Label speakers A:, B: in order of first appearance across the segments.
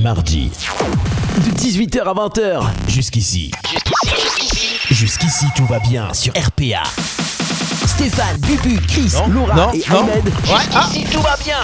A: mardi. De 18h à 20h. Jusqu'ici. Jusqu'ici, tout va bien sur RPA. Stéphane, Bubu, Chris,
B: Non,
A: Laura
B: non,
A: et
B: non.
A: Ahmed.
B: Ouais, ah.
A: Jusqu'ici, tout va bien.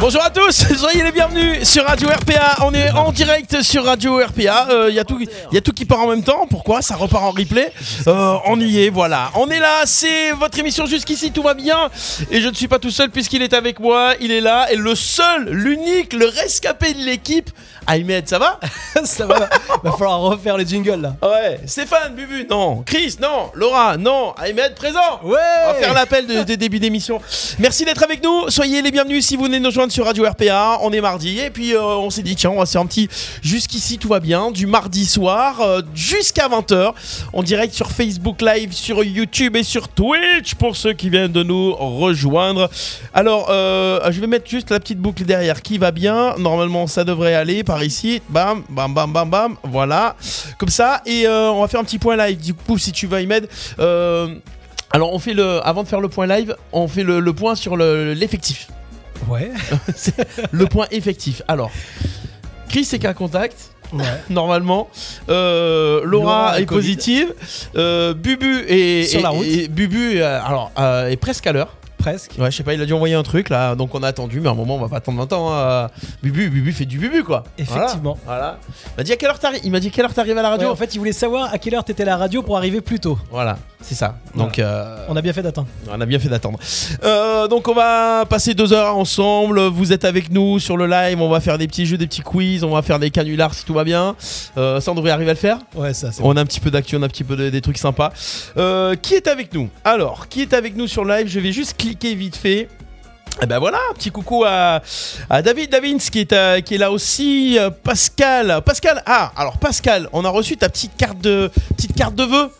B: Bonjour à tous, soyez les bienvenus sur Radio RPA. On est en direct sur Radio RPA. Il y, a tout- y a tout qui part en même temps. Pourquoi Ça repart en replay. Euh, on y est, voilà. On est là, c'est votre émission jusqu'ici, tout va bien. Et je ne suis pas tout seul puisqu'il est avec moi. Il est là. Et le seul, l'unique, le rescapé de l'équipe, Ahmed, ça va
C: Ça va, va falloir refaire les jingles là.
B: Ouais. Stéphane, Bubu, non. Chris, non. Laura, non. Ahmed, présent.
C: Ouais
B: On va faire l'appel de, de début d'émission. Merci d'être avec nous. Soyez les bienvenus si vous venez nous rejoindre sur Radio RPA. On est mardi et puis euh, on s'est dit tiens on va se faire un petit jusqu'ici tout va bien du mardi soir euh, jusqu'à 20h en direct sur Facebook Live, sur YouTube et sur Twitch pour ceux qui viennent de nous rejoindre. Alors euh, je vais mettre juste la petite boucle derrière qui va bien. Normalement ça devrait aller par ici. Bam bam bam bam bam. Voilà comme ça et euh, on va faire un petit point live. Du coup si tu vas y mettre. Euh, alors on fait le avant de faire le point live, on fait le, le point sur le- l'effectif.
C: Ouais.
B: Le, point effectif. Alors Chris est qu'un contact
C: ouais.
B: normalement. Euh, Laura,
C: Laura a
B: est
C: le Covid.
B: positive. Euh, Bubu est
C: Sur la
B: est-
C: route.
B: est- Bubu euh, alors euh, est presque à l'heure.
C: Presque.
B: Ouais, je sais pas, il a dû envoyer un truc là, donc on a attendu, mais à un moment on va pas attendre 20 ans. hein. Bubu, Bubu fait du Bubu quoi.
C: Effectivement.
B: Voilà. voilà. Il m'a dit à quelle heure t'arrives Il m'a dit à quelle heure t'arrives à la radio.
C: Ouais, en fait, il voulait savoir à quelle heure t'étais à la radio pour arriver plus tôt.
B: Voilà, c'est ça. Donc euh,
C: On a bien fait d'attendre.
B: On a bien fait d'attendre. Euh, donc on va passer deux heures ensemble. Vous êtes avec nous sur le live. On va faire des petits jeux, des petits quiz. On va faire des canulars si tout va bien. Euh, ça, on devrait arriver à le faire.
C: Ouais, ça, c'est
B: On a un petit peu d'actu, on a un petit peu de- des trucs sympas. Euh, qui est avec nous Alors, qui est avec nous sur le live Je vais juste cliquer vite fait. Et ben voilà, un petit coucou à, à David Davins qui est, à- qui est là aussi. Euh, Pascal, Pascal. Ah, alors Pascal, on a reçu ta petite carte de petite carte de vœux.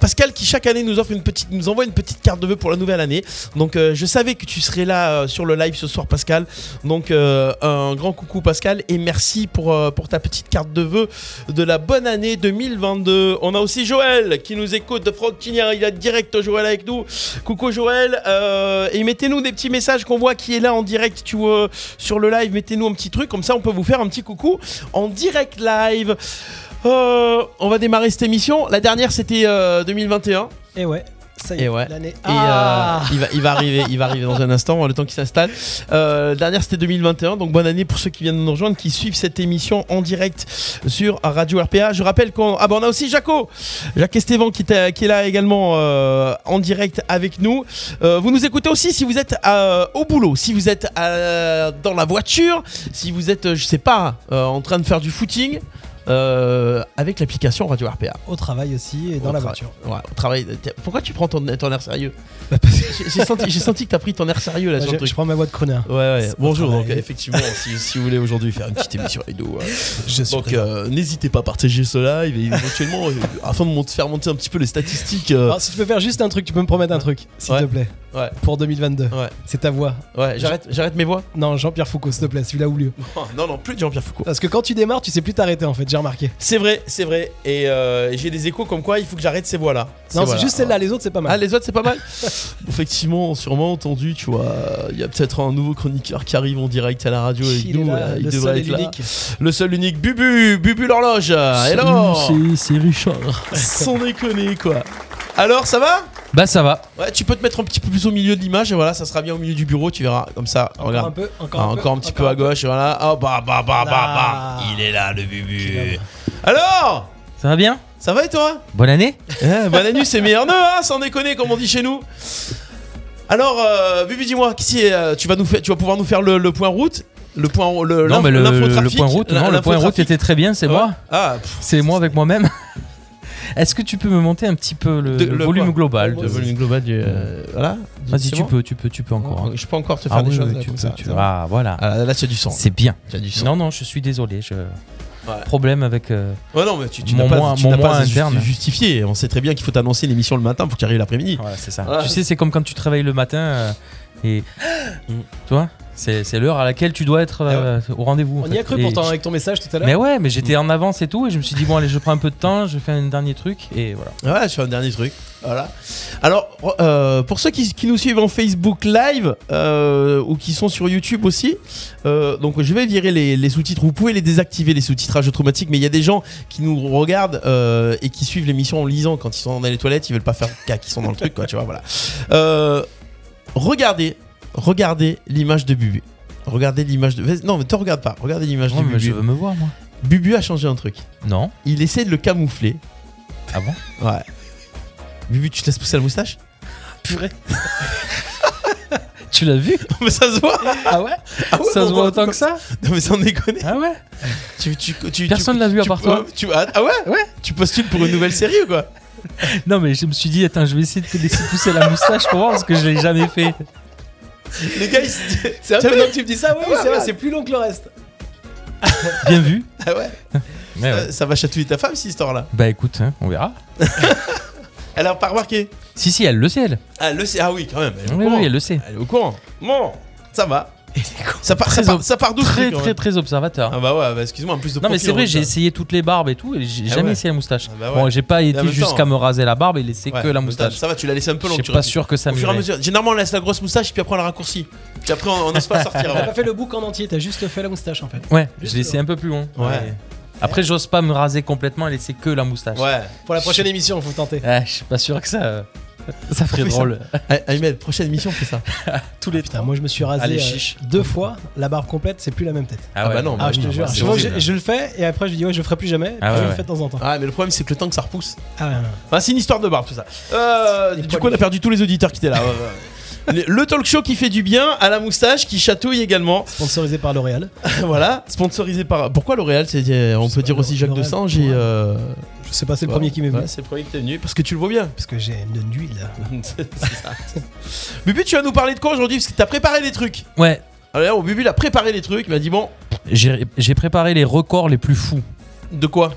B: Pascal qui chaque année nous offre une petite, nous envoie une petite carte de vœux pour la nouvelle année. Donc euh, je savais que tu serais là euh, sur le live ce soir, Pascal. Donc euh, un grand coucou, Pascal, et merci pour euh, pour ta petite carte de vœux de la bonne année 2022. On a aussi Joël qui nous écoute de Frogtinière. Il a direct Joël avec nous. Coucou Joël. Euh, et mettez-nous des petits messages qu'on voit qui est là en direct tu vois, sur le live. Mettez-nous un petit truc. Comme ça, on peut vous faire un petit coucou en direct live. Euh, on va démarrer cette émission. La dernière, c'était euh, 2021.
C: Et ouais. Ça y
B: Et
C: est.
B: ouais.
C: L'année.
B: Et
C: Ah
B: euh, il, va, il va arriver, il va arriver dans un instant, le temps qu'il s'installe. Euh, dernière, c'était 2021, donc bonne année pour ceux qui viennent nous rejoindre, qui suivent cette émission en direct sur Radio RPA. Je rappelle qu'on, ah bah on a aussi Jaco, Jacques Estevan qui, est- qui est là également euh, en direct avec nous. Euh, vous nous écoutez aussi si vous êtes euh, au boulot, si vous êtes euh, dans la voiture, si vous êtes, euh, je sais pas, euh, en train de faire du footing. euh, avec l'application Radio RPA.
C: Au travail aussi et dans
B: Au
C: la
B: tra-
C: voiture.
B: Ouais, au travail. T'es- Pourquoi tu prends ton, ton air sérieux
C: Bah,
B: J'ai- J'ai senti, j'ai senti que t'as pris ton air sérieux là sur
C: je,
B: le truc.
C: je prends ma voix de crooner.
B: Ouais, ouais.
C: C'est
B: Bonjour.
C: pas
B: Donc,
C: travail.
B: effectivement, si, si vous voulez aujourd'hui faire une petite émission avec nous, euh,
C: Je
B: donc euh, n'hésitez pas à partager ce live et éventuellement, euh, afin de mont- faire monter un petit peu les statistiques. euh,
C: Alors, si tu peux faire juste un truc, tu peux me promettre un truc, s'il
B: Ouais.
C: te plaît.
B: Ouais.
C: Pour 2022.
B: Ouais.
C: C'est ta voix.
B: ouais, j'arrête, j'arrête mes voix.
C: Non, Jean-Pierre Foucault, s'il te plaît, celui-là ou mieux.
B: non, non, plus de Jean-Pierre Foucault.
C: Parce que quand tu démarres, tu sais plus t'arrêter en fait, j'ai remarqué.
B: C'est vrai, c'est vrai. Et euh, j'ai des échos comme quoi il faut que j'arrête ces voix là.
C: Non, c'est juste celle-là, les autres, c'est pas
B: Ah,
C: mal.
B: les autres, c'est pas mal. Effectivement, sûrement entendu, tu vois. Il y a peut-être un nouveau chroniqueur qui arrive en direct à la radio avec
C: Il est
B: nous.
C: là,
B: là, il
C: le
B: devrait
C: seul et
B: être là.
C: l'unique.
B: Le seul unique Bubu, Bubu l'horloge. Hello.
D: c'est Richard.
B: Sans déconner quoi. Alors ça va
D: Bah ça va.
B: Ouais, tu peux te mettre un petit peu plus au milieu de l'image et voilà, ça sera bien au milieu du bureau, tu verras comme ça.
C: Encore
B: regarde.
C: un peu, encore,
B: Ah,
C: un, peu,
B: encore un petit peu à gauche, et voilà. Oh bah bah bah bah bah.
C: Ah.
B: Il est là le bubu.
C: Génial.
B: Alors
D: Ça va bien
B: ça va et toi
D: Bonne année
B: eh, Bonne année, c'est meilleur nœud, hein, sans déconner, comme on dit chez nous. Alors, euh, Bubu, dis-moi, qu'est-ce qui est, euh, tu, vas nous faire- tu vas pouvoir nous faire le, le point route Le point le,
D: Non
B: Euh, l'inf-
D: mais le, le
B: l'infotrafic,
D: point route,
B: la-
D: non, le point route
B: l'infotrafic.
D: était très bien, c'est
B: Ouais.
D: moi.
B: Ah, pff,
D: C'est moi avec moi-même. Est-ce que tu peux me monter un petit peu le,
B: De-
D: le
B: le
D: volume
B: quoi
D: global de-
B: le volume global du. euh, voilà.
D: Vas-y,
B: C'est
D: tu
B: bon
D: peux, tu peux, tu peux encore. hein.
B: Je peux encore te faire
D: Ah
B: des
D: oui,
B: choses
D: oui, tu
B: comme
D: peux,
B: ça.
D: tu- Ah voilà.
B: Ah, là, tu as du sang.
D: C'est bien.
B: Tu as du sang.
D: Non non, je suis désolé. Je... Problème avec. euh,
B: Ouais, Oh, non, mais tu, tu
D: Mon
B: n'as pas,
D: moins-
B: tu
D: mon
B: n'as pas
D: moins
B: à ju-
D: interne.
B: justifier. On sait très bien qu'il faut t'annoncer l'émission le matin pour que tu arrives l'après-midi.
D: Voilà, c'est ça.
B: Voilà.
D: Tu sais, c'est comme quand tu travailles le matin euh, et. tu vois C'est c'est l'heure à laquelle tu dois
B: Ah
D: être euh, au rendez-vous. en
C: On y
D: fait.
C: a cru
D: Et
C: pourtant
D: j-
C: avec ton message tout à l'heure.
D: Mais ouais, mais j'étais en avance et tout, et je me suis dit, bon, allez, je prends un peu de temps, je fais un dernier truc, et voilà.
B: Ouais, je fais un dernier truc. Voilà. Alors, euh, pour ceux qui, qui nous suivent en Facebook Live euh, ou qui sont sur YouTube aussi, euh, donc je vais virer les, les sous-titres. Vous pouvez les désactiver, les sous-titrages automatiques, mais il y a des gens qui nous regardent euh, et qui suivent l'émission en lisant quand ils sont dans les toilettes, ils veulent pas faire caca, ils sont dans le truc, quoi, tu vois, voilà. Euh, regardez, regardez l'image de Bubu. Regardez l'image de. Vas-y, Non, mais te regarde pas. Regardez l'image
D: Ouais,
B: de
D: mais
B: Bubu.
D: je veux me voir, moi.
B: Bubu a changé un truc.
D: Non.
B: Il essaie de le camoufler.
D: Ah bon
B: Ouais. Bubu, tu te laisses pousser la moustache
C: Purée.
D: Tu l'as vu
B: Mais ça se voit
D: Ah ouais
B: Ah ouais,
D: Ça se
B: on
D: voit
B: voit
D: autant
B: tout
D: que ça
B: Non mais sans déconner
D: Ah ouais
B: tu, tu, tu- tu-
D: Personne l'a vu à
B: tu-
D: part toi.
B: euh, tu- ah ah ouais
D: Ouais.
B: Tu postules pour une nouvelle série ou quoi
D: Non, mais je me suis dit, attends, je vais essayer de te laisser pousser la moustache pour voir, parce que je l'ai jamais fait.
B: Les gars, ils se disent-
C: C'est
B: Tiens,
C: vrai
B: non,
C: que tu me dis ça, oui, c'est vrai, c'est plus long que le reste.
D: Bien vu.
B: Ah ouais,
D: Ouais, ouais.
B: Euh, Ça va chatouiller ta femme cette histoire là.
D: Bah écoute, hein, on verra.
B: Elle a pas remarqué
D: Si, si, elle le sait, elle.
B: Ah le sait- Ah oui quand même. Elle est au
D: Oui,
B: courant.
D: oui, elle le sait.
B: Elle est au courant. Bon, ça va. Ça part, ça
D: Très
B: part,
D: ob-
B: ça part doucement.
D: Très,
B: quand
D: très,
B: même.
D: très observateur.
B: Ah bah ouais, bah, excuse-moi en plus de
D: non, mais
B: profil,
D: c'est vrai,
B: en
D: j'ai
B: fait.
D: essayé toutes les barbes et tout, et j'ai
B: Ah
D: jamais
B: ouais.
D: essayé la moustache.
B: Ah bah ouais.
D: Bon, j'ai pas
B: en
D: été
B: même
D: jusqu'à
B: temps- hein.
D: me raser la barbe et laisser
B: Ouais,
D: que la moustache.
B: Ça va, tu l'as laissé un peu
D: Je
B: long.
D: suis
B: tu
D: pas
B: restes-
D: sûr que ça
B: Au fur et à
D: m'irait.
B: mesure. Généralement on laisse la grosse moustache puis après on la raccourcit. Puis après on on n'ose pas sortir.
C: T'as
B: ouais.
C: pas fait le bouc en entier, t'as juste fait la moustache en fait.
D: Ouais,
C: Juste
D: je laissais un peu plus long.
B: Ouais.
D: Après, j'ose pas me raser complètement et laisser que la moustache.
B: Ouais.
C: Pour la prochaine émission, faut tenter.
D: Ah, je suis pas sûr que ça. euh, Ça ferait
B: fait ça.
D: drôle.
B: Ah, Ahmed, prochaine émission on fait ça.
D: Tous les
C: Putain, moi je me suis rasé
D: Allez,
C: euh,
D: chiche.
C: deux fois, la barbe complète, c'est plus la même tête.
B: Ah bah non,
C: Ah, je te
B: bah,
C: jure,
B: c'est
C: je, vois que
B: horrible.
C: je, je le fais et après je dis ouais, je le ferai plus jamais, puis
D: Ah ouais,
C: je le
D: ouais.
C: fais de temps en temps.
B: Ah mais le problème c'est que le temps que ça repousse.
C: Ah, ouais, ouais.
B: Enfin, c'est une histoire de barbe tout ça.
C: Les
B: Euh, du
C: poils
B: coup on a
C: blancs.
B: perdu tous les auditeurs qui étaient là. Ouais, ouais. Le- Le talk show qui fait du bien à la moustache qui chatouille également.
C: Sponsorisé par L'Oréal.
B: voilà, sponsorisé par. Pourquoi L'Oréal c'est- On
C: sais
B: peut
C: pas,
B: dire aussi Jacques
C: L'Oréal,
B: Dessange et.
C: ouais.
B: euh,
C: Je sais pas, c'est le
B: ouais,
C: premier qui m'est venu.
B: ouais, c'est le premier qui t'est venu parce que tu le vois bien.
C: Parce que j'ai une d'huile.
B: c'est ça. Bubu, tu vas nous parler de quoi aujourd'hui Parce que t'as préparé des trucs.
D: Ouais,
B: Alors, Bubu, il a préparé des trucs. Il m'a dit bon,
D: j'ai j'ai préparé les records les plus fous.
B: de quoi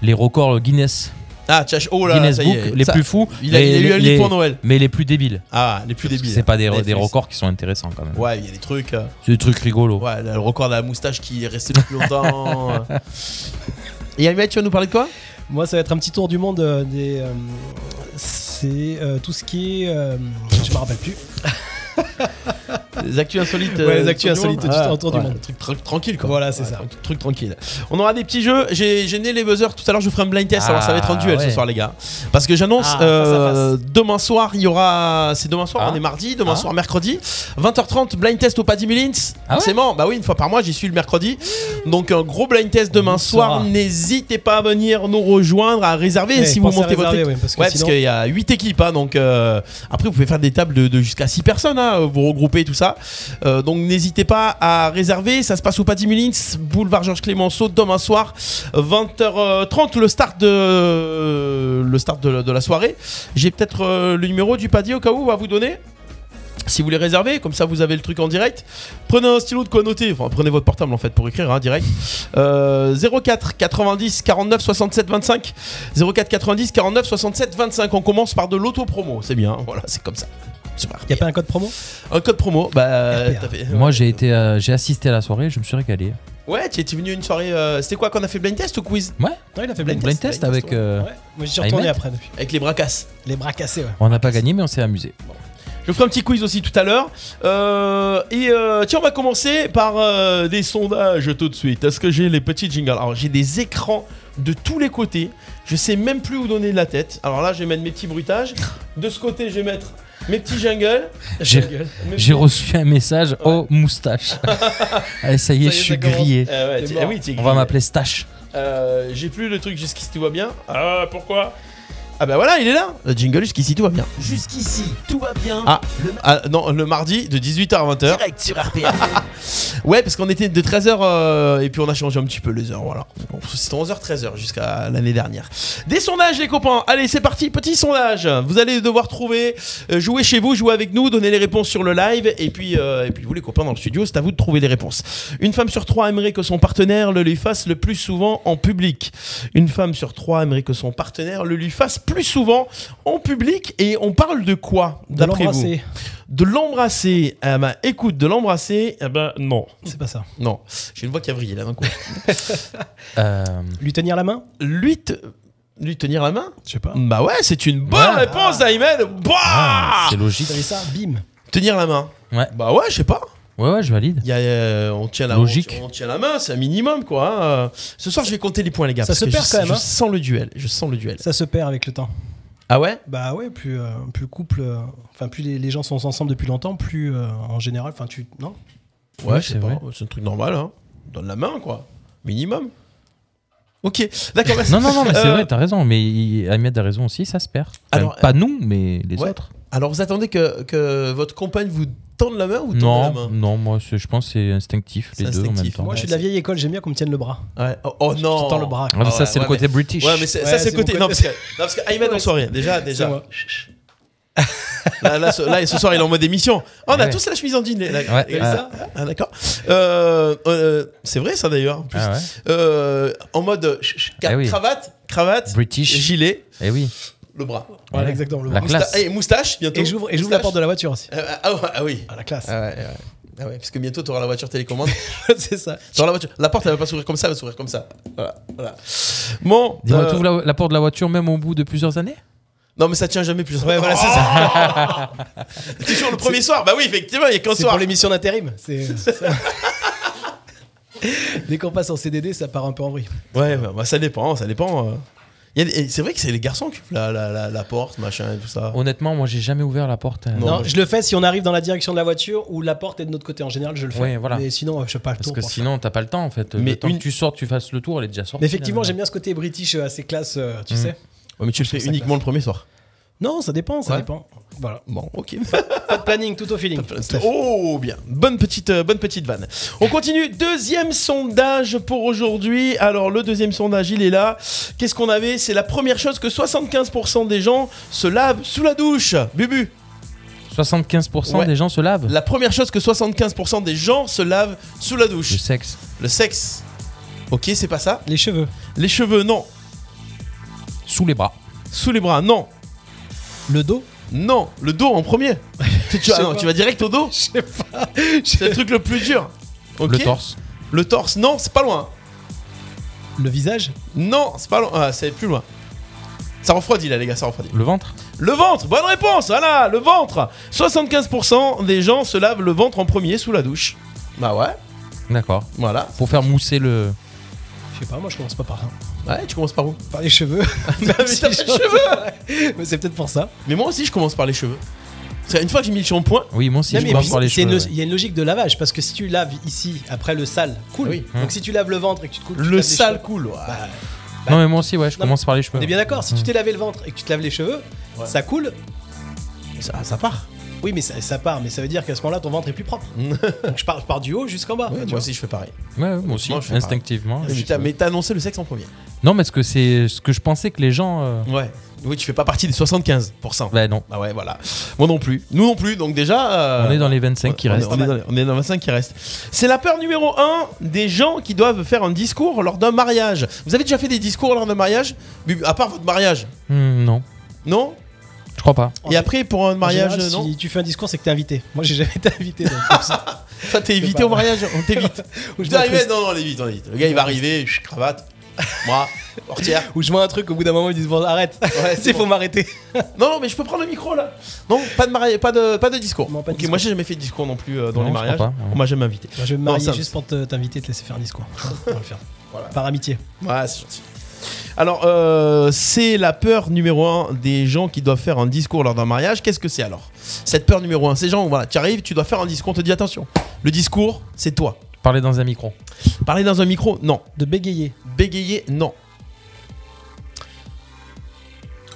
D: Les records Guinness.
B: Ah, tchach, oh là là,
D: Guinness
B: ça
D: Book,
B: y est.
D: les
B: ça-
D: plus fous.
B: Il a, il a
D: les-
B: eu un
D: les-
B: livre pour Noël.
D: Mais les plus débiles.
B: Ah, les plus
D: Parce que
B: débiles.
D: C'est pas des, des
B: Netflix.
D: records qui sont intéressants quand même.
B: Ouais, il y a des trucs. euh,
D: C'est des trucs rigolos.
B: Ouais, le record de la moustache qui est resté le plus longtemps. Et Ahmed, tu vas nous parler de quoi
C: Moi, ça va être un petit tour du monde euh, des. euh, c'est euh, tout ce qui est. euh, je me rappelle plus.
B: Les actus insolites.
C: Ouais, les
B: euh,
C: actus
B: autour du
C: insolites,
B: monde.
C: juste autour du monde.
B: le Truc tra- tranquille, quoi.
C: Voilà, c'est
B: Ouais,
C: ça.
B: Truc, truc tranquille. On aura des petits jeux. J'ai j'ai né les buzzers tout à l'heure. Je ferai un blind test. alors, ça va être un
D: Ah,
B: duel ce
D: ouais.
B: soir, les gars. Parce que j'annonce
C: Ah, face à
B: euh, demain soir, il y aura. C'est demain soir,
D: Ah.
B: on est mardi. Demain
D: Ah.
B: soir, mercredi. 20h30, blind test au Paddy Millins.
D: Ah ouais
B: Forcément, bah oui, une fois par mois, j'y suis le mercredi. Donc, un gros blind test demain
D: y
B: soir.
D: sera.
B: N'hésitez pas à venir nous rejoindre, à réserver
C: Ouais,
B: si vous
C: Eh, pensez à
B: montez votre
C: réserver,
B: équipe.
C: ouais, parce que
B: Ouais,
C: sinon-
B: parce qu'il y a 8 équipes, hein, donc euh, après vous pouvez faire des tables de, de jusqu'à 6 personnes, hein, vous regroupez tout ça. Euh, donc n'hésitez pas à réserver, ça se passe au Paddy Mullins, boulevard Georges Clémenceau, demain soir, 20h30, le start de, le start de, de la soirée. J'ai peut-être euh, le numéro du Paddy au cas où à vous donner. Si vous voulez réserver, comme ça vous avez le truc en direct. Prenez un stylo de quoi noter, enfin prenez votre portable en fait pour écrire hein, direct. Euh, 04 90 49 67 25. 04 90 49 67 25. On commence par de l'auto-promo. C'est bien, hein. voilà, c'est comme ça. Super.
C: Y a pas un code promo
B: Un code promo, bah.
C: RPA.
B: t'as fait-
D: Moi j'ai été, euh, j'ai assisté à la soirée, je me suis régalé.
B: Ouais, tu étais venu une soirée. euh, C'était quoi qu'on a fait blind test ou quiz
C: Non, il a fait
B: Blind
C: blind
D: Blind
C: test.
D: test
B: blind
D: avec.
B: test,
D: euh,
C: Ouais. Moi, j'y suis retourné
D: Ahmed
C: après depuis.
B: Avec les bras casses.
C: Les bras cassés, ouais.
D: On n'a pas gagné, mais on s'est amusé.
B: Je ferai un petit quiz aussi tout à l'heure. Euh, et euh, tiens, on va commencer par euh, des sondages tout de suite. Est-ce que j'ai les petits jingles Alors, j'ai des écrans de tous les côtés. Je sais même plus où donner de la tête. Alors là, je vais mettre mes petits bruitages. De ce côté, je vais mettre mes petits jingles.
D: J'ai-
B: Jingles. Mes
D: J'ai
B: petits-
D: reçu un message oh moustache. Allez, ça
C: Ça y
D: y est,
C: est,
D: je
C: ça
D: suis
C: commence.
D: grillé.
B: Euh, ouais,
C: T'es
B: t'es-
C: mort.
B: ah oui, t'es
D: On va
B: grillé.
D: m'appeler Stache.
B: Euh, j'ai plus le truc jusqu'ici tout va bien. Ah pourquoi Ah bah voilà, il est là. Le jingle jusqu'ici tout va bien.
A: Jusqu'ici, tout va bien.
B: Ah. Ah non, le mardi de 18h à 20h.
A: Direct sur
B: Ah,
A: RPA.
B: Ouais, parce qu'on était de 13h euh, et puis on a changé un petit peu les heures, voilà. Bon, C'était 11h 13h jusqu'à l'année dernière. Des sondages les copains. Allez, c'est parti, petit sondage. Vous allez devoir trouver euh, jouer chez vous, jouer avec nous, donner les réponses sur le live et puis euh, et puis vous les copains dans le studio, c'est à vous de trouver les réponses. Une femme sur trois aimerait que son partenaire le lui fasse le plus souvent en public. Une femme sur trois aimerait que son partenaire le lui fasse plus plus souvent en public et on parle de quoi
C: De
B: d'après vous
C: l'embrasser.
B: De l'embrasser. Ah bah, écoute, de l'embrasser, eh ben non,
C: C'est pas ça.
B: non. J'ai une voix qui a vrillé là d'un coup.
D: Euh,
C: Lui tenir la main
B: Lui, te- lui tenir la main
C: Je sais pas.
B: Bah ouais, c'est une bonne
D: Ah.
B: réponse, Ayman. Bah
D: Ah, c'est logique.
C: Vous savez ça Bim.
B: tenir la main.
D: Ouais.
B: Bah ouais, je sais pas.
D: Ouais, ouais, je valide.
B: Il y a, euh, on tient la
D: Logique.
B: On, on tient la main, c'est un minimum quoi. hein. Euh, Ce soir, je vais compter les points les gars.
C: Ça
B: parce
C: se
B: que
C: perd
B: je-
C: quand même,
B: Je
C: hein.
B: sens le duel. Je sens le duel.
C: Ça se perd avec le temps.
B: Ah ouais
C: Bah ouais, plus, euh, plus le couple, euh, enfin plus les, les gens sont ensemble depuis longtemps, plus euh, en général, enfin tu non.
B: Ouais,
D: Oui,
B: je sais
D: c'est
B: pas.
D: vrai.
B: C'est un truc normal. Hein. Donne la main quoi. Minimum. Ok. D'accord. merci.
D: Non, non, non, mais c'est
B: Euh,
D: vrai, t'as raison. Mais il- Ahmed a raison aussi, ça se perd. Enfin,
B: Alors,
D: pas nous, mais les
B: ouais.
D: autres.
B: Alors vous attendez que, que votre compagne vous tende la main ou tende la
D: Non,
B: main
D: non, moi, c'est- je pense que c'est instinctif, les
B: C'est
D: deux en même
B: instinctif.
D: temps.
C: Moi, je suis de
B: ouais,
C: la vieille école, j'aime bien qu'on me tienne le bras.
B: Ouais. Oh, oh, non.
C: Je tends le bras.
D: Ah, mais
B: Ah ouais,
D: ça, c'est
B: ouais,
D: le côté british.
B: Ouais, mais c'est-
C: Ouais,
B: ça, c'est le
C: c'est
B: côté.
C: mon
B: Non, parce
C: côté.
B: que, non, parce que Ayman, on sent rien. Déjà,
C: C'est
B: déjà.
C: moi.
B: Là, là, ce, là, ce soir, il est en mode émission. Oh, on a
D: Ouais.
B: tous la chemise en jean. les- la-
D: Ouais,
B: les-
D: ouais.
B: ça. Ah, d'accord. Euh, euh, c'est vrai, ça, d'ailleurs. en plus.
D: Ah ouais.
B: Euh, en mode euh, ch- ch-
D: Eh oui.
B: cravate, cravate,
D: British.
B: gilet,
D: Eh oui.
B: le bras.
C: Voilà,
D: Ouais.
C: exactement. Le
D: La
C: bras.
D: classe.
B: Mousta- et moustache, bientôt.
C: Et j'ouvre et j'ouvre la porte de la voiture aussi.
B: Euh, ah, ouais, ah oui.
C: Ah la classe.
B: Ah ouais, ouais. Ah ouais, parce que bientôt, tu auras la voiture télécommande.
C: c'est ça.
B: T'auras la, voiture. la porte, elle va pas s'ouvrir comme ça, elle va s'ouvrir comme ça. Voilà. voilà. Bon.
D: Dis-moi,
B: euh,
D: t'ouvres la, la porte de la voiture même au bout de plusieurs années
B: Non, mais ça tient jamais plus. Ouais, voilà, c'est ça. Toujours le premier soir. Bah oui, effectivement, il y a qu'un
C: C'est
B: soir.
C: pour l'émission d'intérim. C'est. ça. Dès qu'on passe en CDD, ça part un peu en vrille.
B: Ouais, bah, bah, ça dépend, ça dépend. euh. Il y a des- et C'est vrai que c'est les garçons qui ouvrent la, la, la, la porte, machin et tout ça.
D: Honnêtement, moi, j'ai jamais ouvert la porte. euh,
C: Non,
B: Non, moi,
C: je le fais si on arrive dans la direction de la voiture ou la porte est de notre côté. En général, je le fais.
D: Ouais, voilà.
C: Mais sinon, je sais pas le
D: Parce
C: tour.
D: que
C: pour ça.
D: sinon, t'as pas le temps en fait.
B: Mais
D: le temps
B: une-
D: que tu sors, tu fasses le tour, elle est déjà sortie.
C: Mais effectivement,
D: là.
C: j'aime bien ce côté british euh, assez classe, euh, tu
D: Mm.
C: sais.
B: Ouais, mais tu le fais
C: trouve ça
B: uniquement le premier soir.
C: Non, ça dépend, ça
B: Ouais.
C: dépend. Voilà.
B: Bon, ok.
C: Pas de planning, tout au feeling.
B: Oh bien, bonne petite, euh, bonne petite vanne. On continue. Deuxième sondage pour aujourd'hui. Alors le deuxième sondage, il est là. Qu'est-ce qu'on avait C'est la première chose que 75% des gens se lavent sous la douche. Bubu.
D: 75%
B: Ouais.
D: des gens se lavent.
B: La première chose que 75% des gens se lavent sous la douche.
D: Le sexe.
B: Le sexe. Ok, c'est pas ça.
C: Les cheveux.
B: Les cheveux, non.
D: Sous les bras.
B: Sous les bras, non.
C: Le dos
B: Non. Le dos en premier. tu, tu-
C: Je sais
B: ah non,
C: pas.
B: tu vas direct au dos.
C: Je sais pas.
B: C'est le truc le plus dur. Ok.
D: Le torse.
B: Le torse, non, c'est pas loin.
C: Le visage
B: Non, c'est pas loin. Ah, c'est plus loin. Ça refroidit là, les gars, ça refroidit.
D: Le ventre.
B: Le ventre, bonne réponse, voilà, le ventre. 75% des gens se lavent le ventre en premier sous la douche. Bah ouais,
D: D'accord.
B: voilà.
D: Pour faire mousser le.
C: Je sais pas, moi je commence pas par,
B: Ouais, tu commences par où
C: par les cheveux.
B: Mais t'as pas de cheveux
C: Mais c'est peut-être pour ça.
B: Mais moi aussi, je commence par les cheveux. Parce qu'une fois que j'ai mis le shampoing,
D: Oui, moi aussi,
C: Non,
D: je
C: mais
D: commence
C: puis,
D: par les
C: c'est une
D: cheveux.
C: lo- Il y a une logique de lavage parce que si tu laves ici après le sale, cool.
B: Ah Oui.
C: Donc si tu laves le ventre et que tu te coules, tu te
B: le
C: laves les
B: sale
C: cheveux.
B: coule. ouais.
C: Bah,
D: ouais. Non, mais moi aussi, ouais, je
C: Non,
D: commence par les cheveux.
C: on est bien d'accord, si tu
D: Mm.
C: t'es lavé le ventre et que tu te laves les cheveux,
B: Ouais.
C: ça coule.
B: ça, ça part.
C: Oui, mais ça, ça part, mais ça veut dire qu'à ce moment-là, ton ventre est plus propre. Donc je pars, je pars du haut jusqu'en bas.
B: Ouais,
C: Ah, bah, tu
B: moi
C: vois.
B: aussi, je fais pareil.
D: Ouais, ouais, moi aussi,
B: Moi, je fais
D: instinctivement.
B: Mais
D: je-
B: t'as- Mais t'as annoncé le sexe en premier.
D: Non, mais ce que c'est ce que je pensais que les gens. euh,
B: Ouais. Oui, tu fais pas partie des 75%.
D: Bah non.
B: Bah ouais, voilà. Moi non plus. Nous non plus, donc déjà. euh,
D: On est dans les 25 qui
B: on est-
D: restent.
B: On est, dans, on est dans 25 qui restent. C'est la peur numéro 1 des gens qui doivent faire un discours lors d'un mariage. Vous avez déjà fait des discours lors d'un mariage Bubu, À part votre mariage,
D: Hmm, non.
B: non
D: Je crois pas.
B: Et après, pour un
C: En
B: mariage,
C: général,
B: non
C: Si tu fais un discours, c'est que t'es invité. Moi, j'ai jamais été invité. donc, comme ça,
B: Ça, t'es évité
C: pas-
B: au mariage On t'évite.
C: ou, je
B: Putain,
C: vois un
B: Ahmed,
C: truc-
B: non, non, on évite, on évite. Le gars, il va arriver, je cravate, moi, portière.
C: ou je vois un truc, au bout d'un moment, ils disent bon, arrête.
B: Ouais,
C: Il faut m'arrêter.
B: Non, non, mais je peux prendre le micro là. Non, pas de, mariage, pas de, pas de discours.
C: Non, pas de
B: Ok,
C: discours.
B: Moi, j'ai jamais fait de discours non plus euh, dans
D: Non,
B: les
D: je crois
B: mariages.
D: pas, ouais.
B: On m'a jamais invité.
C: Je vais me
B: Non,
C: marier
B: ça-
C: juste pour te- t'inviter, te laisser faire un discours. On va le faire.
B: Voilà.
C: Par amitié.
B: Ouais, c'est gentil. Alors, euh, c'est la peur numéro un des gens qui doivent faire un discours lors d'un mariage. Qu'est-ce que c'est alors Cette peur numéro un, ces gens, voilà, tu arrives, tu dois faire un discours, on te dit attention, le discours, c'est toi.
D: Parler dans un micro.
B: Parler dans un micro, non.
C: De bégayer.
B: Bégayer, non.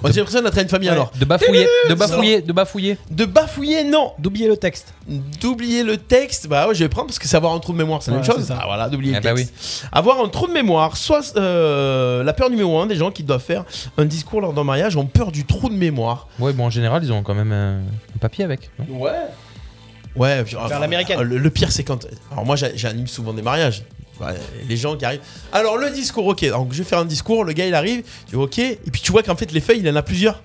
B: On J'ai l'impression d'être à une famille
C: Ouais.
B: alors.
D: De bafouiller. De bafouiller. De bafouiller.
B: De bafouiller, non.
C: D'oublier le texte.
B: D'oublier le texte, bah ouais, je vais prendre parce que c'est avoir un trou de mémoire, c'est la
C: Ouais,
B: même chose.
C: c'est ça.
B: Ah voilà, d'oublier le
D: Eh bah
B: texte. Avoir un trou de mémoire, soit euh, la peur numéro un des gens qui doivent faire un discours lors d'un mariage ont peur du trou de mémoire.
D: Ouais, bon, en général, ils ont quand même un, un papier avec. non
B: Ouais. ah, Ouais, puis, enfin,
C: l'américaine.
B: Le, le pire, c'est quand. Alors, moi, j'a- j'anime souvent des mariages. Bah, les gens qui arrivent. Alors le discours, ok. Donc je vais faire un discours. Le gars il arrive, tu vois, ok. Et puis tu vois qu'en fait les feuilles, il en a plusieurs.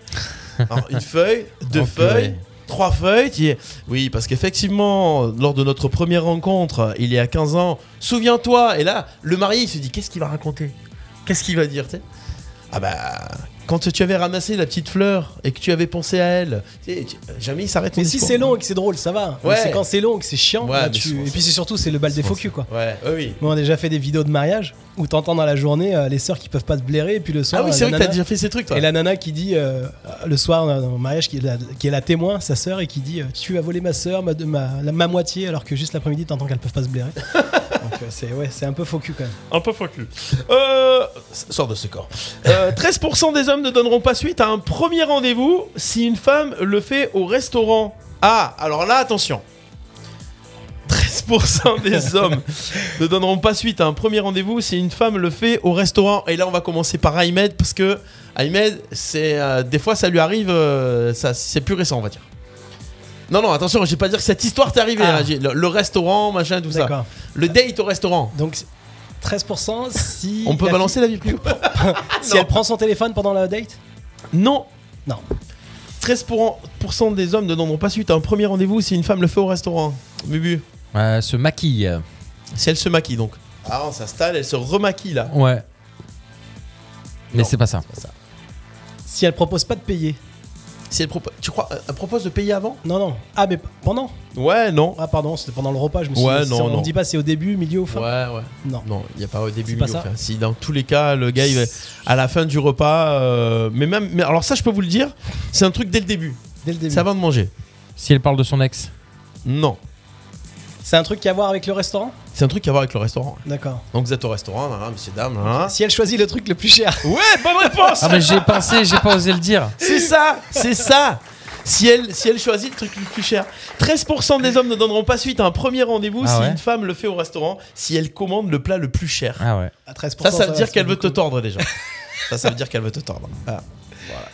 B: Alors, une feuille, deux
D: Oh, purée.
B: feuilles, trois feuilles. tu dis, Oui, parce qu'effectivement, lors de notre première rencontre, il y a 15 ans, souviens-toi. Et là, le marié il se dit qu'est-ce qu'il va raconter Qu'est-ce qu'il va dire tu sais Ah bah. Quand tu avais ramassé la petite fleur et que tu avais pensé à elle, tu sais, tu- euh, jamais il s'arrête.
C: Mais
B: au
C: si
B: discours.
C: c'est long et que c'est drôle, ça va. Mais
B: Ouais.
C: C'est quand c'est long et que c'est chiant.
B: Ouais,
C: là,
B: mais
C: tu-
B: souvent,
C: Et puis c'est surtout c'est le bal des faux culs quoi.
B: Ouais, ouais, oui.
C: Moi, on a déjà fait des vidéos de mariage où t'entends dans la journée euh, les sœurs qui peuvent pas se blairer et puis le soir.
B: Ah oui,
C: euh,
B: c'est
C: la
B: vrai que t'as
C: nana-
B: déjà fait ces trucs, toi.
C: Et la nana qui dit euh, le soir euh, dans le mariage qui est, la, qui est la témoin, sa sœur, et qui dit euh, tu as volé ma sœur, ma, de- ma, la- ma moitié, alors que juste l'après-midi t'entends qu'elles peuvent pas se blairer. Donc euh, c'est ouais, c'est un peu faux cul quand même.
B: Un peu focus. Euh, sors de ce corps. Euh, 13% des hommes ne donneront pas suite à un premier rendez-vous si une femme le fait au restaurant. Ah, alors là, attention. 13% des hommes ne donneront pas suite à un premier rendez-vous si une femme le fait au restaurant. Et là, on va commencer par Ahmed parce que Ahmed, c'est euh, des fois, ça lui arrive, euh, ça, c'est plus récent, on va dire. Non, non, attention, je vais pas dire que cette histoire t'est arrivée.
C: Ah.
B: hein, j'ai- le, le restaurant, machin, tout ça.
C: D'accord.
B: Le date au restaurant.
C: Donc c'est 13% si.
B: On peut
C: la
B: balancer Ah la vie plus haut
C: fille- Si elle prend son téléphone pendant la date
B: Non.
C: Non.
B: 13% des hommes ne donneront pas suite à un premier rendez-vous si une femme le fait au restaurant. Bubu.
D: Euh, se maquille.
B: Si elle se maquille donc. Ah, on s'installe, elle se remaquille là.
D: Ouais. Mais
B: Non.
D: c'est pas ça.
C: Si elle propose pas de payer
B: Si elle propo- tu crois, euh, elle propose de payer avant
C: Non, non. Ah, mais p- pendant
B: Ouais, non.
C: Ah, pardon, c'était pendant le repas, je me suis
B: Ouais,
C: dit.
B: non,
C: on
B: non.
C: me dit pas c'est au début, milieu ou fin
B: Ouais, ouais.
C: Non.
B: Non, il n'y a pas au début.
C: C'est pas
B: milieu,
C: ça.
B: enfin, Si dans tous les cas, le gars, il va- à la fin du repas. euh, mais même. mais alors, ça, je peux vous le dire, c'est un truc dès le début.
C: Dès le début.
B: C'est avant de manger.
D: Si elle parle de son ex.
B: Non.
C: C'est un truc qui a à voir avec le restaurant
B: C'est un truc à voir avec le restaurant.
C: D'accord.
B: Donc, vous êtes au restaurant, là, là, messieurs, dames. là, là.
C: Si elle choisit le truc le plus cher.
B: Ouais, bonne réponse
D: Ah mais j'ai pensé, j'ai pas osé le dire.
B: C'est ça, c'est ça. Si elle, si elle choisit le truc le plus cher. 13% des hommes ne donneront pas suite à un premier rendez-vous
D: Ah
B: si
D: ouais
B: une femme le fait au restaurant, si elle commande le plat le plus cher.
D: Ah ouais.
C: À 13%.
B: ça, ça veut
C: va,
B: dire
C: c'est
B: qu'elle veut te
C: beaucoup.
B: tordre déjà. ça, ça veut dire qu'elle veut te tordre. Ah, voilà.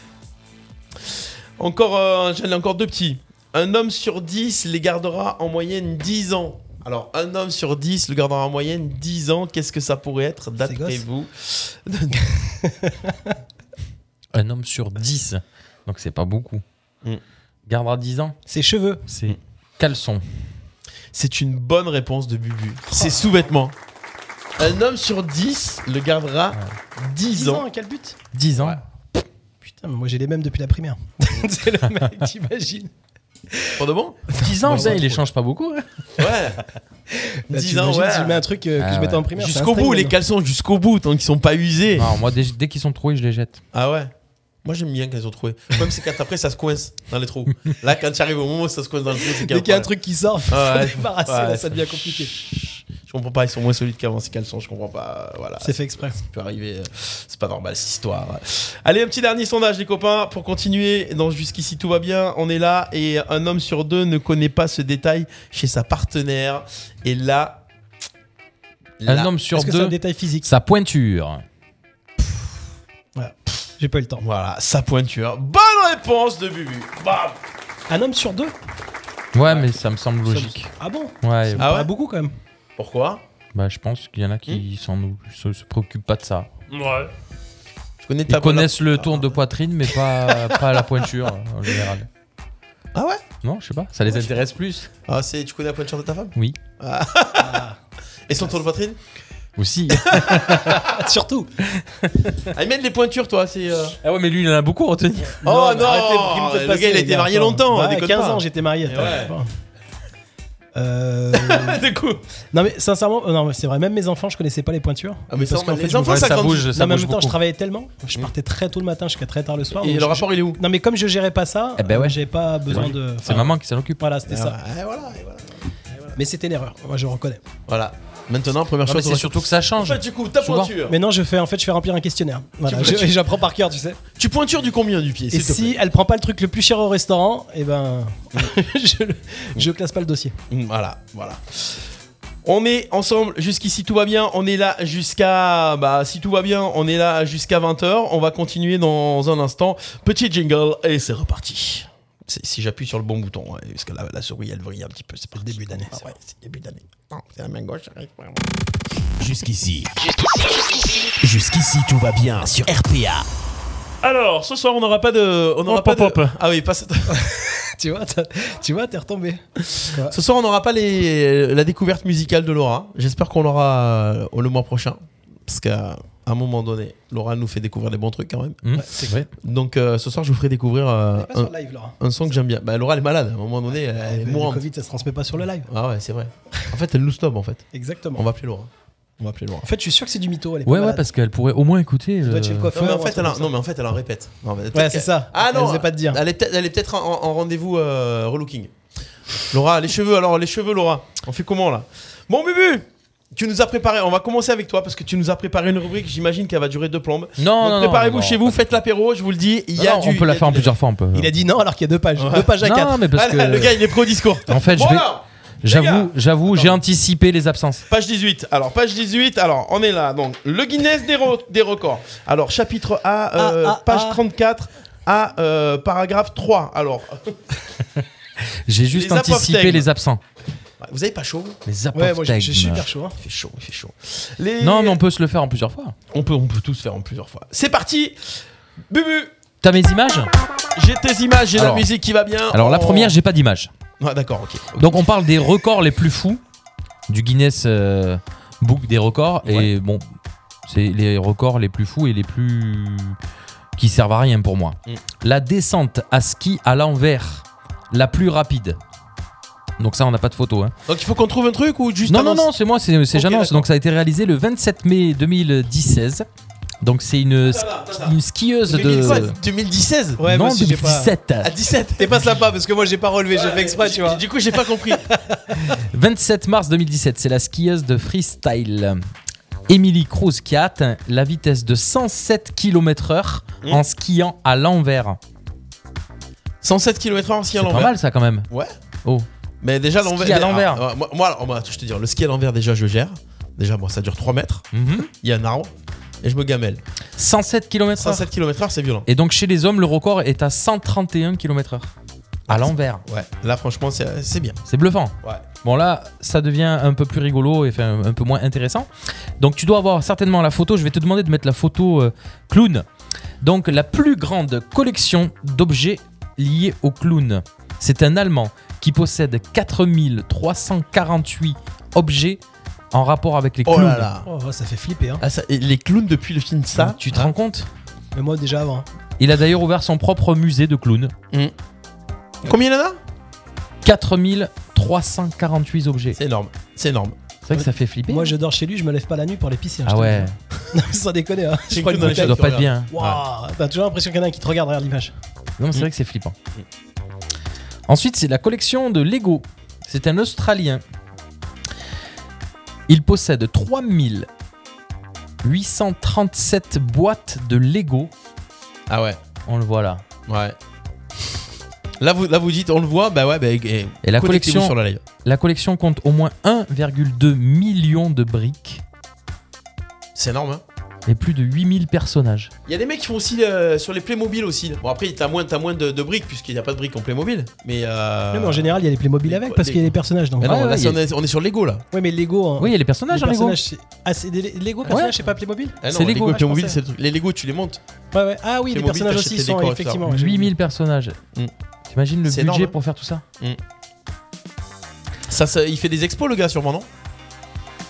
B: Encore, euh, j'en ai encore deux petits. Un homme sur 10 les gardera en moyenne 10 ans. Alors, un homme sur 10 le gardera en moyenne 10 ans. Qu'est-ce que ça pourrait être d'après
C: gosses.
B: vous
D: Un homme sur 10. Donc c'est pas beaucoup.
B: Mm.
D: Gardera 10 ans.
C: Ses cheveux.
D: C'est caleçon.
B: C'est une bonne réponse de Bubu. C'est sous-vêtements. Un homme sur 10 le gardera 10
C: 10 ans,
B: ans.
C: à quel but
D: 10 ans.
C: Putain, mais moi j'ai les mêmes depuis la primaire. c'est le mec, t'imagines
B: Pour de bon
D: 10 ans,
B: Ouais,
D: putain,
B: ouais,
D: il
B: trop.
D: échange pas beaucoup. hein.
B: Ouais. 10 ans,
C: Bah, T'imagines
B: ouais.
C: Si je mets un truc euh, que
D: Ah
C: je mettais
D: ouais.
C: en primaire. Ah, c'est
B: Jusqu'au
C: un
B: bout, les
C: Instagram.
B: caleçons, jusqu'au bout, tant qu'ils sont pas usés.
D: Non, moi dès, dès qu'ils sont troués, je les jette.
B: Ah ouais. Moi j'aime bien qu'ils ont trouvé. Même c'est quand après ça se coince dans les trous. Là quand tu arrives au moment où ça se coince dans le trou, c'est qu'il y
C: Dès qu'il y a un truc
B: problème.
C: qui sort, faut
B: Ah ouais.
C: débarrasser,
B: Ouais.
C: là, ça devient compliqué.
B: Je comprends pas, ils sont moins solides qu'avant ces caleçons, je comprends pas. euh, Voilà.
C: C'est fait exprès.
B: peut arriver. euh, C'est pas normal cette histoire. Allez, un petit dernier sondage, les copains, pour continuer. Dans Jusqu'ici, tout va bien. On est là et un homme sur deux ne connaît pas ce détail chez sa partenaire. Et là. là-
D: Un homme sur
C: Est-ce que c'est un
D: deux.
C: détail physique
D: Sa pointure.
C: J'ai pas eu le temps.
B: Voilà, sa pointure. Bonne réponse de Bubu. Bam
C: Un homme sur deux
D: Ouais, mais ça me semble logique.
C: Ah bon
D: Ouais,
B: Ah
C: Ah
B: ouais
C: beaucoup quand même.
B: Pourquoi
D: bah, je pense qu'il y en a qui s'en- se, se préoccupent pas de ça.
B: Je connais ta bonne-
D: Ils
B: Ah.
D: connaissent le tour de poitrine, mais pas, pas la pointure en général.
B: Ah ouais
D: Non, je sais pas, ça les intéresse plus.
B: ah, c'est Tu connais la pointure de ta femme Ah.
D: Oui.
B: Et son tour de poitrine
D: Aussi.
C: Surtout.
B: Ah, il mène les pointures, toi. C'est. euh,
D: ah ouais, mais lui, il en a beaucoup à retenir.
B: Oh non,
C: mais arrêtez, me faites
B: Le
C: passer,
B: gars, il a
C: les
B: été marié longtemps, hein,
C: Ouais,
B: déconne
C: 15
B: pas.
C: ans, j'étais marié.
B: Et
C: attends,
B: ouais.
C: bon. Euh,
B: Du coup.
C: non mais sincèrement, euh, non mais c'est vrai, même mes enfants, je connaissais pas les pointures.
B: Ah, mais ça,
C: parce
B: on-
C: qu'en
B: les
C: fait, je
B: enfants,
D: Ouais, ça,
B: grandit.
D: bouge, ça
C: Non, mais en même
D: bouge
C: temps, je
D: beaucoup.
C: travaillais tellement, je partais très tôt le matin jusqu'à très tard le soir.
B: Et
C: donc
B: le
C: je-
B: rapport, il est où
C: Non, mais comme je gérais pas ça, euh,
D: Eh ben ouais.
C: j'avais pas besoin
D: Ouais.
C: de.
D: C'est
C: enfin,
D: maman qui s'en occupe.
C: Voilà, c'était ça.
B: Ah, voilà, et voilà.
C: Mais c'était une erreur. Moi, je reconnais.
B: Voilà. Maintenant, première
D: Non, mais
B: chose.
D: c'est surtout que ça
B: En
D: change.
B: fait, du coup, ta
D: Souvent.
B: pointure.
C: Mais non, je fais en fait, je fais remplir un questionnaire. Voilà,
B: Tu-
C: je- j'apprends par cœur, tu sais.
B: Tu pointures du combien du pied
C: Et
B: s'il te
C: si elle prend pas le truc le plus cher au restaurant, et ben, je, le- je classe pas le dossier.
B: plaît Mm, Voilà, voilà. On est ensemble jusqu'ici, tout va bien. On est là jusqu'à. Bah, si tout va bien, on est là jusqu'à 20h. On va continuer dans un instant. Petit jingle et c'est reparti. si si j'appuie sur le bon bouton, ouais, parce que la, la souris elle vrille un petit peu, c'est pas le début d'année. Ah ouais, c'est début d'année. Non, c'est la main gauche, j'arrive vraiment.
A: Jusqu'ici. Jusqu'ici, tout va bien sur RPA.
B: Alors, ce soir, on n'aura pas de. On n'aura
D: Hop,
B: pas
D: hop,
B: de-
D: hop.
B: Ah oui, pas cette-
C: Tu vois, t'as- tu vois, t'es retombé.
B: ce soir, on n'aura pas les... la découverte musicale de Laura. J'espère qu'on l'aura euh, le mois prochain. Parce qu'à un moment donné, Laura nous fait découvrir des bons trucs quand même.
D: Hmm.
C: c'est
D: vrai.
B: Donc, euh, ce soir, je vous ferai découvrir euh,
C: On est pas
B: un,
C: sur le live, Laura.
B: un son que j'aime bien. Bah, Laura, elle est malade. À un moment donné, elle est
C: le
B: mourante.
C: Covid, ça se transmet pas sur le live.
B: Ah ouais, c'est vrai. En fait, elle nous snob en fait.
C: Exactement.
B: On va appeler Laura. On va appeler Laura.
C: En fait, je suis sûr que c'est du mytho. Elle est pas
D: Ouais, ouais,
C: malade.
D: parce qu'elle pourrait au moins écouter.
C: Elle doit être chez le
D: euh,
B: Non, mais
C: coiffeur.
B: en
C: ou un
B: fait,
C: truc
B: elle a-
C: comme ça.
B: non, mais en fait, elle en répète. Non, mais peut-être
C: Ouais, c'est
B: qu'elle-
C: ça.
B: Ah
C: Elle
B: non,
C: osait pas te dire.
B: Elle est peut-être elle est peut-être en, en rendez-vous euh, relooking. Laura, les cheveux, alors les cheveux, Laura. On fait comment là Bon, Bubu tu nous as préparé, on va commencer avec toi parce que tu nous as préparé une rubrique, j'imagine qu'elle va durer deux plombes. Donc
D: Non, non, non,
B: préparez-vous
D: non,
B: chez
D: non,
B: vous, faites l'apéro, je vous le dis. Il
D: Non,
B: y a
D: non,
B: du,
D: on peut
B: il y
D: la
B: a
D: faire en
B: du-
D: plusieurs fois, on peut.
C: Il a dit non alors qu'il y a deux pages.
B: Ouais.
C: Deux pages à
D: non,
C: quatre.
D: mais parce
B: Ah, Le
D: que
B: gars, il est pro discours.
D: en fait, je
B: Bon,
D: vais,
B: alors,
D: j'avoue, j'avoue, j'ai anticipé les absences.
B: Page 18. Alors, page 18. Alors, on est là. Donc, le Guinness des, ro- des records. Alors, chapitre A, euh,
C: Ah, ah,
B: page
C: ah.
B: 34, à euh, paragraphe 3. Alors,
D: J'ai juste
B: Les
D: anticipé
B: apophthegmes.
D: les absents.
B: vous avez pas chaud vous
D: Les
C: Ouais, moi j'ai- j'ai
D: apophthegmes.
C: super chaud. hein.
B: Il fait chaud, il fait chaud. Les-
D: Non, mais on peut se le faire en plusieurs fois.
B: on peut, on peut tous faire en plusieurs fois. C'est parti Bubu
D: T'as mes images
B: J'ai tes images, j'ai la
D: Alors.
B: musique qui va bien.
D: Alors la
B: On-
D: première, j'ai pas d'image.
B: Ah, d'accord, ok. Ok.
D: Donc on parle des records les plus fous du Guinness euh, Book des records et bon, c'est les records les plus fous et les plus qui servent à rien pour moi.
B: Mm.
D: La descente à ski à l'envers, la plus rapide. Donc ça, on n'a pas de photo. hein.
B: Donc, il faut qu'on trouve un truc ou juste.
D: Non, non,
B: annonce
D: non, c'est moi, c'est c'est
B: Ok,
D: j'annonce.
B: d'accord.
D: Donc ça a été réalisé le 27 mai 2016. Donc c'est une,
B: Attends, attends, attends.
D: une skieuse de...
B: 2016
C: Ouais, moi
D: non,
C: aussi j'ai pas.
D: 2017.
B: À 17
C: T'es pas sympa parce que moi j'ai pas relevé, j'ai fait exprès, tu vois.
B: Du coup, j'ai pas compris.
D: 27 mars 2017, c'est la skieuse de freestyle Emily Cruz qui a atteint la vitesse de 107 km/h
B: Mmh.
D: en skiant à l'envers.
B: 107 km/h en ski
D: C'est
B: à
D: pas
B: l'envers.
D: mal ça quand même.
B: Ouais.
D: Oh.
B: Mais déjà, l'envers.
D: Ski à l'envers.
B: Ah, ouais, moi, moi, alors, moi, je te dis, le ski à l'envers, déjà, je gère. Déjà, moi, ça dure 3 mètres.
D: Mhm.
B: Il y a un arbre. Et je me gamelle.
D: 107 km/h.
B: 107 km/h, c'est violent.
D: Et donc chez les hommes, le record est à 131 km/h. À l'envers.
B: Ouais, là, franchement, c'est c'est bien.
D: C'est bluffant.
B: Ouais.
D: Bon là, ça devient un peu plus rigolo et enfin, un peu moins intéressant. Donc tu dois avoir certainement la photo. Je vais te demander de mettre la photo euh, clown. Donc la plus grande collection d'objets liés au clown. C'est un Allemand qui possède 4348 objets en rapport avec les
B: Oh
D: clowns.
B: là là.
C: Oh, ça fait flipper. Hein.
B: Ah, ça- et les clowns depuis le film ça. hein
D: tu te rends compte
C: Mais moi déjà avant. hein.
D: Il a d'ailleurs ouvert son propre musée de clowns.
B: Combien il y en a
D: 4348 objets.
B: C'est énorme. C'est énorme.
D: C'est vrai que ça fait flipper.
C: Moi je dors chez lui, je me lève pas la nuit pour aller pisser. hein, je
D: ah
C: te
D: ouais,
C: le dis. Non, mais sans déconner. Hein. Je
B: Chez
C: prends
B: nous,
C: une
B: dans les
D: ça
C: bouteille.
D: doit pas être
B: regarde.
D: bien.
C: Waouh, t'as toujours l'impression qu'il y en a un qui te regarde, regarde l'image.
D: Non, mais c'est
B: Mm.
D: vrai que c'est flippant. Ensuite, c'est la collection de Lego. C'est un Australien. Il possède 3837 boîtes de Lego.
B: Ah ouais.
D: On le voit là.
B: Ouais. Là vous, là, vous dites, on le voit, bah ouais, bah. Et,
D: Et la
B: connectez-vous
D: collection-
B: sur la live.
D: La collection compte au moins 1,2 million de briques
B: C'est énorme, hein.
D: et plus de 8000 personnages.
B: Il y a des mecs qui font aussi euh, sur les Playmobil aussi. Bon, après, t'as moins, t'as moins de, de briques, puisqu'il n'y a pas de briques en Playmobil. Mais. Euh...
C: Non, mais en général, il y a les Playmobil
B: des-
C: avec parce
B: des-
C: qu'il y a les personnages. Donc.
B: Mais non,
D: Ouais,
B: là,
D: ouais,
B: c'est-
D: y a-
B: on, est, on est sur Lego là.
C: Ouais, mais Lego.
B: Oh.
C: hein.
D: Oui, il y a les personnages
C: les
D: en Lego.
C: personnages, c'est- Ah, c'est des Lego personnages, c'est pas Playmobil
B: Ah non,
D: C'est Lego,
B: Lego et
C: je
B: Playmobil,
C: pensais.
B: c'est le truc. Les Lego, tu les montes.
C: Ouais, ouais. Ah oui, les
B: Playmobil,
C: personnages
B: t'achètes
C: aussi
B: les
C: sont
B: décorateurs.
C: effectivement. ouais, j'ai oublié.
D: 8000 personnages.
B: Mm.
D: T'imagines le
B: C'est
D: budget
B: énorme, hein.
D: pour faire tout ça
B: Ça, ça- il fait des expos, le gars, sûrement, non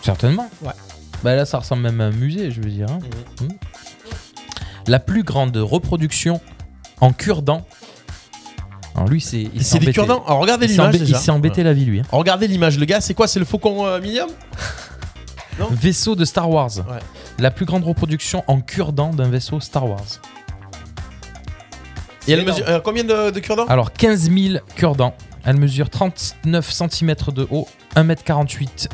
D: Certainement.
B: Ouais. Mmh.
D: Bah là, ça ressemble même à un musée, je veux dire. hein. Mm. La plus grande reproduction en cure-dent. Alors lui, c'est. il s'est
B: C'est des
D: embêté.
B: cure-dents. Alors, regardez
D: Il s'est
B: l'image.
D: embêté, il
B: déjà.
D: s'est embêté la vie, lui. hein.
B: Voilà. Regardez l'image, le gars, c'est quoi C'est le faucon euh, Millennium
D: Vaisseau de Star Wars.
B: Ouais.
D: La plus grande reproduction en cure-dent d'un vaisseau Star Wars.
B: Et elle
C: énorme.
B: mesure euh, combien de, de cure-dents
D: Alors 15 000 cure-dents. Elle mesure 39 cm de haut, 1m48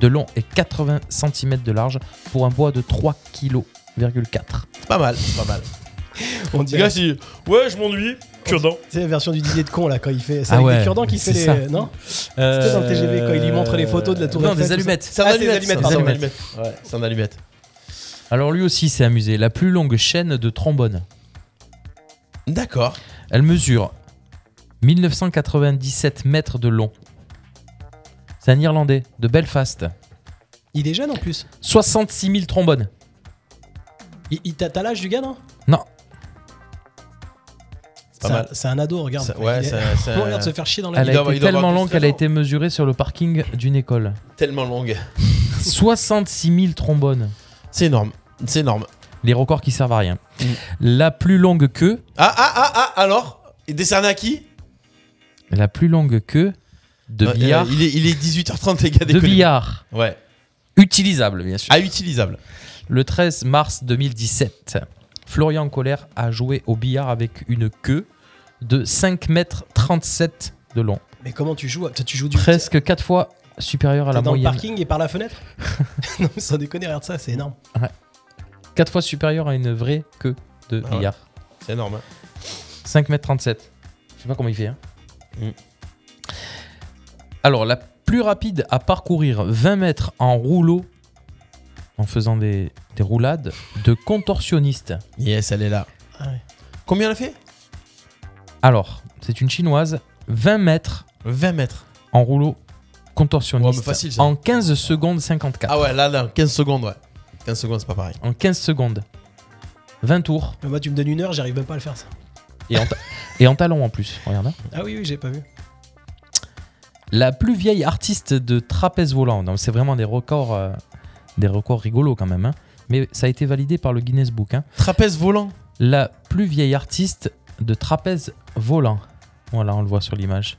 D: de long et 80 cm de large pour un poids de 3,4 kg.
B: C'est Pas mal, c'est pas mal.
C: On
B: Le
C: dirait.
B: gars, c'est. Ouais, je m'ennuie. Cure-dents.
C: C'est la version du Didier de con là quand il fait. C'est
D: Ah
C: avec
D: ouais,
C: des cure-dents qu'il
D: c'est
C: fait les.
D: ça.
C: Non
D: Euh...
C: C'était dans le TGV, quand il lui montre les photos de la Tour
D: Non,
C: Eiffel,
D: des
C: tout
D: allumettes.
B: Euh, C'est un
C: Ah, c'est des
B: allumette.
C: allumettes,
B: ça, C'est
D: pardon.
B: un allumette. Ouais, c'est un allumette.
D: Alors lui aussi s'est amusé. La plus longue chaîne de trombone.
B: D'accord.
D: Elle mesure 1997 mètres de long. C'est un Irlandais de Belfast.
C: Il est jeune en plus.
D: 66 000 trombones.
C: Il, il- t'as, t'as l'âge du gars, non
D: Non.
C: C'est
B: pas
C: un-
B: mal.
C: c'est un ado, regarde.
B: Ça- ouais,
C: Il est-
B: ça- ça-
C: Oh, regarde se faire chier dans la
D: Elle
B: Il doit
D: a été
B: avoir- il doit avoir
D: tellement
B: plus
D: longue qu'elle a
B: d'argent.
D: été mesurée sur le parking d'une école.
B: Tellement longue.
D: 66 000 trombones.
B: C'est énorme. C'est énorme.
D: Les records qui servent à rien.
B: Mm.
D: La plus longue queue,
B: Ah, ah, ah, ah, alors Et Décerné à qui
D: la plus longue queue de
B: Euh,
D: billard,
B: euh, il, est, il est 18h30, les gars,
D: de
B: déconnez.
D: billard
B: Ouais.
D: utilisable bien sûr.
B: Ah, utilisable.
D: Le 13 mars 2017, Florian Colère a joué au billard avec une queue de 5 mètres 37 de long,
C: Mais comment tu joues Toi, Tu joues du.
D: presque 4 fois supérieur à
C: t'es
D: la
C: dans le
D: moyenne.
C: parking et par la fenêtre Non, mais sans déconner, regarde ça, c'est énorme.
D: 4 fois supérieur à une vraie queue de
B: Ah ouais.
D: billard.
B: C'est énorme. hein.
D: 5 mètres 37. Je sais pas comment il fait. hein.
B: Mm.
D: Alors, la plus rapide à parcourir 20 mètres en rouleau, en faisant des, des roulades, de contorsionniste.
B: Yes, elle est là.
C: Ah ouais.
B: Combien elle a fait
D: Alors, c'est une chinoise, 20 mètres
B: 20 mètres.
D: en rouleau
B: Ouais,
D: contorsionniste.
B: mais facile, ça.
D: en 15 secondes 54.
B: Ah ouais, là, là, 15 secondes, ouais. 15 secondes, c'est pas pareil.
D: En 15 secondes. 20 tours.
C: Mais Moi, tu me donnes une heure, j'arrive même pas à le faire ça.
D: Et en, ta- et en talon en plus. Regarde. hein.
C: Ah oui, oui, j'ai pas vu.
D: La plus vieille artiste de trapèze volant. Donc c'est vraiment des records, euh, des records rigolos quand même. hein. Mais ça a été validé par le Guinness Book. hein.
B: Trapèze volant.
D: La plus vieille artiste de trapèze volant. Voilà, on le voit sur l'image.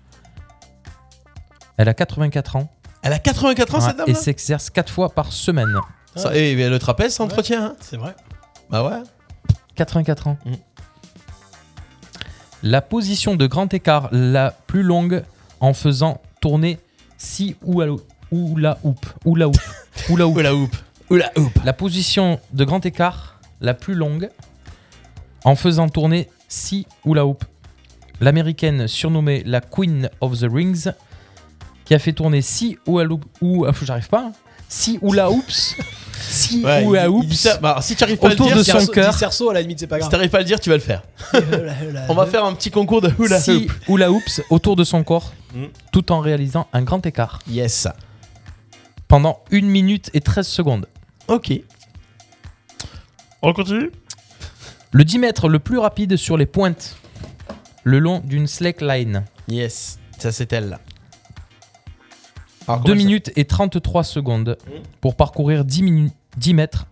D: Elle a 84 ans
B: Elle a 84 ans,
D: hein,
B: cette dame
D: et
B: là
D: s'exerce 4 fois par semaine.
B: Ça- Et mais le trapèze, ça entretient, hein
C: C'est vrai.
B: Bah ouais.
D: 84 ans.
B: Mm.
D: La position de grand écart la plus longue en faisant tourner si ou à l'eau- ou la houppe ou la houppe ou la houppe.
B: Ou la houpe. Ou la houpe.
D: La position de grand écart la plus longue en faisant tourner si ou la houppe. L'américaine surnommée la Queen of the Rings qui a fait tourner si ou la houppe ou ah, j'arrive pas hein. si ou la houps si
B: Ouais,
D: ou
B: il-
D: la
B: il
D: houps
B: dit ça. Bah, alors, si tu arrives pas à le
D: Autour
B: dire,
D: de
B: si
D: son
C: Cerceau-
D: cœur.
C: dis Cerceau, à la limite, c'est pas grave.
B: t'arrives pas à le dire, tu vas le faire. On va faire un petit concours de hula
D: Ah si
B: hoop.
D: ou la houps autour de son corps
B: Mm.
D: tout en réalisant un grand écart
B: Yes.
D: pendant 1 minute et 13 secondes.
B: Ok. On continue
D: Le 10 mètres le plus rapide sur les pointes le long d'une slackline.
B: Yes. Ça, c'est elle, là. Alors,
D: 2
B: comment ça-
D: minutes et 33 secondes pour parcourir 10, minu- 10 mètres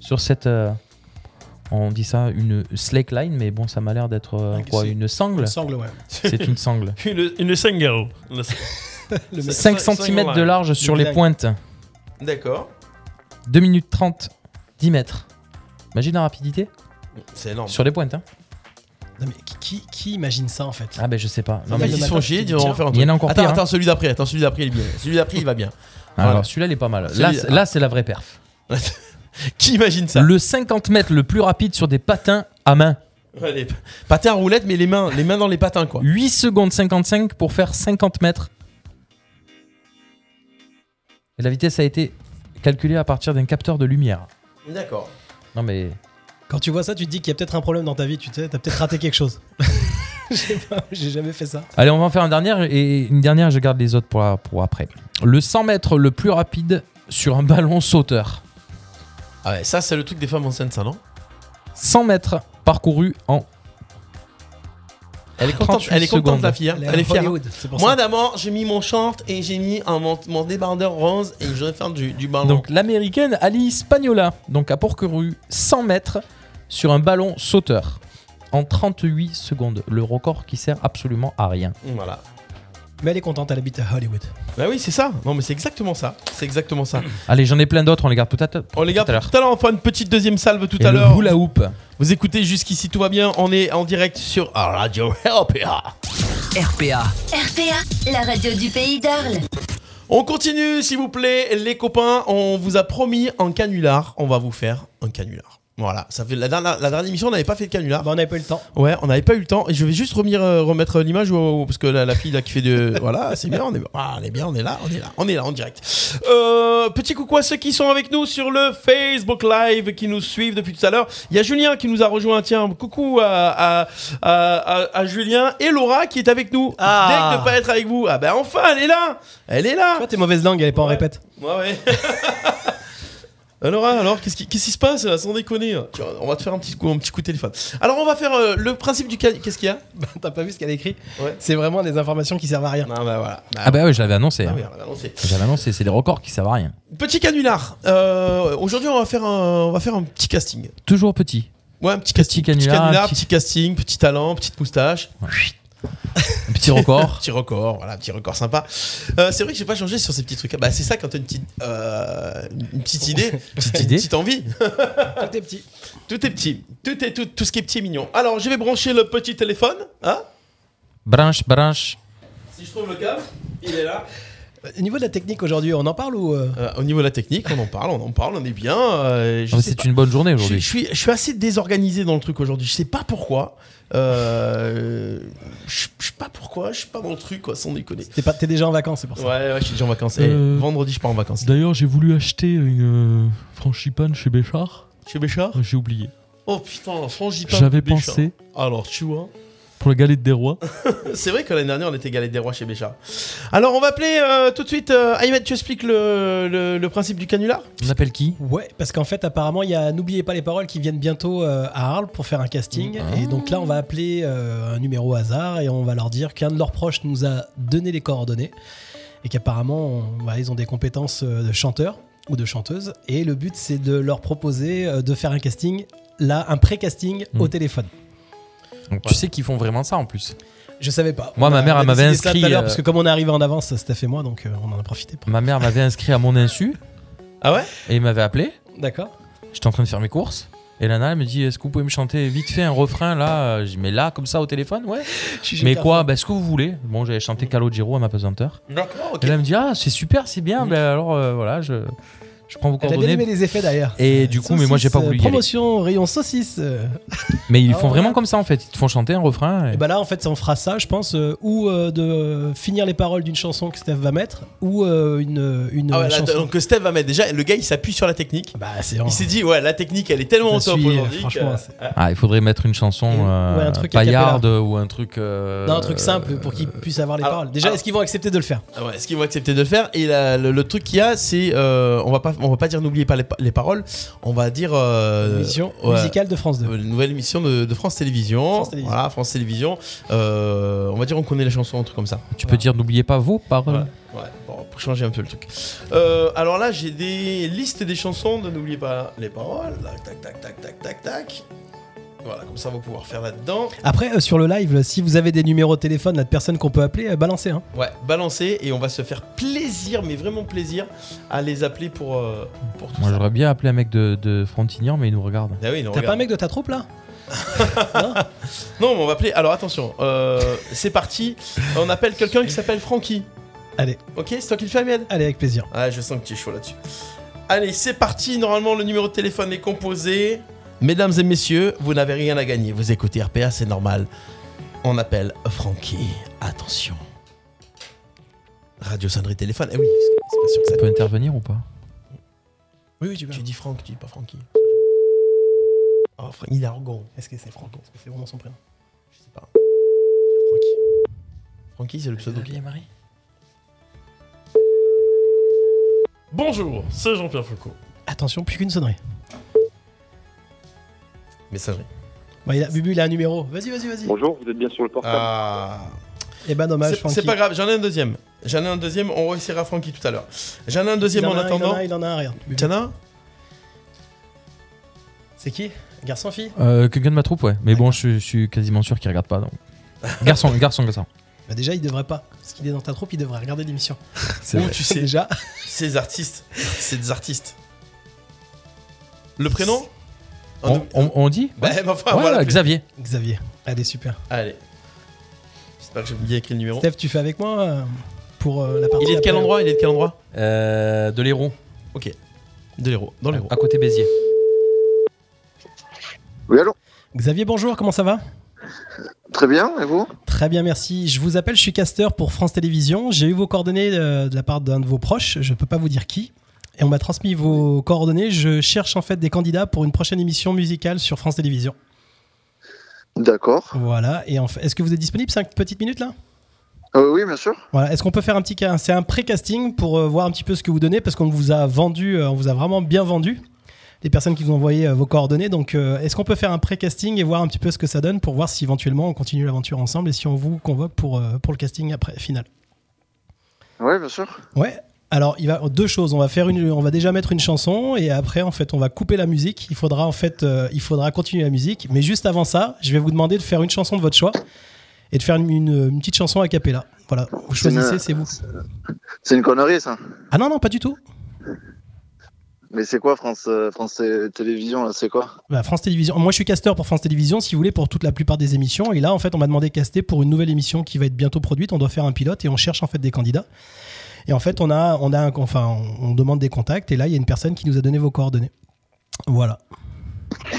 D: sur cette. euh, on dit ça une slackline, mais bon, ça m'a l'air d'être euh,
C: Ah,
D: quoi
C: c'est-
D: Une sangle
C: Une sangle, ouais.
D: C'est une sangle.
E: Une, une single.
C: Le mec-
D: 5
E: cinq
D: cm de
E: lines.
D: large sur les
C: Dingue.
D: pointes.
B: D'accord.
D: 2 minutes 30, 10 mètres. Imagine la rapidité
B: C'est énorme.
D: sur les pointes. hein.
C: Non, mais qui, qui- qui imagine ça en fait
D: Ah ben je sais pas.
B: Non,
C: En
B: mais
C: fait,
B: ils
C: le
B: se font
C: matin, tu
B: chier,
C: te dis,
B: ils vont
C: tiens,
B: faire un
D: il y
B: truc.
D: en a encore
B: attends,
D: pire, hein.
B: attends, celui d'après, attends, celui d'après, il est bien. Celui d'après, il va bien.
D: Alors
B: Voilà.
D: celui-là il est pas mal. Là,
B: Celui-là-
D: c'est- là c'est la vraie perf.
B: Qui imagine ça
D: Le 50 mètres le plus rapide sur des patins à main.
B: Ouais, les p- Patins à roulette, mais les mains, les mains dans les patins, quoi.
D: 8 secondes 55 pour faire 50 mètres. Et la vitesse a été calculée à partir d'un capteur de lumière.
B: D'accord.
D: Non mais
C: Quand tu vois ça, tu te dis qu'il y a peut-être un problème dans ta vie, tu sais, t'as peut-être raté quelque chose. Je sais pas, J'ai jamais fait ça.
D: allez, on va en faire une dernière et une dernière je garde les autres pour, la- pour après. Le 100 mètres le plus rapide sur un ballon sauteur.
B: Ah ouais, ça, c'est le truc des femmes enceintes, ça, non
D: 100 mètres parcourus en
B: Elle est contente,
D: 38
B: elle est contente,
D: secondes.
B: la fille. hein. Elle est
C: à
B: fière. hein.
C: Hollywood, c'est pour
B: Moi,
C: ça.
B: d'abord, j'ai mis mon short et j'ai mis un, mon, mon débardeur rose et je vais faire du, du ballon.
D: Donc l'américaine Alice Pagnola, donc a parcouru 100 mètres sur un ballon sauteur en 38 secondes. Le record qui sert absolument à rien.
B: voilà.
C: Mais elle est contente, elle habite à Hollywood.
B: Bah oui, c'est ça. Non, mais c'est exactement ça. C'est exactement ça.
D: Allez, j'en ai plein d'autres, on les garde peut-être
B: On les garde
D: tout à l'heure.
B: tout à l'heure. On fera une petite deuxième salve tout
D: Et
B: à
D: le
B: l'heure.
D: hula hoop.
B: Vous écoutez jusqu'ici, tout va bien. On est en direct sur Radio RPA.
A: RPA.
F: RPA, la radio du pays d'Arles.
B: On continue, s'il vous plaît, les copains. On vous a promis un canular. On va vous faire un canular. Voilà, ça fait la dernière, la dernière émission, on n'avait pas fait de canular.
C: Bah, on n'avait pas eu le temps.
B: Ouais, on n'avait pas eu le temps. Et je vais juste revenir, euh, remettre l'image au- au- parce que la, la fille là qui fait de. voilà, c'est bien, on est, ah, on est bien, on est là, on est là, on est là en direct. Euh, petit coucou à ceux qui sont avec nous sur le Facebook Live, qui nous suivent depuis tout à l'heure. Il y a Julien qui nous a rejoint. Tiens, coucou à, à, à- à- à Julien et Laura qui est avec nous.
C: Ah.
B: Dès que de pas être avec vous. Ah ben enfin, elle est là Elle est là
C: Toi, t'es mauvaise langue, elle est pas en répète.
B: Ouais, ouais. Alors, alors, qu'est-ce qui, qu'est-ce qui se passe là, sans déconner Tu vois, On va te faire un petit coup, un petit coup de téléphone. Alors, on va faire euh, le principe du can- qu'est-ce qu'il y a
C: Bah, T'as pas vu ce qu'elle écrit
B: Ouais.
C: C'est vraiment des informations qui servent à rien.
B: Non, bah voilà. Bah,
D: Ah bah ouais, je l'avais annoncé.
B: ah
D: hein.
B: oui, on l'avait annoncé.
D: J'avais annoncé, c'est les records qui servent à rien.
B: Petit canular. Euh, Aujourd'hui, on va faire un, on va faire un petit casting.
D: Toujours petit.
B: Ouais, un petit casting.
D: canular,
B: canular,
D: petit-
B: petit casting, petit talent, petite moustache,
D: Un petit record.
B: petit record. Voilà, petit record sympa. Euh, c'est vrai que j'ai pas changé sur ces petits trucs. Bah, c'est ça quand t'as une petite, euh, une petite idée,
D: Petite
B: une
D: idée.
B: petite envie.
C: Tout est petit.
B: Tout est petit. Tout est tout, tout ce qui est petit est mignon. Alors, je vais brancher le petit téléphone. Hein
D: branche, branche.
B: si je trouve le câble, il est là.
C: Au niveau de la technique aujourd'hui, on en parle ou euh,
B: au niveau de la technique, on en parle, on en parle, on est bien. euh, je
D: Ah, mais
B: sais
D: C'est
B: pas.
D: une bonne journée
B: Je suis,
D: aujourd'hui.
B: je, suis, je suis assez désorganisé dans le truc aujourd'hui. Je sais pas pourquoi. Euh, je je sais pas pourquoi. Je suis pas dans le truc, quoi, sans déconner.
C: t'es pas t'es déjà en vacances, c'est pour
B: Ouais,
C: ça.
B: ouais, je suis déjà en vacances. Eh,
E: Euh.
B: vendredi, je pars en vacances.
E: D'ailleurs, j'ai voulu acheter une euh, frangipane chez Béchard. Ah,
B: Chez Béchard
E: J'ai oublié.
B: Oh putain, frangipane.
E: J'avais
B: Béchard.
E: pensé
B: Alors, tu vois.
E: pour la galette des rois.
B: C'est vrai que l'année dernière, on était galette des rois chez Béchard. Alors, on va appeler euh, tout de suite. euh, Ahmed, tu expliques le, le- le principe du canular
D: On appelle qui
C: Ouais, parce qu'en fait, apparemment, il y a N'oubliez pas les paroles qui viennent bientôt euh, à Arles pour faire un casting.
D: Ah.
C: Et donc là, on va appeler euh, un numéro au hasard et on va leur dire qu'un de leurs proches nous a donné les coordonnées et qu'apparemment, on- voilà, ils ont des compétences euh, de chanteurs ou de chanteuses. Et le but, c'est de leur proposer euh, de faire un casting, là, un pré-casting au
D: Mm.
C: téléphone.
D: Donc, Tu sais qu'ils font vraiment ça en plus.
C: Je savais pas.
D: Moi,
C: On
D: ma
C: a-
D: mère,
C: on a
D: elle m'avait
C: décidé ça tout à
D: inscrit,
C: l'heure,
D: euh,
C: Parce que comme on est arrivé en avance, Steph et moi, donc euh, on en a profité. pour-
D: Ma mère m'avait inscrit à mon insu
B: Ah ouais
D: et m'avait appelé.
C: D'accord
D: J'étais en train de faire mes courses. Et Lana, elle me dit Est-ce que vous pouvez me chanter vite fait un refrain là Je dis Mais là, comme ça, au téléphone Ouais. Mais quoi ben, Ce que vous voulez. Bon, j'avais chanté Calogero à ma pesanteur.
B: D'accord, ok.
D: Et là, elle me dit Ah, c'est super, c'est bien. Ben, alors, euh, voilà, je, je prends vos
C: Elle a bien aimé
D: coordonnées.
C: les effets d'ailleurs.
D: Et du coup, mais moi, j'ai pas
C: Saucisse, euh,
D: voulu y aller.
C: Promotion, rayon saucisse. euh.
D: Mais ils
C: Ah
D: font
C: ouais.
D: vraiment comme ça en fait. Ils te font chanter un refrain. et-
C: Et bah là, en fait, ça, on fera ça, je pense, euh, ou euh, de finir les paroles d'une chanson que Steph va mettre, ou euh, une, une
B: Ah ouais, là,
C: chanson.
B: donc Steve va mettre déjà, le gars il s'appuie sur la technique.
C: Bah, c'est
B: Il s'est dit, ouais, la technique elle est tellement au
C: Je
B: top
C: suis, euh,
B: aujourd'hui.
C: franchement,
B: que-
C: c'est-
B: Ah,
D: Ah, il faudrait mettre une chanson
C: Et-
D: euh,
C: ouais, un truc a
D: paillarde ou un truc. euh,
C: Non, un truc simple pour qu'ils puissent avoir les
B: alors-
C: paroles. Déjà,
B: alors-
C: est-ce qu'ils vont accepter de le faire
B: ah ouais, ce qu'ils vont accepter de faire. Et la- le, le truc qu'il y a, c'est. euh, on, va pas- on va pas dire n'oubliez pas les, pa- les paroles, on va dire. euh,
C: Émission
B: ouais,
C: musicale de France 2.
B: euh, nouvelle émission de, de France Télévisions.
C: France Télévisions.
B: Voilà, France Télévisions. Euh, on va dire on connaît la chanson, un truc comme ça.
D: Tu peux dire N'oubliez pas vos paroles.
B: Ouais, bon, pour changer un peu le truc. Euh, alors là, j'ai des listes des chansons, de n'oubliez pas les paroles. Tac, tac, tac, tac, tac, tac, tac. Voilà, comme ça, on va pouvoir faire là-dedans.
C: Après, euh, sur le live, là, si vous avez des numéros de téléphone là, de personnes qu'on peut appeler, euh, balancez. Hein.
B: Ouais, balancer et on va se faire plaisir, mais vraiment plaisir, à les appeler pour, euh, pour tout
D: Moi,
B: ça.
D: j'aurais bien appelé un mec de, de Frontignan, mais il nous regarde.
B: Ah oui, non,
C: T'as pas un
B: regarde.
C: mec de ta troupe là
B: Non, mais on va appeler. Alors attention, euh, c'est parti. On appelle quelqu'un qui s'appelle Francky.
C: Allez.
B: Ok, c'est toi qui le fais, Amiel
C: Allez, avec plaisir.
B: Ah, je sens que tu es chaud là-dessus. Allez, c'est parti. Normalement, le numéro de téléphone est composé. Mesdames et messieurs, vous n'avez rien à gagner. Vous écoutez RPA, c'est normal. On appelle Francky. Attention. Radio sonnerie téléphone. Eh oui, c'est pas sûr que ça.
D: On peut intervenir ou pas
C: Oui, oui, tu
B: Tu dis Franck, tu dis pas Francky. Oh, Franck, il est arrogant. Est-ce que c'est Franco Est-ce que c'est vraiment son prénom Je sais pas. Francky. Francky, c'est le pseudo.
D: Marie.
B: Bonjour, c'est Jean-Pierre Foucault.
C: Attention, plus qu'une sonnerie.
B: Messagerie.
C: Bon, il a, Bubu, il a un numéro. Vas-y, vas-y, vas-y.
G: Bonjour, vous êtes bien sur le portable.
B: Ah.
C: Et bah, dommage.
B: C'est- C'est pas grave, j'en ai un deuxième. J'en ai un deuxième, on réussira Francky tout à l'heure. J'en ai un deuxième en, attendant.
C: Il en a un, regarde. Bubu.
B: T'en as un
C: C'est qui Garçon, fille
D: Euh, Quelqu'un de ma troupe, ouais. Mais bon, je, je suis quasiment sûr qu'il regarde pas. Donc. Garçon, garçon, garçon.
C: Bah déjà, il devrait pas. Parce qu'il est dans ta troupe, il devrait regarder l'émission.
D: C'est vrai.
B: tu sais.
C: déjà.
B: C'est des artistes. C'est des artistes. Le prénom En
D: On,
B: oublie-
D: on- on dit
B: Ah, Bah, mais enfin,
D: Ouais,
B: voilà.
D: Xavier.
C: Xavier. Allez, super.
B: Allez. J'espère que j'ai bien écrit le numéro.
C: Steph, tu fais avec moi euh, pour euh, la partie.
B: Il est de quel
C: après
B: endroit Il est de quel endroit
D: Euh, de l'Hérault.
B: De l'Hérault. Dans l'Hérault.
D: À côté Béziers.
G: Oui, allô
C: Xavier, bonjour, comment ça va
G: Très bien, et vous
C: Très bien, merci. Je vous appelle, je suis casteur pour France Télévisions. J'ai eu vos coordonnées euh, de la part d'un de vos proches, je ne peux pas vous dire qui. Et on m'a transmis vos coordonnées. Je cherche en fait des candidats pour une prochaine émission musicale sur France Télévisions.
G: D'accord.
C: Voilà. Et en fait, est-ce que vous êtes disponible 5 petites minutes là
G: Euh, oui, bien sûr.
C: Voilà. Est-ce qu'on peut faire un petit ca- c'est un pré-casting pour euh, voir un petit peu ce que vous donnez parce qu'on vous a vendu, euh, on vous a vraiment bien vendu les personnes qui vous ont envoyé euh, vos coordonnées. Donc euh, est-ce qu'on peut faire un pré-casting et voir un petit peu ce que ça donne pour voir si éventuellement on continue l'aventure ensemble et si on vous convoque pour euh, pour le casting après final.
G: Oui, bien sûr.
C: Ouais. Alors, il va deux choses. On va faire une, on va déjà mettre une chanson et après, en fait, on va couper la musique. Il faudra en fait, euh, il faudra continuer la musique. Mais juste avant ça, je vais vous demander de faire une chanson de votre choix et de faire une, une- une petite chanson a cappella. Voilà. Vous
G: C'est une- euh,
C: choisissez, c'est vous.
G: C'est une connerie, ça.
C: Ah non non, pas du tout.
G: Mais c'est quoi France, euh, France Té- Télévisions, là C'est quoi
C: Bah, France Télévisions. Moi, je suis casteur pour France Télévisions, si vous voulez, pour toute la plupart des émissions. Et là, en fait, on m'a demandé de caster pour une nouvelle émission qui va être bientôt produite. On doit faire un pilote et on cherche en fait des candidats. Et en fait, on a, on a, un- enfin, on, on demande des contacts. Et là, il y a une personne qui nous a donné vos coordonnées. Voilà.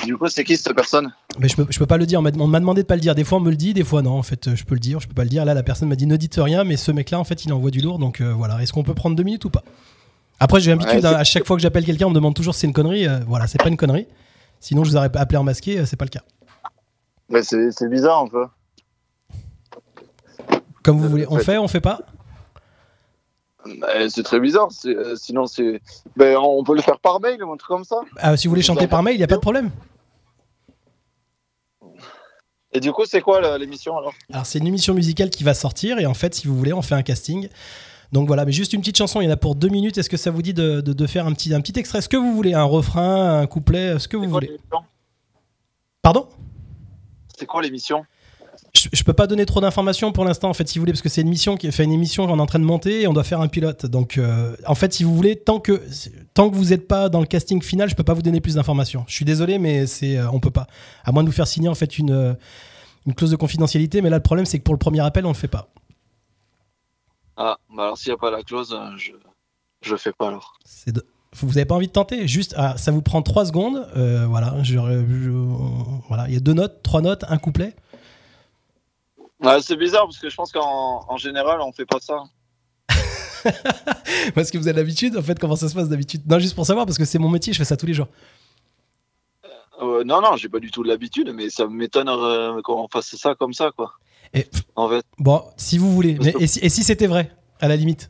G: Du coup, c'est qui cette personne
C: Mais je peux, je peux pas le dire. On m'a- on m'a demandé de pas le dire. Des fois, on me le dit. Des fois, non. En fait, je peux le dire. Je peux pas le dire. Là, la personne m'a dit ne dites rien. Mais ce mec-là, en fait, il envoie du lourd. Donc euh, voilà. Est-ce qu'on peut prendre deux minutes ou pas Après, j'ai l'habitude.
G: Ouais,
C: hein,
G: c'est-
C: à chaque fois que j'appelle quelqu'un, on me demande toujours si c'est une connerie. Euh, voilà, c'est pas une connerie. Sinon, je vous aurais appelé en masqué. euh, c'est pas le cas.
G: Mais Ben, c'est c'est bizarre, un peu.
C: Comme vous voulez. On
G: faites.
C: fait, on fait pas.
G: Mais Ben, C'est très bizarre. c'est- euh, sinon, c'est. Ben, on peut le faire par mail ou un truc comme ça.
C: Ah, si vous voulez chanter par mail, il n'y a pas de problème.
G: Et du coup, c'est quoi la- l'émission alors
C: Alors, c'est une émission musicale qui va sortir. Et en fait, si vous voulez, on fait un casting. Donc voilà, mais juste une petite chanson. Il y en a pour deux minutes. Est-ce que ça vous dit de, de- de faire un petit, un petit extrait Ce que vous voulez. Un refrain, un couplet, ce que vous
G: C'est quoi
C: voulez.
G: l'émission
C: Pardon
G: C'est quoi l'émission
C: je, je peux pas donner trop d'informations pour l'instant, en fait, si vous voulez, parce que c'est une mission qui fait une émission, on est en train de monter et on doit faire un pilote. Donc, euh, en fait, si vous voulez, tant que tant que vous n'êtes pas dans le casting final, je peux pas vous donner plus d'informations. Je suis désolé, mais c'est euh, on peut pas. À moins de nous faire signer en fait une euh, une clause de confidentialité, mais là le problème c'est que pour le premier appel, on le fait pas.
G: Ah, bah alors s'il n'y a pas la clause, euh, je je le fais pas alors.
C: C'est de- Vous avez pas envie de tenter Juste, ah, ça vous prend trois secondes. euh, voilà, je- je- voilà, il y a deux notes, trois notes, un couplet.
G: Ouais, c'est bizarre parce que je pense qu'en en général, on fait pas ça.
C: Parce que vous avez l'habitude, en fait, comment ça se passe d'habitude Non, juste pour savoir, parce que c'est mon métier, je fais ça tous les jours.
G: Euh, non, non, j'ai pas du tout l'habitude, mais ça m'étonne euh, qu'on fasse ça comme ça, quoi.
C: Et-
G: En fait,
C: Bon, si vous voulez. Mais, et si, et si c'était vrai, à la limite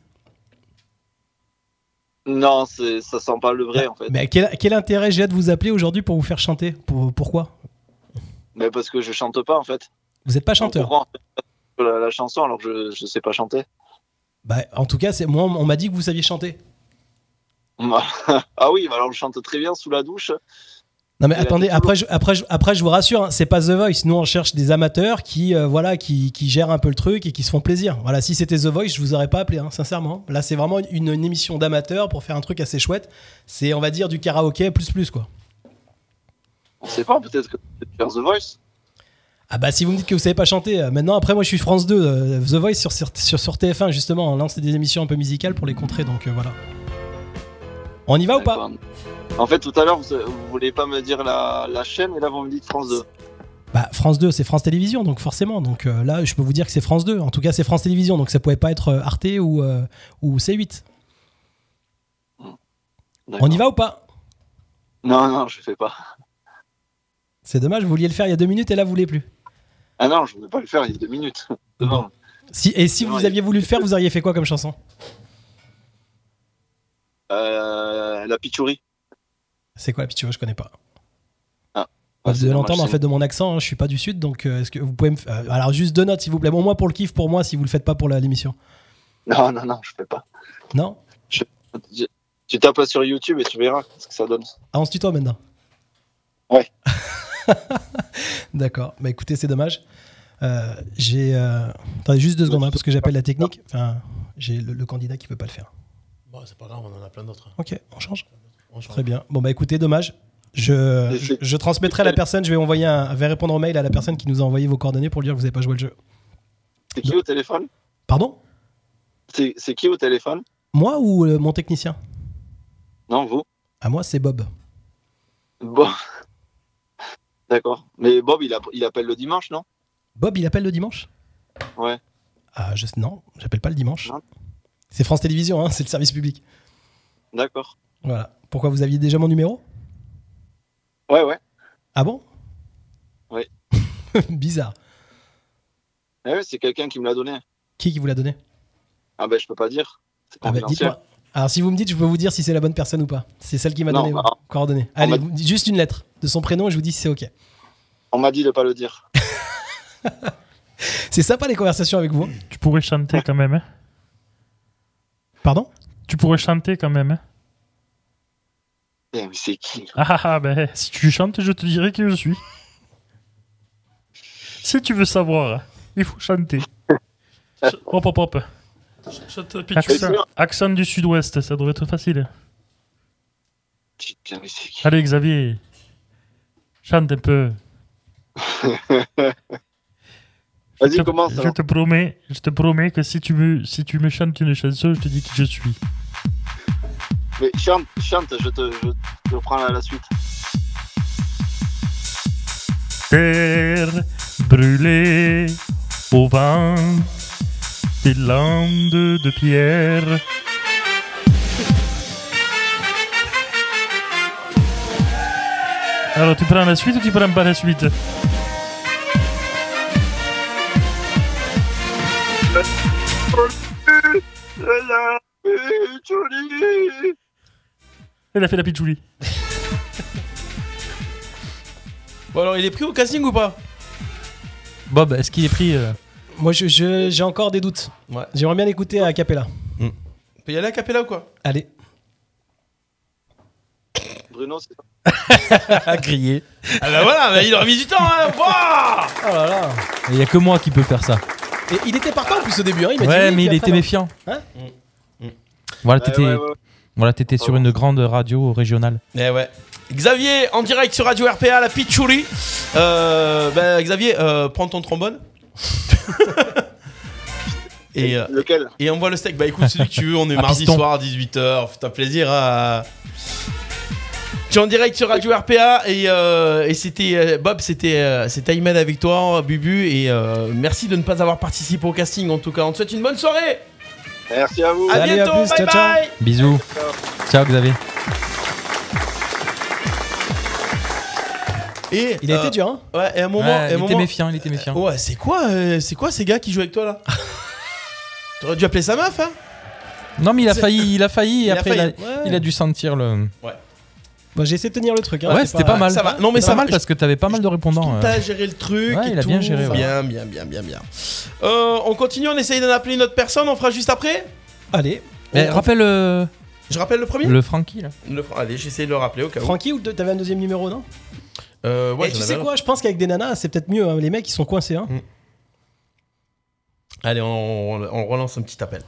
G: non, c'est- ça sent pas le vrai, en fait. Mais...
C: Ah, Mais quel, quel intérêt j'ai à de vous appeler aujourd'hui pour vous faire chanter Pour- Pourquoi
G: parce que je chante pas, en fait.
C: Vous n'êtes pas chanteur
G: Pourquoi on fait la, la chanson alors que je, je sais pas chanter
C: bah, En tout cas, c'est moi, on m'a dit que vous saviez chanter.
G: Ah oui, bah alors je chante très bien sous la douche.
C: Non mais
G: Il a
C: attendez,
G: dit
C: après je, après, je, après je vous rassure, hein, c'est pas The Voice. Nous on cherche des amateurs qui euh, voilà qui, qui gèrent un peu le truc et qui se font plaisir. Voilà, si c'était The Voice, je vous aurais pas appelé, hein, sincèrement. Là c'est vraiment une, une émission d'amateurs pour faire un truc assez chouette. C'est on va dire du karaoké plus plus quoi.
G: On sait pas, peut-être que c'est faire The Voice.
C: Ah bah si vous me dites que vous savez pas chanter, euh, maintenant après moi je suis France 2, euh, The Voice sur, sur, sur, sur TF1 justement, là c'est des émissions un peu musicales pour les contrer donc euh, voilà. On y va Ah, ou pas
G: D'accord. En fait, tout à l'heure, vous, vous voulez pas me dire la, la chaîne, et là, vous me dites France 2.
C: Bah France 2 c'est France Télévisions donc forcément, donc euh, là je peux vous dire que c'est France 2, en tout cas c'est France Télévisions donc ça pouvait pas être euh, Arte ou, euh, ou C8. On y va ou pas
G: Non, non, je fais pas.
C: C'est dommage, vous vouliez le faire il y a deux minutes et là vous voulez plus.
G: Ah non, je voulais pas le faire il y a deux minutes. Non.
C: Si, et si
G: Non,
C: vous
G: il-
C: aviez voulu le faire, vous auriez fait quoi comme chanson
G: Euh, la pitchourie.
C: C'est quoi la petite vois, je connais pas.
G: Ah,
C: Vous
G: c'est
C: devez
G: dommage,
C: l'entendre en
G: c'est-
C: fait de mon accent, hein, je suis pas du sud, donc euh, est-ce que vous pouvez me... f- euh, alors juste deux notes s'il vous plaît, bon moi pour le kiff, pour moi si vous le faites pas pour la- l'émission.
G: Non, non, non, je fais pas.
C: Non
G: Tu- Tu tapes sur YouTube et tu verras ce que ça donne.
C: Ah, on se tutoie maintenant
G: Ouais.
C: D'accord. Bah écoutez, c'est dommage. Euh, j'ai. euh, Attendez juste deux secondes, hein, parce que j'appelle la technique. Enfin, j'ai le, le candidat qui peut pas le faire.
H: Bon, c'est pas grave, on en a plein d'autres. hein.
C: Ok, on change.
H: On change.
C: Très bien. Bon, bah écoutez, dommage. Je, je, je transmettrai à la personne, je vais envoyer un, je vais répondre au mail à la personne qui nous a envoyé vos coordonnées pour lui dire que vous n'avez pas joué le jeu.
G: C'est qui au téléphone
C: Pardon
G: C'est c'est qui au téléphone
C: Moi ou euh, mon technicien
G: Non, vous
C: À moi, c'est Bob.
G: Bon. D'accord. Mais Bob, il, app- il appelle le dimanche, non
C: Bob, il appelle le dimanche
G: Ouais.
C: Ah, je... Non, j'appelle pas le dimanche.
G: Non.
C: C'est France Télévisions, hein, c'est le service public.
G: D'accord.
C: Voilà. Pourquoi vous aviez déjà mon numéro
G: Ouais, ouais.
C: Ah bon
G: Oui.
C: Bizarre.
G: Eh ouais, c'est quelqu'un qui me l'a donné.
C: Qui qui vous l'a donné
G: Ah ben, je peux pas dire. C'est
C: Ah bah,
G: confidentiel.
C: dites-moi. Alors si vous me dites, je peux vous dire si c'est la bonne personne ou pas. C'est celle qui m'a
G: Non,
C: donné
G: bah,
C: vos coordonnées. Allez,
G: va-
C: vous me dites juste une lettre de son prénom et je vous dis si c'est ok.
G: On m'a dit de pas le dire.
C: C'est sympa les conversations avec vous. hein.
I: Tu pourrais chanter quand même. Hein.
C: Pardon
I: Tu pourrais chanter quand même. Hein.
G: Eh, mais c'est qui
I: Ah, ah, ah, ben, si tu chantes, je te dirai qui je suis. si tu veux savoir, hein, il faut chanter. Ch- Hop, hop, hop. Accent, accent du sud-ouest, ça devrait être facile.
G: Putain, mais c'est qui
I: Allez, Xavier, chante un peu. Je
G: Vas-y,
I: te-
G: commence.
I: Je
G: alors.
I: te promets, je te promets que si tu me, si tu me chantes une chanson, je te dis qui je suis.
G: Mais chante, chante, je te, je te prends la, la suite.
I: terre brûlée au vent des landes de pierre. Alors tu prends la suite ou tu prends pas la suite Elle a fait la pitchouli.
B: Bon, alors, il est pris au casting ou pas
D: Bob, est-ce qu'il est pris euh,
C: Moi, je- je- j'ai encore des doutes.
B: Ouais.
C: J'aimerais bien l'écouter à Capella.
B: On peut y aller à Capella ou quoi
C: Allez.
G: Bruno, c'est
D: à griller
B: Ah bah voilà, bah, il aurait mis du temps, hein Wouah
C: Oh là là.
D: Il y a que moi qui peux faire ça.
C: Et il était partant en plus au début. hein, il m'a dit
D: Ouais,
C: oui,
D: mais
C: puis
D: il
C: après,
D: était
C: non.
D: méfiant.
C: Hein
D: Mm, Voilà,
G: Ouais,
D: Ah, t'étais
G: ouais, ouais.
D: voilà, t'étais sur une grande radio régionale.
B: Eh ouais. Xavier, en direct sur Radio RPA, la Pichouli. Euh, bah, Xavier, euh, prends ton trombone. et, euh,
G: Lequel
B: et on voit le steak. Bah écoute, celui que tu veux, on est
D: À
B: mardi
D: piston.
B: soir à 18h. Fais-toi plaisir à. Tu es en direct sur Radio RPA et, euh, et c'était euh, Bob, c'était euh, c'était Ayman avec toi, Bubu et euh, merci de ne pas avoir participé au casting en tout cas. On te souhaite une bonne soirée.
G: Merci à vous.
B: À
C: Salut, à
B: bientôt,
C: plus,
B: bye
C: ciao,
B: bye.
C: ciao.
D: Bisous. Ciao Xavier.
B: Et
C: Il a
B: euh,
C: été dur, hein
B: Ouais, et à un moment,
D: Ouais,
B: et à un
D: il était
B: moment-
D: méfiant, il était méfiant.
B: Ouais, c'est quoi, euh, c'est quoi ces gars qui jouent avec toi là T'aurais dû appeler sa meuf, hein
D: Non, mais il a
B: C'est-
D: failli, il a failli et
B: Il a
D: après
B: failli.
D: Il, a, il a dû sentir le.
C: Bon, j'ai essayé de tenir le truc. hein,
D: Ouais, c'était pas, mal.
B: ça va. Non, mais
D: Pas
B: ça va.
D: mal parce que t'avais pas mal de répondants. euh.
B: T'as géré le truc.
D: Ouais,
B: et
D: il a
B: tout.
D: bien géré, ouais.
B: Bien, bien, bien, bien, bien. Euh, on continue, on essaye d'en appeler une autre personne, on fera juste après
C: Allez.
D: Mais
B: On-
D: rappelle euh,
B: Je rappelle le premier
D: le Francky là.
B: Le fr- Allez, j'essaie de le rappeler au cas où.
C: Francky, ou deux- t'avais un deuxième numéro, non
B: Euh, ouais,
C: Et
B: j'en
C: tu
B: avais
C: sais
B: un.
C: quoi Je pense qu'avec des nanas, c'est peut-être mieux. hein, Les mecs, ils sont coincés. Hein.
B: Allez, on, on relance un petit appel.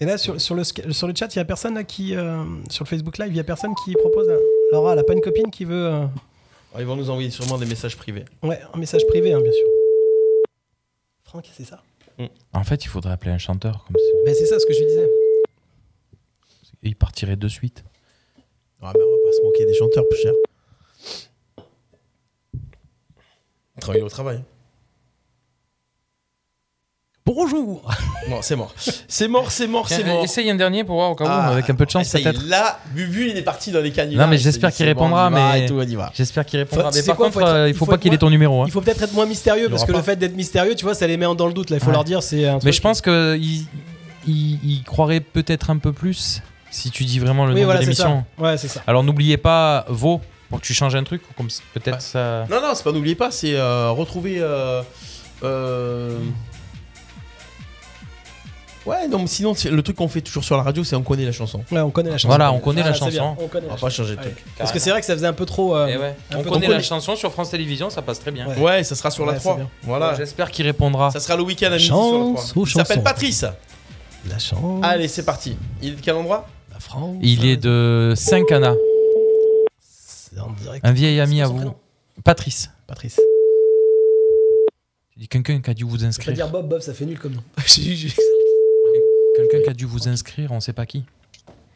C: Et là, sur, sur le, sca- sur le chat, il y a personne là, qui. euh, sur le Facebook Live, il y a personne qui propose. euh, Laura, elle a pas une copine qui veut. euh,
B: Alors, ils vont nous envoyer sûrement des messages privés.
C: Ouais, un message privé, hein, bien sûr. Franck, c'est ça
D: En fait, il faudrait appeler un chanteur comme ça.
C: Ben, c'est ça ce que je lui disais.
D: Il partirait de suite.
B: Ouais, Ah, mais on va pas se moquer des chanteurs, plus cher. Travailler au travail.
C: Bonjour
B: Non, c'est mort. C'est mort, c'est
C: Ah,
B: mort, c'est mort.
D: essaye un dernier pour voir au cas où,
B: Ah,
D: avec un peu de chance
B: ça y est,
D: peut-être.
B: Là, Bubu, il est parti dans les canulars.
D: Non, mais
B: C'est-
D: j'espère
B: c'est
D: qu'il
B: bon,
D: répondra,
B: on y va
D: mais-
B: Ah, Et tout, on y va.
D: J'espère qu'il répondra.
C: Faut-
D: Mais
C: c'est
D: par
C: quoi,
D: contre,
C: faut être-
D: euh, il faut
C: faut
D: pas
C: être
D: qu'il ait ton numéro. hein.
C: Il faut peut-être être moins mystérieux
B: Il
C: parce
B: aura
C: que le
B: pas.
C: fait d'être mystérieux, tu vois, ça les met en- dans le doute. Là, il faut
D: Ouais.
C: leur dire, c'est. un
D: Mais
C: truc-
D: je pense que il, il- il croirait peut-être un peu plus si tu dis vraiment le
C: Oui,
D: nom
C: voilà,
D: de
C: c'est
D: l'émission.
C: ça. Ouais, c'est ça.
D: Alors n'oubliez pas vos pour que tu changes un truc, comme c- peut-être
B: Ouais.
D: ça.
B: Non, non, c'est pas, n'oubliez pas, c'est euh, retrouver. euh, euh, Ouais, non, mais sinon, c'est- le truc qu'on fait toujours sur la radio, c'est on connaît la chanson.
C: Ouais, on connaît la chanson. Ah,
D: Voilà, on connaît la
C: c'est
D: chanson.
C: bien, On connaît
B: On
C: la
B: va
C: chanson.
B: pas changer de
C: Ouais.
B: truc.
C: Parce que c'est vrai que ça faisait un peu trop. euh,
D: Eh ouais,
C: un
D: On
C: peu
D: connaît
C: trop-
D: la chanson sur France Télévisions, ça passe très bien.
C: Ouais.
B: Ouais, ça sera sur la
C: Ouais,
B: 3.
C: c'est bien.
B: Voilà.
D: J'espère qu'il répondra.
B: Ça sera le week-end à midi
C: Chance
B: sur la
C: aux
B: 3. Il s'appelle
C: chansons.
B: Patrice.
C: La chanson.
B: Allez, c'est parti. Il est de quel endroit
C: La France.
D: Il est de Saint-Cana,
C: C'est en direct.
D: un vieil ami
C: C'est
D: à
C: son
D: vous.
C: prénom,
D: Patrice.
C: Patrice.
D: Il y a Quelqu'un qui a dû vous
C: Je vais
D: inscrire.
C: dire Bob, Bob, ça fait nul comme nom. J'ai- j'ai-
D: Quelqu'un qui a dû vous inscrire, on sait pas qui.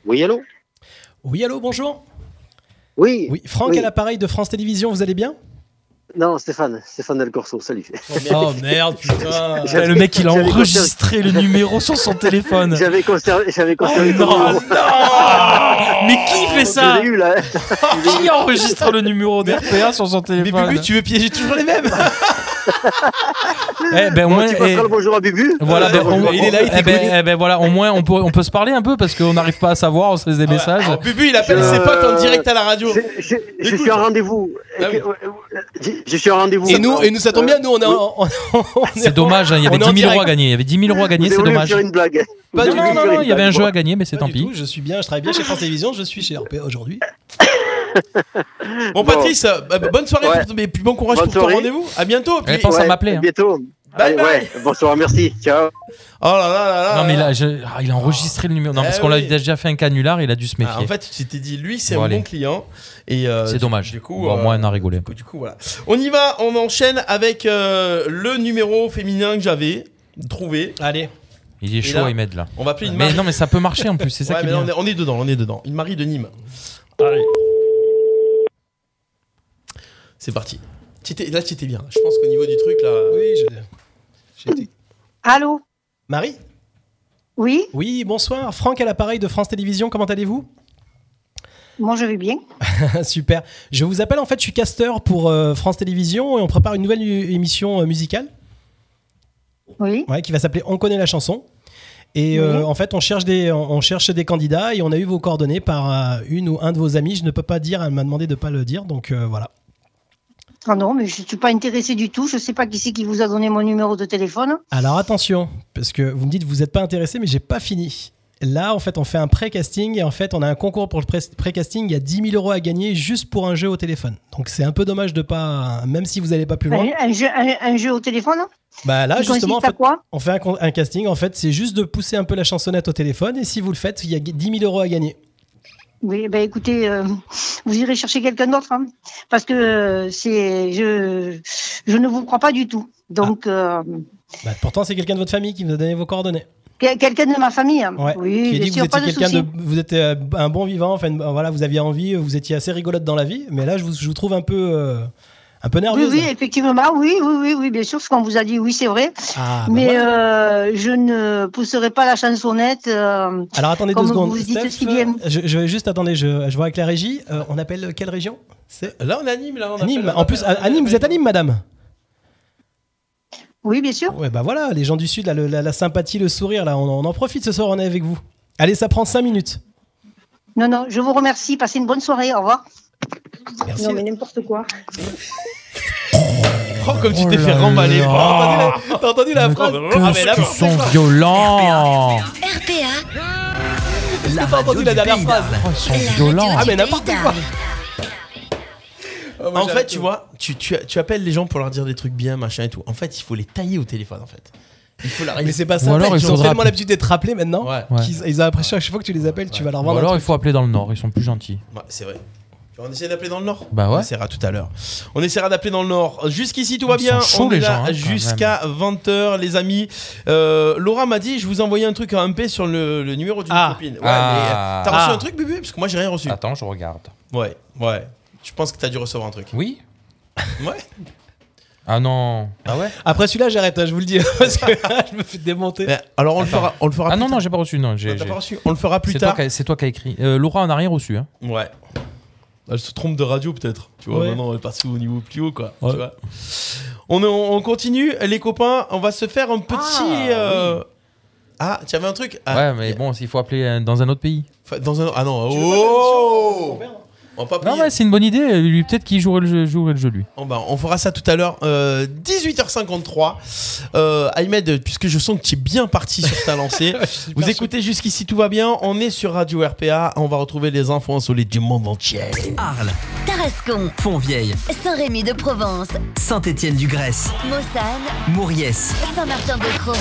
G: Oui, allô
C: oui, allô, bonjour.
G: Oui,
C: Oui, Franck
G: Oui.
C: à l'appareil de France Télévisions, vous allez bien
J: Non, Stéphane, Stéphane Del Corso, salut.
B: Oh merde, putain.
J: J'avais-
D: Ah, le mec, il a
J: j'avais
D: enregistré le numéro sur son téléphone.
J: J'avais conservé, j'avais conservé ton
D: Oh, non,
J: numéro.
D: Mais qui fait ça
J: Je l'ai eu, là.
D: Qui enregistre le numéro d'RPA sur son
B: Mais
D: téléphone
B: Bubu, tu veux piéger toujours les mêmes
D: Eh ben, au moins,
J: Tu
D: eh,
J: passeras le bonjour à Bubu
D: Voilà,
B: Ouais,
D: ben,
B: bonjour.
D: on-
B: Il est là, il
D: eh ben,
B: t'écoute.
D: eh ben, voilà, au moins on peut, on peut se parler un peu parce qu'on n'arrive pas à savoir, on se laisse des messages.
B: Alors, Bubu, il appelle
J: Je-
B: ses potes en direct à la radio.
J: Je, je- je
B: Écoute.
J: suis en rendez-vous.
D: Bah
B: Ah oui.
J: Je, je suis en rendez-vous.
C: Et nous, et nous, ça tombe bien, nous on est en- on- on est
D: C'est
C: en-
D: dommage, hein, il y
C: On
D: avait
C: est en
D: 10 000 euros à
C: direct.
D: gagner. Il y avait 10 000 euros à gagner,
J: Vous avez
D: c'est
J: voulu me
D: dommage.
J: faire une blague. Vous
B: Pas
J: avez
B: du
J: voulu
D: Non,
J: me
D: non,
J: faire
D: non,
J: une
D: il y avait un
J: blague.
D: jeu à gagner, mais c'est
C: Pas
D: tant
C: du
D: pis.
C: tout, je suis bien, je travaille bien chez France Télévisions, je suis chez RPA aujourd'hui.
B: Bon,
J: Bon.
B: Patrice, euh, bah, bonne soirée
J: Ouais.
B: pour ton- mais puis bon courage
J: Bonne
B: pour ton
J: soirée.
B: rendez-vous. À bientôt. puis-
D: Eh, pense à
J: Ouais,
D: m'appeler, hein.
J: Bientôt.
B: Bye
J: Allez,
B: bye.
J: ouais, bonsoir, merci. Ciao.
B: Oh là là là là.
D: Non, mais
B: là.
D: là, je- ah, il a enregistré le numéro. Non,
B: Eh
D: parce qu'on l'a
B: oui.
D: déjà fait un canular, il a dû se
B: Ah, en
D: méfier.
B: fait, tu t'es dit, lui, c'est
D: Bon,
B: un
D: allez.
B: bon client. Et euh,
D: C'est
B: du-
D: dommage.
B: Du coup,
D: Bon,
B: euh,
D: moi, on a rigolé.
B: du coup- du coup, voilà. On y va, on enchaîne avec euh, le numéro féminin que j'avais trouvé.
C: Allez,
D: Il est
B: Et
D: chaud,
B: là,
D: il m'aide là.
B: On va appeler une
D: Mais
B: Marie.
D: non, mais ça peut marcher en plus, c'est ça
B: Ouais,
D: qui est
B: mais là,
D: bien.
B: on, est, on est dedans, on est dedans. Une Marie de Nîmes.
I: Allez.
B: C'est parti. Tu étais- là, tu étais bien. Je pense qu'au niveau du truc, là.
C: oui, je- j'étais.
K: Allô
C: Marie
K: Oui,
C: Oui, bonsoir. Franck à l'appareil de France Télévisions, comment allez-vous
K: moi je vais bien.
C: Super. Je vous appelle en fait, je suis casteur pour euh, France Télévisions et on prépare une nouvelle u- émission euh, musicale
K: Oui.
C: ouais, qui va s'appeler On connaît la chanson. Et euh,
K: Mhm.
C: en fait, on cherche, des, on on cherche des candidats et on a eu vos coordonnées par euh, une ou un de vos amis. Je ne peux pas dire, elle m'a demandé de ne pas le dire, donc euh, voilà.
K: Ah non, mais je ne suis pas intéressée du tout. Je ne sais pas qui c'est qui vous a donné mon numéro de téléphone.
C: Alors attention, parce que vous me dites vous n'êtes pas intéressé, mais j'ai pas fini. Là, en fait, on fait un pré-casting et en fait, on a un concours pour le pré- pré-casting. Il y a 10 000 euros à gagner juste pour un jeu au téléphone. Donc, c'est un peu dommage de pas, même si vous n'allez pas plus loin.
K: Un, un jeu, un, un jeu au téléphone
C: Bah là,
K: Il
C: justement, en
K: consiste à
C: fait,
K: quoi
C: on fait un, con- un casting. En fait, c'est juste de pousser un peu la chansonnette au téléphone et si vous le faites, il y a 10 000 euros à gagner.
K: Oui, ben écoutez, euh, vous irez chercher quelqu'un d'autre, hein, parce que euh, c'est je, je ne vous crois pas du tout. Donc, euh,
C: Bah, pourtant, c'est quelqu'un de votre famille qui vous a donné vos coordonnées.
K: quel- quelqu'un de ma famille. hein.
C: Ouais.
K: Oui,
C: qui a
K: bien
C: dit que vous
K: sûr, pas
C: étiez
K: de
C: quelqu'un
K: souci.
C: de, vous êtes euh, un bon vivant. Enfin, euh, voilà, vous aviez envie, vous étiez assez rigolote dans la vie. Mais là, je vous, je vous trouve un peu, euh, un peu
K: Oui,
C: nerveuse.
K: oui, effectivement, Ah oui, oui, oui, oui, bien sûr, ce qu'on vous a dit, oui, c'est vrai.
C: Ah, bah
K: mais
C: voilà.
K: euh, je ne pousserai pas la chansonnette. euh,
C: Alors attendez
K: Comme
C: deux secondes.
K: vous dites
C: Steph, euh,
K: ce qu'il aime.
C: je, je vais juste attendez, je, je vois avec la régie. Euh, on appelle quelle région
B: C'est- Là, on anime, là. On appelle-
C: Nîmes.
B: on
C: En plus, à,
B: appelle-
C: à Nîmes, vous êtes à Nîmes, madame
K: Oui, bien sûr.
C: Ouais, bah voilà, les gens du Sud, là, le- la, la sympathie, le sourire, là, on, on en profite ce soir, on est avec vous. Allez, ça prend 5 minutes.
K: Non, non, je vous remercie. Passez une bonne soirée. Au revoir.
C: Merci.
K: Non, mais n'importe quoi.
B: Oh, comme tu t'es
D: Oh
B: fait
D: là
B: remballer.
D: là.
B: Oh, T'as entendu la- t'as entendu la phrase Ah, mais là,
D: Tous qui sont violents Oh,
F: RPA,
B: t'as pas entendu la dernière phrase.
D: Oh, Ils sont
F: la radio
D: violents
C: Ah,
F: du
B: mais n'importe
F: pays
B: quoi.
F: d'Arles.
B: En fait, tu vois, tu, tu, tu appelles les gens pour leur dire des trucs bien, machin et tout. En fait, il faut les tailler au téléphone, en fait. Il faut leur
C: Ah, Mais c'est pas
D: Ou
C: ça.
D: alors, il
C: ils ont
D: faudra-
C: tellement l'habitude d'être rappelés maintenant
B: Ouais,
D: Ouais.
C: qu'ils ils ont l'impression à chaque fois que tu les appelles, tu vas leur
D: Ou
C: vendre. un
D: alors il
C: truc.
D: faut appeler dans le Nord, ils sont plus gentils.
B: ouais, c'est vrai. Tu vois, On essaiera d'appeler dans le Nord.
D: Bah ouais.
B: On essaiera tout à l'heure. On essaiera d'appeler dans le Nord. Jusqu'ici, tout va
D: Ils
B: bien.
D: sont chauds,
B: On est
D: les
B: là
D: gens, hein, quand
B: jusqu'à 20h, les amis. Euh, Laura m'a dit je vous envoyais un truc à MP sur le, le numéro d'une
C: Ah.
B: copine. Ouais,
D: Ah.
B: mais, euh, T'as reçu
C: Ah.
B: un truc, Bubu Parce que moi, j'ai rien reçu.
D: Attends, je regarde.
B: Ouais, ouais. Je pense que t'as dû recevoir un truc.
D: Oui
B: Ouais.
D: Ah non.
B: Ah ouais
C: Après celui-là, j'arrête, hein, je vous le dis, parce que là, je me fais démonter.
B: Eh, Alors, on le fera, on le fera
D: Ah
B: plus
D: non, non,
B: tard.
D: j'ai pas reçu. Non, j'ai-
B: Non, t'as
D: j'ai-
B: pas reçu. On le fera plus
D: C'est toi
B: tard.
D: qui a- c'est toi qui as écrit. Euh, Laura en a rien reçu. Hein.
B: Ouais. Elle se trompe de radio peut-être. Tu vois,
C: Ouais.
B: maintenant elle est partie au niveau plus haut quoi. Tu vois. on, est- on continue, les copains. On va se faire un petit.
D: Ah,
B: euh, Ah, tu avais un truc Ah,
D: ouais, mais
B: y a-
D: bon, s'il faut appeler euh, dans un autre pays.
B: fa- Dans un. Ah non. Oh On va pas
D: Non,
B: payer.
D: ouais, c'est une bonne idée. euh, Lui, peut-être qu'il jouerait le jeu, jouerait le jeu lui.
B: Oh, bah, on fera ça tout à l'heure. euh, 18h53. Euh, Ahmed, puisque je sens que tu es bien parti sur ta lancée. Vous écoutez jusqu'ici, tout va bien. On est sur Radio RPA. On va retrouver les infos insolites du monde entier.
A: Arles,
F: Tarascon,
A: Fontvieille,
F: Saint-Rémy de Provence,
A: Saint-Étienne du Grèce,
F: Mossane,
A: Mauriès,
F: Saint-Martin-de-Croix.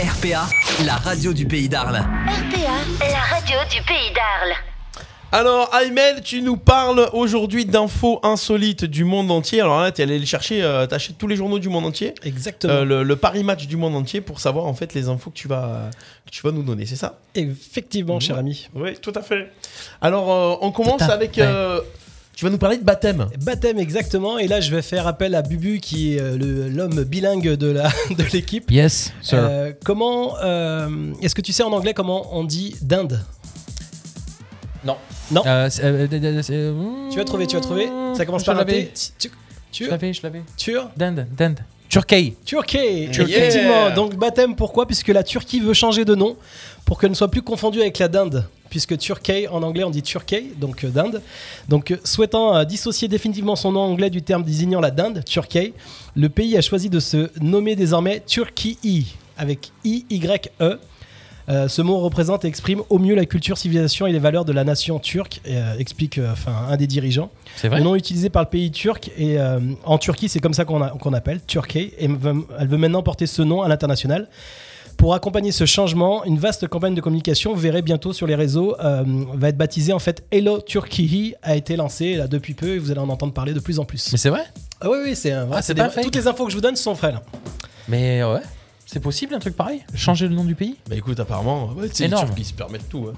A: RPA, la radio du pays d'Arles.
F: RPA, la radio du pays d'Arles.
B: Alors, Aymen, tu nous parles aujourd'hui d'infos insolites du monde entier. Alors là, t'es allé les chercher, euh, t'achètes tous les journaux du monde entier,
C: Exactement.
B: Euh, le, le Paris Match du monde entier pour savoir en fait les infos que tu vas, que tu vas nous donner, c'est ça
C: Effectivement, cher ami.
B: Oui, tout à fait. Alors, euh, on commence
D: Tout à
B: avec
D: fait.
B: euh,
C: Tu vas nous parler de baptême. Baptême, exactement. Et là, je vais faire appel à Bubu, qui est euh, le- l'homme bilingue de la- de l'équipe.
D: Yes, sir.
C: Euh, comment. euh, Est-ce que tu sais en anglais comment on dit dinde
D: Non.
C: Non.
D: euh, tu
C: Tu as trouvé, tu as trouvé. Ça commence par un T. Tu- tu-
D: euh, Je l'avais, je l'avais.
C: Tur
D: Dinde, dinde. Turkey.
C: Turquie,
D: Turquie.
C: effectivement.
D: Yeah.
C: Donc baptême, pourquoi Puisque la Turquie veut changer de nom pour qu'elle ne soit plus confondue avec la Dinde. Puisque Turkey, en anglais, on dit Turkey, donc euh, Dinde. Donc euh, souhaitant euh, dissocier définitivement son nom anglais du terme désignant la Dinde, Turkey, le pays a choisi de se nommer désormais Turquie, avec I-Y-E. Euh, ce mot représente et exprime au mieux la culture, civilisation et les valeurs de la nation turque, euh, explique euh, enfin, un des dirigeants.
D: C'est vrai
C: Le nom utilisé par le pays turc et euh, en Turquie, c'est comme ça qu'on a- qu'on appelle Turquie. Et veut- elle veut maintenant porter ce nom à l'international. Pour accompagner ce changement, une vaste campagne de communication, vous verrez bientôt sur les réseaux, euh, va être baptisée en fait Hello Turkey a été lancée là depuis peu et vous allez en entendre parler de plus en plus.
D: Mais c'est vrai
C: Ah oui, oui, c'est un vrai.
D: Ah, c'est
C: des
D: pas
C: vrais-
D: fake
C: Toutes les infos que je vous donne sont vraies là.
D: Mais ouais, c'est possible un truc pareil Changer le nom du pays
B: Bah écoute, apparemment, ouais, tu sais, les
D: Énorme.
B: Turcs, ils se permettent tout. hein.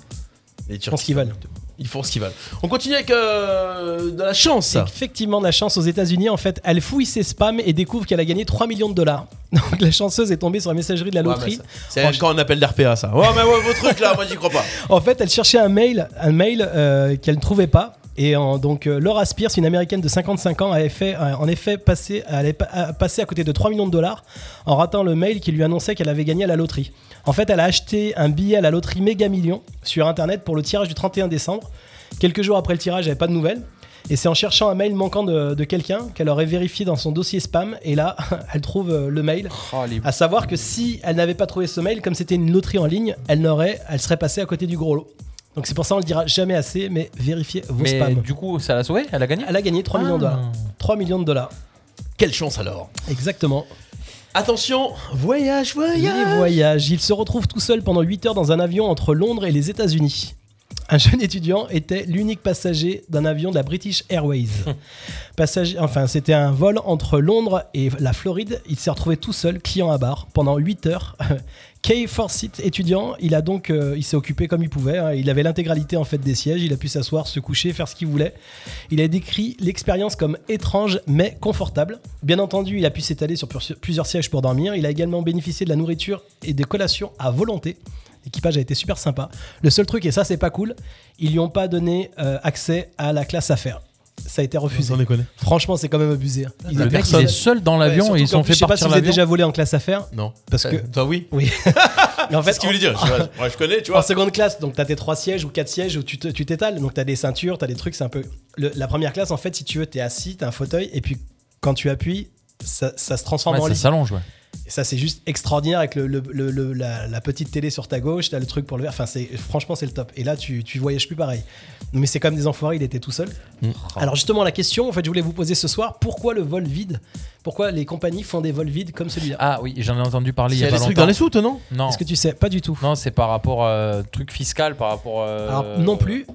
B: Les Turcs,
C: font ce qu'ils veulent.
B: Ils font ce qu'ils veulent. On continue avec euh, de la chance.
C: Effectivement, de la chance aux États-Unis, en fait, elle fouille ses spams et découvre qu'elle a gagné 3 millions de dollars. Donc la chanceuse est tombée sur la messagerie de la
B: Ouais,
C: loterie.
B: mais ça- C'est quand on appelle d'RPA ça. Ouais, mais ouais, vos trucs là, moi j'y crois pas.
C: En fait, elle cherchait un mail, un mail euh, qu'elle ne trouvait pas. Et en- donc, euh, Laura Spears, une américaine de 55 ans, avait fait, euh, en effet passé, elle est pa- a passé à côté de 3 millions de dollars en ratant le mail qui lui annonçait qu'elle avait gagné à la loterie. En fait, elle a acheté un billet à la loterie méga million sur internet pour le tirage du 31 décembre. Quelques jours après le tirage, elle n'avait pas de nouvelles. Et c'est en cherchant un mail manquant de, de quelqu'un qu'elle aurait vérifié dans son dossier spam. Et là, elle trouve euh, le mail.
B: Oh,
C: À savoir que si elle n'avait pas trouvé ce mail, comme c'était une loterie en ligne, elle n'aurait, elle serait passée à côté du gros lot. Donc c'est pour ça on le dira jamais assez, mais vérifiez vos
D: Mais
C: spams.
D: du coup, ça l'a sauvé Elle a gagné
C: Elle a gagné 3 millions de
D: Ah.
C: dollars. 3 millions de dollars.
B: Ah. Quelle chance alors
C: Exactement.
B: Attention, voyage, voyage.
C: Les voyages. Il se retrouve tout seul pendant 8 heures dans un avion entre Londres et les États-Unis. Un jeune étudiant était l'unique passager d'un avion de la British Airways. Passager, enfin, c'était un vol entre Londres et la Floride. Il s'est retrouvé tout seul, client à barre, pendant 8 heures. Kay Forsyth, étudiant, il a donc, euh, il s'est occupé comme il pouvait. hein. Il avait l'intégralité en fait des sièges. Il a pu s'asseoir, se coucher, faire ce qu'il voulait. Il a décrit l'expérience comme étrange mais confortable. Bien entendu, il a pu s'étaler sur pur- plusieurs sièges pour dormir. Il a également bénéficié de la nourriture et des collations à volonté. L'équipage a été super sympa. Le seul truc, et ça c'est pas cool, ils lui ont pas donné euh, accès à la classe affaires. Ça a été refusé.
B: Sans déconner.
C: Franchement, c'est quand même abusé. hein.
D: Le mec,
C: personne.
D: il est seul dans l'avion
C: surtout
D: et ils
C: qu'en
D: ont
C: plus,
D: fait
C: Je sais
D: partir
C: pas si vous avez
D: l'avion.
C: déjà volé en classe affaires.
B: Non.
C: Parce
B: Euh,
C: que
B: toi, oui.
C: Oui. Mais en fait,
B: C'est ce qu'il voulait dire. Je, vois, ouais, je connais, tu vois.
C: en seconde classe, donc t'as tes trois sièges ou quatre sièges où tu te- tu t'étales. Donc t'as des ceintures, t'as des trucs, c'est un peu. le- la première classe, en fait, si tu veux, t'es assis, t'as un fauteuil, et puis quand tu appuies, ça, ça se transforme
D: Ouais,
C: en
D: ça
C: lit.
D: s'allonge, ouais.
C: Et ça, c'est juste extraordinaire avec le, le- le- le- la, la petite télé sur ta gauche, t'as le truc pour le verre. Enfin, c'est- franchement, c'est le top. Et là, tu, tu voyages plus pareil. Mais c'est comme des enfoirés, il était tout seul.
D: Oh. Hmm.
C: Alors, justement, la question, en fait, je voulais vous poser ce soir pourquoi le vol vide Pourquoi les compagnies font des vols vides comme celui-là
D: Ah oui, j'en ai entendu parler il y a
B: C'est
D: pas
B: des
D: longtemps.
B: trucs dans les soutes, non
D: Non.
C: Est-ce que tu sais Pas du tout.
D: Non, c'est par rapport euh, truc fiscal, par rapport. euh,
C: Alors, non plus.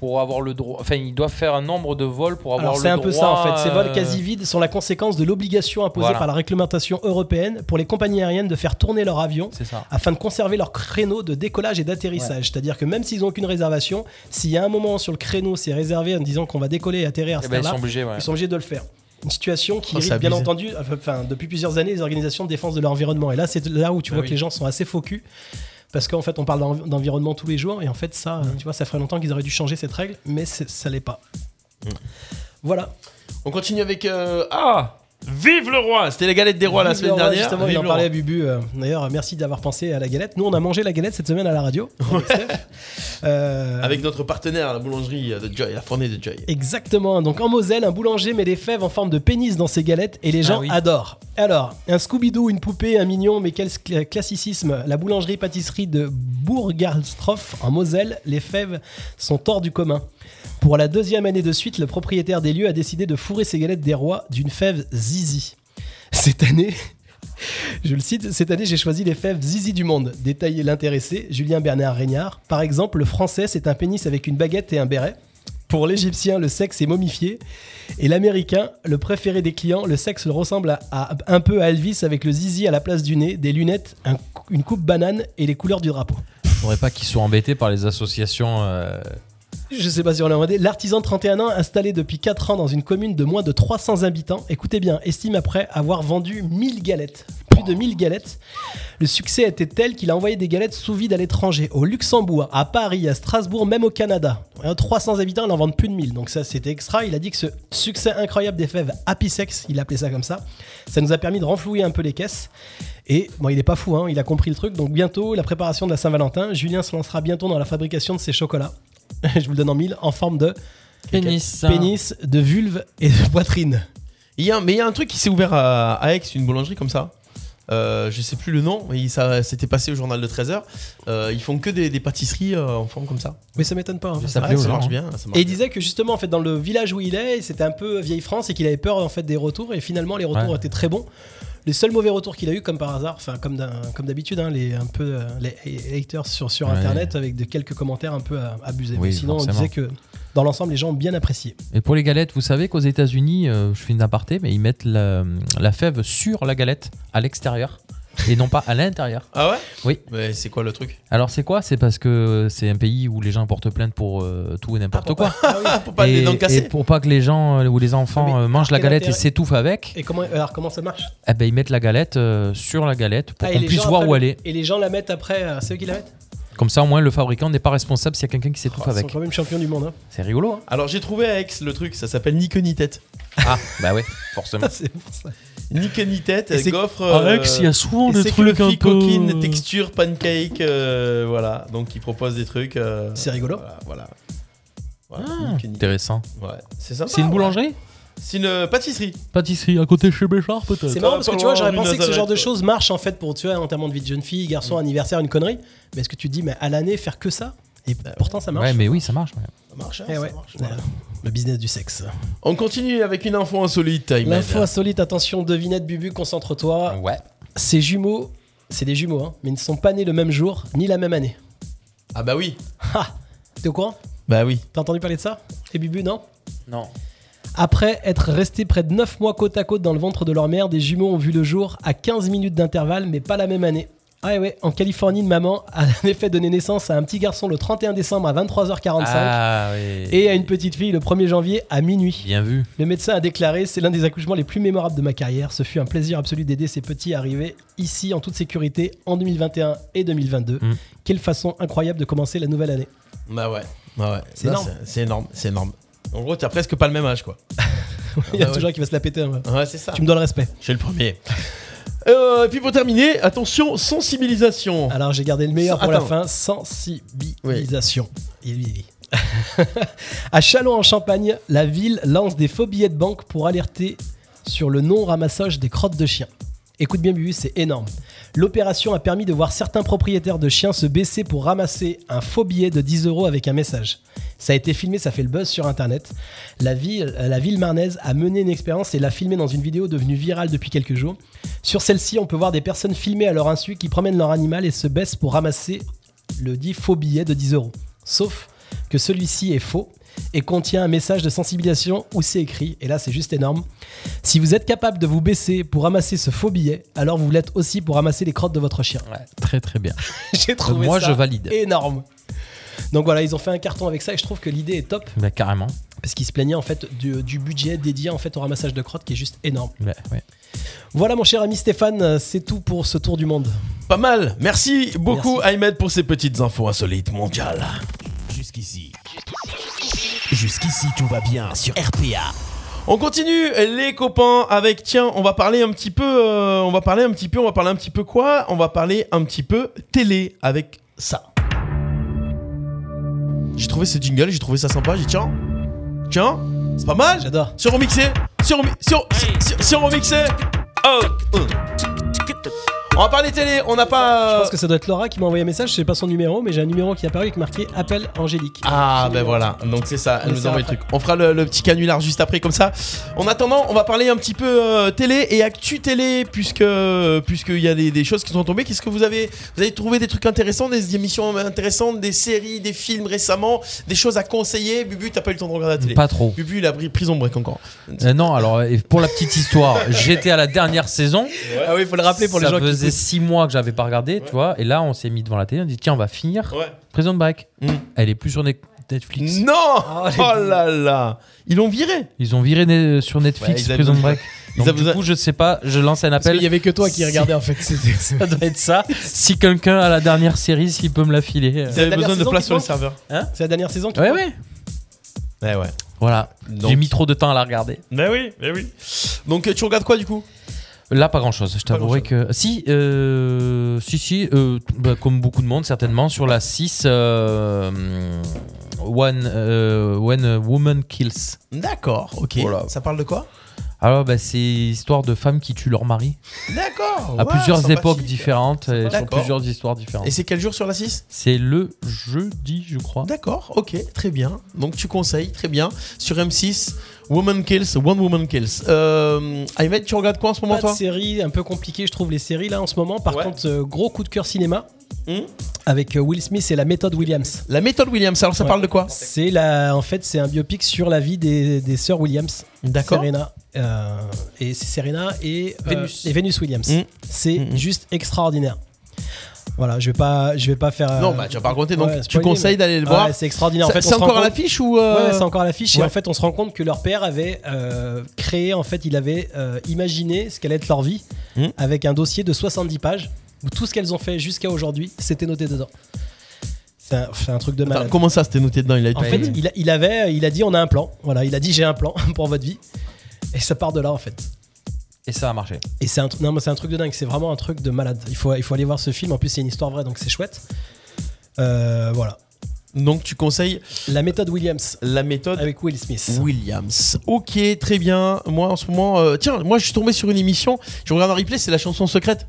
D: Pour avoir le droit. Enfin, ils doivent faire un nombre de vols pour avoir
C: Alors
D: le
C: c'est
D: droit.
C: un peu ça en fait. Ces vols
D: euh,
C: quasi vides sont la conséquence de l'obligation imposée
D: Voilà.
C: par la réglementation européenne pour les compagnies aériennes de faire tourner leur avion
D: C'est ça.
C: afin de conserver leur créneau de décollage et d'atterrissage. C'est-à-dire que même s'ils n'ont aucune réservation, s'il y a un moment sur le créneau c'est réservé en disant qu'on va décoller et atterrir à
D: Eh
C: ce
D: ben, ils
C: là
D: sont obligés, ouais.
C: ils sont obligés de le faire. Une situation qui
D: Oh, c'est
C: irrite bien
D: abusé.
C: entendu, euh, enfin, depuis plusieurs années, les organisations de défense de l'environnement. Et là, c'est là où tu
D: Ah
C: vois
D: oui.
C: que les gens sont assez focus. Parce qu'en fait, on parle d'en- d'environnement tous les jours. Et en fait, ça,
B: Mm.
C: tu vois, ça ferait longtemps qu'ils auraient dû changer cette règle, mais c'est- ça l'est pas.
B: Mm.
C: Voilà.
B: On continue avec. euh, Ah Vive le roi C'était la galette des rois la
C: Vive
B: semaine
C: le roi,
B: dernière.
C: Justement,
B: Vive
C: il en
B: le
C: parlait à
B: roi.
C: Bubu. euh, D'ailleurs, merci d'avoir pensé à la galette. Nous, on a mangé la galette cette semaine à la radio. avec Steph. Euh,
B: Avec notre partenaire, la boulangerie euh, de Joy, la fournée de Joy.
C: Exactement. Donc en Moselle, un boulanger met des fèves en forme de pénis dans ses galettes et les
B: Ah
C: gens
B: oui.
C: adorent. Alors, un Scooby-Doo, une poupée, un mignon, mais quel cl- classicisme La boulangerie-pâtisserie de Bourgalstroff en Moselle, les fèves sont hors du commun. Pour la deuxième année de suite, le propriétaire des lieux a décidé de fourrer ses galettes des rois d'une fève zizi. Cette année, je le cite, cette année j'ai choisi les fèves zizi du monde. Détaillé l'intéressé, Julien Bernard Régnard. Par exemple, le français c'est un pénis avec une baguette et un béret. Pour l'égyptien, le sexe est momifié. Et l'américain, le préféré des clients, le sexe le ressemble à, à- un peu à Elvis avec le zizi à la place du nez, des lunettes, un cou- une coupe banane et les couleurs du drapeau.
D: Faudrait pas qu'ils soient embêtés par les associations. euh,
C: Je sais pas si on l'a demandé. L'artisan de 31 ans, installé depuis 4 ans dans une commune de moins de 300 habitants, écoutez bien, estime après avoir vendu 1000 galettes. Plus de 1000 galettes. Le succès était tel qu'il a envoyé des galettes sous vide à l'étranger, au Luxembourg, à Paris, à Strasbourg, même au Canada. Hein, 300 habitants, il en vend plus de 1000. Donc ça, c'était extra. Il a dit que ce succès incroyable des fèves Happy Sex, il appelait ça comme ça, ça nous a permis de renflouer un peu les caisses. Et bon, il est pas fou, hein, il a compris le truc. Donc bientôt, la préparation de la Saint-Valentin, Julien se lancera bientôt dans la fabrication de ses chocolats. Je vous le donne en mille, en forme de
D: Pénis.
C: pénis, de vulve et de poitrine.
B: Il y a, un- mais il y a un truc qui s'est ouvert à, à Aix, une boulangerie comme ça. Euh, je sais plus le nom, mais ça c'était passé au journal de 13h. ils font que des, des pâtisseries euh, en forme comme ça.
C: Mais ça m'étonne pas. hein.
B: Ça plaît aux gens, marche hein. bien, ça marche
C: et il disait que justement, en fait, dans le village où il est, c'était un peu vieille France et qu'il avait peur en fait des retours. Et finalement, les retours
B: Ouais.
C: étaient très bons. Les seuls mauvais retours qu'il a eu, comme par hasard, enfin comme d'un- comme d'habitude, hein, les un peu euh, les haters sur sur
D: Ouais.
C: internet avec de quelques commentaires un peu euh, abusés.
D: Oui,
C: Mais sinon, on
D: forcément.
C: disait que dans l'ensemble, les gens ont bien apprécié.
D: Et pour les galettes, vous savez qu'aux États-Unis, euh, je fais une aparté, mais ils mettent la, la fève sur la galette à l'extérieur et non pas à l'intérieur.
B: Ah ouais
D: Oui.
B: Mais c'est quoi le truc
D: Alors c'est quoi C'est parce que c'est un pays où les gens portent plainte pour euh,
C: Ah,
D: tout et n'importe quoi.
B: pour pas
D: et,
B: les dents cassées.
D: et pour pas que les gens euh, ou les enfants euh, mangent la
C: Quel
D: galette et
C: intérêt-
D: s'étouffent avec,
C: Et comment euh, alors comment ça marche
D: eh ben, ils mettent la galette euh, sur la galette pour
C: Ah, et
D: qu'on
C: les
D: puisse
C: gens
D: voir
C: après
D: où elle
C: le-
D: est.
C: Et les gens la mettent après, euh, c'est eux qui la mettent
D: Comme ça au moins le fabricant n'est pas responsable s'il y a quelqu'un qui s'étouffe
C: Oh, Ils sont
D: avec.
C: quand même champions du monde. hein.
D: C'est rigolo. Hein
B: Alors j'ai trouvé à Aix le truc, ça s'appelle ni queue ni tête.
D: ah bah ouais, forcément.
C: C'est pour ça.
B: Ni queue ni tête,
C: Et c'est-
B: gaufre.
E: À Aix, il y a souvent des trucs un peu-
B: coquine, texture, pancake, euh, voilà. Donc ils proposent des trucs. euh,
C: C'est rigolo.
B: Voilà. voilà. Voilà,
D: Ah,
B: ni queue ni tête.
D: intéressant.
B: Ouais, c'est sympa.
D: C'est une
B: ouais.
D: boulangerie
B: C'est une euh, pâtisserie.
E: Pâtisserie à côté chez Béchard peut-être.
C: C'est marrant parce que tu vois,
B: loin,
C: j'aurais
B: rue
C: pensé que ce genre de
B: Nazareth,
C: choses marche en fait pour tu vois, enterrement de vie de jeune fille, garçon, anniversaire, une connerie. Mais est-ce que tu te dis, mais à l'année, faire que ça Et pourtant, ça marche.
D: Ouais, mais oui, ça marche. ouais.
B: Ça marche, hein,
C: Eh
B: ça
C: ouais,
B: marche.
C: voilà. Le business du sexe.
B: On continue avec une info insolite. Ayman.
C: L'info insolite, attention, devinette, Bubu, concentre-toi.
D: Ouais.
C: Ces jumeaux, c'est des jumeaux, hein, mais ils ne sont pas nés le même jour ni la même année.
B: Ah bah oui.
C: Ha T'es au courant
B: Bah oui.
C: T'as entendu parler de ça Et Bubu, non
D: Non.
C: Après être restés près de 9 mois côte à côte dans le ventre de leur mère, des jumeaux ont vu le jour à 15 minutes d'intervalle, mais pas la même année. Ah ouais, en Californie, une maman a en effet donné naissance à un petit garçon le 31 décembre à 23h45
D: Ah oui.
C: et à une petite fille le 1er janvier à minuit.
D: Bien vu.
C: Le médecin a déclaré C'est l'un des accouchements les plus mémorables de ma carrière. Ce fut un plaisir absolu d'aider ces petits à arriver ici en toute sécurité en 2021 et 2022.
D: Mm.
C: Quelle façon incroyable de commencer la nouvelle année.
D: Ah
B: Bah ouais. Bah ouais.
C: C'est
B: Là,
C: énorme.
B: C'est énorme. C'est énorme. En gros, t'as presque pas le même âge quoi.
C: Il y a
B: Ah
D: bah
B: ouais.
C: toujours un qui va se la péter. hein.
B: Ouais, c'est ça.
C: Tu me dois le respect.
B: J'ai le premier. Euh, et puis pour terminer, attention, sensibilisation.
C: Alors j'ai gardé le meilleur pour
B: Attends.
C: la fin, sensibilisation. Et lui, il rit. à Châlons en Champagne, la ville lance des faux billets de banque pour alerter sur le non-ramassage des crottes de chiens. Écoute bien Bubu, c'est énorme. L'opération a permis de voir certains propriétaires de chiens se baisser pour ramasser un faux billet de 10 euros avec un message. Ça a été filmé, ça fait le buzz sur internet. La ville, la ville marnaise a mené une expérience et l'a filmé dans une vidéo devenue virale depuis quelques jours. Sur celle-ci, on peut voir des personnes filmées à leur insu qui promènent leur animal et se baissent pour ramasser le dit faux billet de 10 euros. Sauf que celui-ci est faux et contient un message de sensibilisation où c'est écrit, et là c'est juste énorme, si vous êtes capable de vous baisser pour ramasser ce faux billet, alors vous l'êtes aussi pour ramasser les crottes de votre chien.
D: Ouais, très très bien.
C: J'ai trouvé
D: Moi,
C: ça
D: je valide.
C: énorme. Donc voilà, ils ont fait un carton avec ça et je trouve que l'idée est top
D: Bah, carrément.
C: parce qu'ils se plaignaient en fait du, du budget dédié en fait au ramassage de crottes qui est juste énorme.
D: Ouais, ouais.
C: Voilà mon cher ami Stéphane, euh, c'est tout pour ce tour du monde.
B: Pas mal. Merci beaucoup, Ahmed, pour ces petites infos insolites mondiales.
A: Jusqu'ici. Jusqu'ici, tout va bien sur RPA.
B: On continue les copains avec tiens on va parler un petit peu euh, on va parler un petit peu on va parler un petit peu quoi on va parler un petit peu télé avec ça j'ai trouvé ce jingle j'ai trouvé ça sympa j'ai dit, tiens tiens c'est pas mal
C: j'adore
B: si on remixait si on, remi- si on, si- si- si on remixait oh, euh. on va parler télé on n'a pas euh,
C: Je pense que ça doit être Laura qui m'a envoyé un message, je sais pas son numéro, mais j'ai un numéro qui est apparu avec marqué Appel Angélique.
B: Ah ben voilà, donc c'est ça, elle
C: Mais
B: nous
C: c'est
B: envoie le
C: après.
B: truc. On fera le, le petit canular juste après comme ça. En attendant, on va parler un petit peu euh, télé et actu télé puisque puisqu'il y a des, des choses qui sont tombées. Qu'est-ce que vous avez vous avez trouvé des trucs intéressants, des émissions intéressantes, des séries, des films récemment, des choses à conseiller Bubu, t'as pas eu le temps de regarder la télé.
D: Pas trop.
B: Bubu, il a pris prison break encore.
D: Euh, non, alors et pour la petite histoire, j'étais à la dernière saison.
B: Ah oui, il faut le rappeler pour les
D: ça
B: gens qui
D: faisait
B: écoutent.
D: six mois que j'avais pas regardé, tu vois. Et là, on s'est mis devant la télé, on dit tiens, on va finir.
B: Ouais.
D: Prison Break.
B: Mm.
D: Elle est plus sur Net- Netflix.
B: Non Oh, là là Ils l'ont viré
D: Ils ont viré né- sur Netflix
B: Ouais, ils avaient-
D: Prison Break.
B: ils
D: Donc,
B: avaient-
D: du coup, je sais pas, je lance un appel.
C: qu'il y avait que toi qui
D: Si-
C: regardais, en fait. C'était- c'est-
D: Ça doit être ça. Si quelqu'un a la dernière série, s'il peut me la filer.
C: C'est la dernière saison qui manque
D: Hein
C: C'est la dernière saison qui
D: Ouais,
C: manque
D: ouais.
B: Eh Ouais, ouais.
D: Voilà.
B: Donc-
D: J'ai mis trop de temps à la regarder.
B: Bah oui, bah oui. Donc euh, tu regardes quoi du coup
D: Là, pas grand chose. Je t'avouerai que. Si, euh, si, si, euh, t- bah, comme beaucoup de monde, certainement, sur la 6, euh, hum, one, euh, When a Woman Kills.
B: D'accord, ok. Ça parle de quoi
D: Alors, bah, c'est histoire de femmes qui tuent leur mari.
B: D'accord.
D: à
B: ouais,
D: plusieurs
B: sympathique.
D: époques différentes et sur
B: D'accord.
D: plusieurs histoires différentes.
B: Et c'est quel jour sur la 6
D: C'est le jeudi, je crois.
B: D'accord, ok, très bien. Donc tu conseilles, très bien. Sur M6, Woman Kills, One Woman Kills. Euh, Ahmed, tu regardes quoi en ce moment
C: Pas
B: toi
C: de série un peu compliquée, je trouve, les séries là en ce moment. Par contre, euh, gros coup de cœur cinéma.
B: Hmm
C: Avec euh, Will Smith et la méthode Williams.
B: La méthode Williams, alors ça parle de quoi
C: C'est la, en fait, c'est un biopic sur la vie des, des sœurs Williams.
B: D'accord.
C: Serena euh, et c'est Serena et euh,
B: Vénus.
C: et Vénus Williams.
B: Mm.
C: C'est juste extraordinaire. Voilà, je vais pas, je vais pas faire. euh,
B: Non, bah, tu vas pas raconter, donc tu
C: spoiler,
B: conseilles
C: mais-
B: d'aller le
C: Ouais,
B: voir.
C: c'est extraordinaire. En
B: C'est-
C: fait, on
B: c'est
C: se rend
B: encore à
C: compte-
B: l'affiche ou, euh,
C: Ouais, ouais, c'est encore à l'affiche.
B: Ouais.
C: Et en fait, on se rend compte que leur père avait euh, créé, en fait, il avait euh, imaginé ce qu'allait être leur vie
B: Mm.
C: avec un dossier de 70 pages où tout ce qu'elles ont fait jusqu'à aujourd'hui, c'était noté dedans. C'est un, c'est un truc de
B: Attends,
C: malade.
B: comment ça, c'était noté dedans Il a été
C: En fait, il, a- il avait, il a dit, on a un plan. Voilà, il a dit, j'ai un plan pour votre vie. Et ça part de là, en fait.
D: Et ça a marché.
C: Et c'est un, tru- non, mais c'est un truc de dingue, c'est vraiment un truc de malade. Il faut, il faut aller voir ce film, en plus c'est une histoire vraie, donc c'est chouette. Euh, voilà.
B: Donc tu conseilles
C: La méthode Williams.
B: La méthode
C: avec Will Smith.
B: Williams. Ok, très bien. Moi en ce moment, euh, tiens, moi je suis tombé sur une émission. Je regarde un replay, c'est la chanson secrète.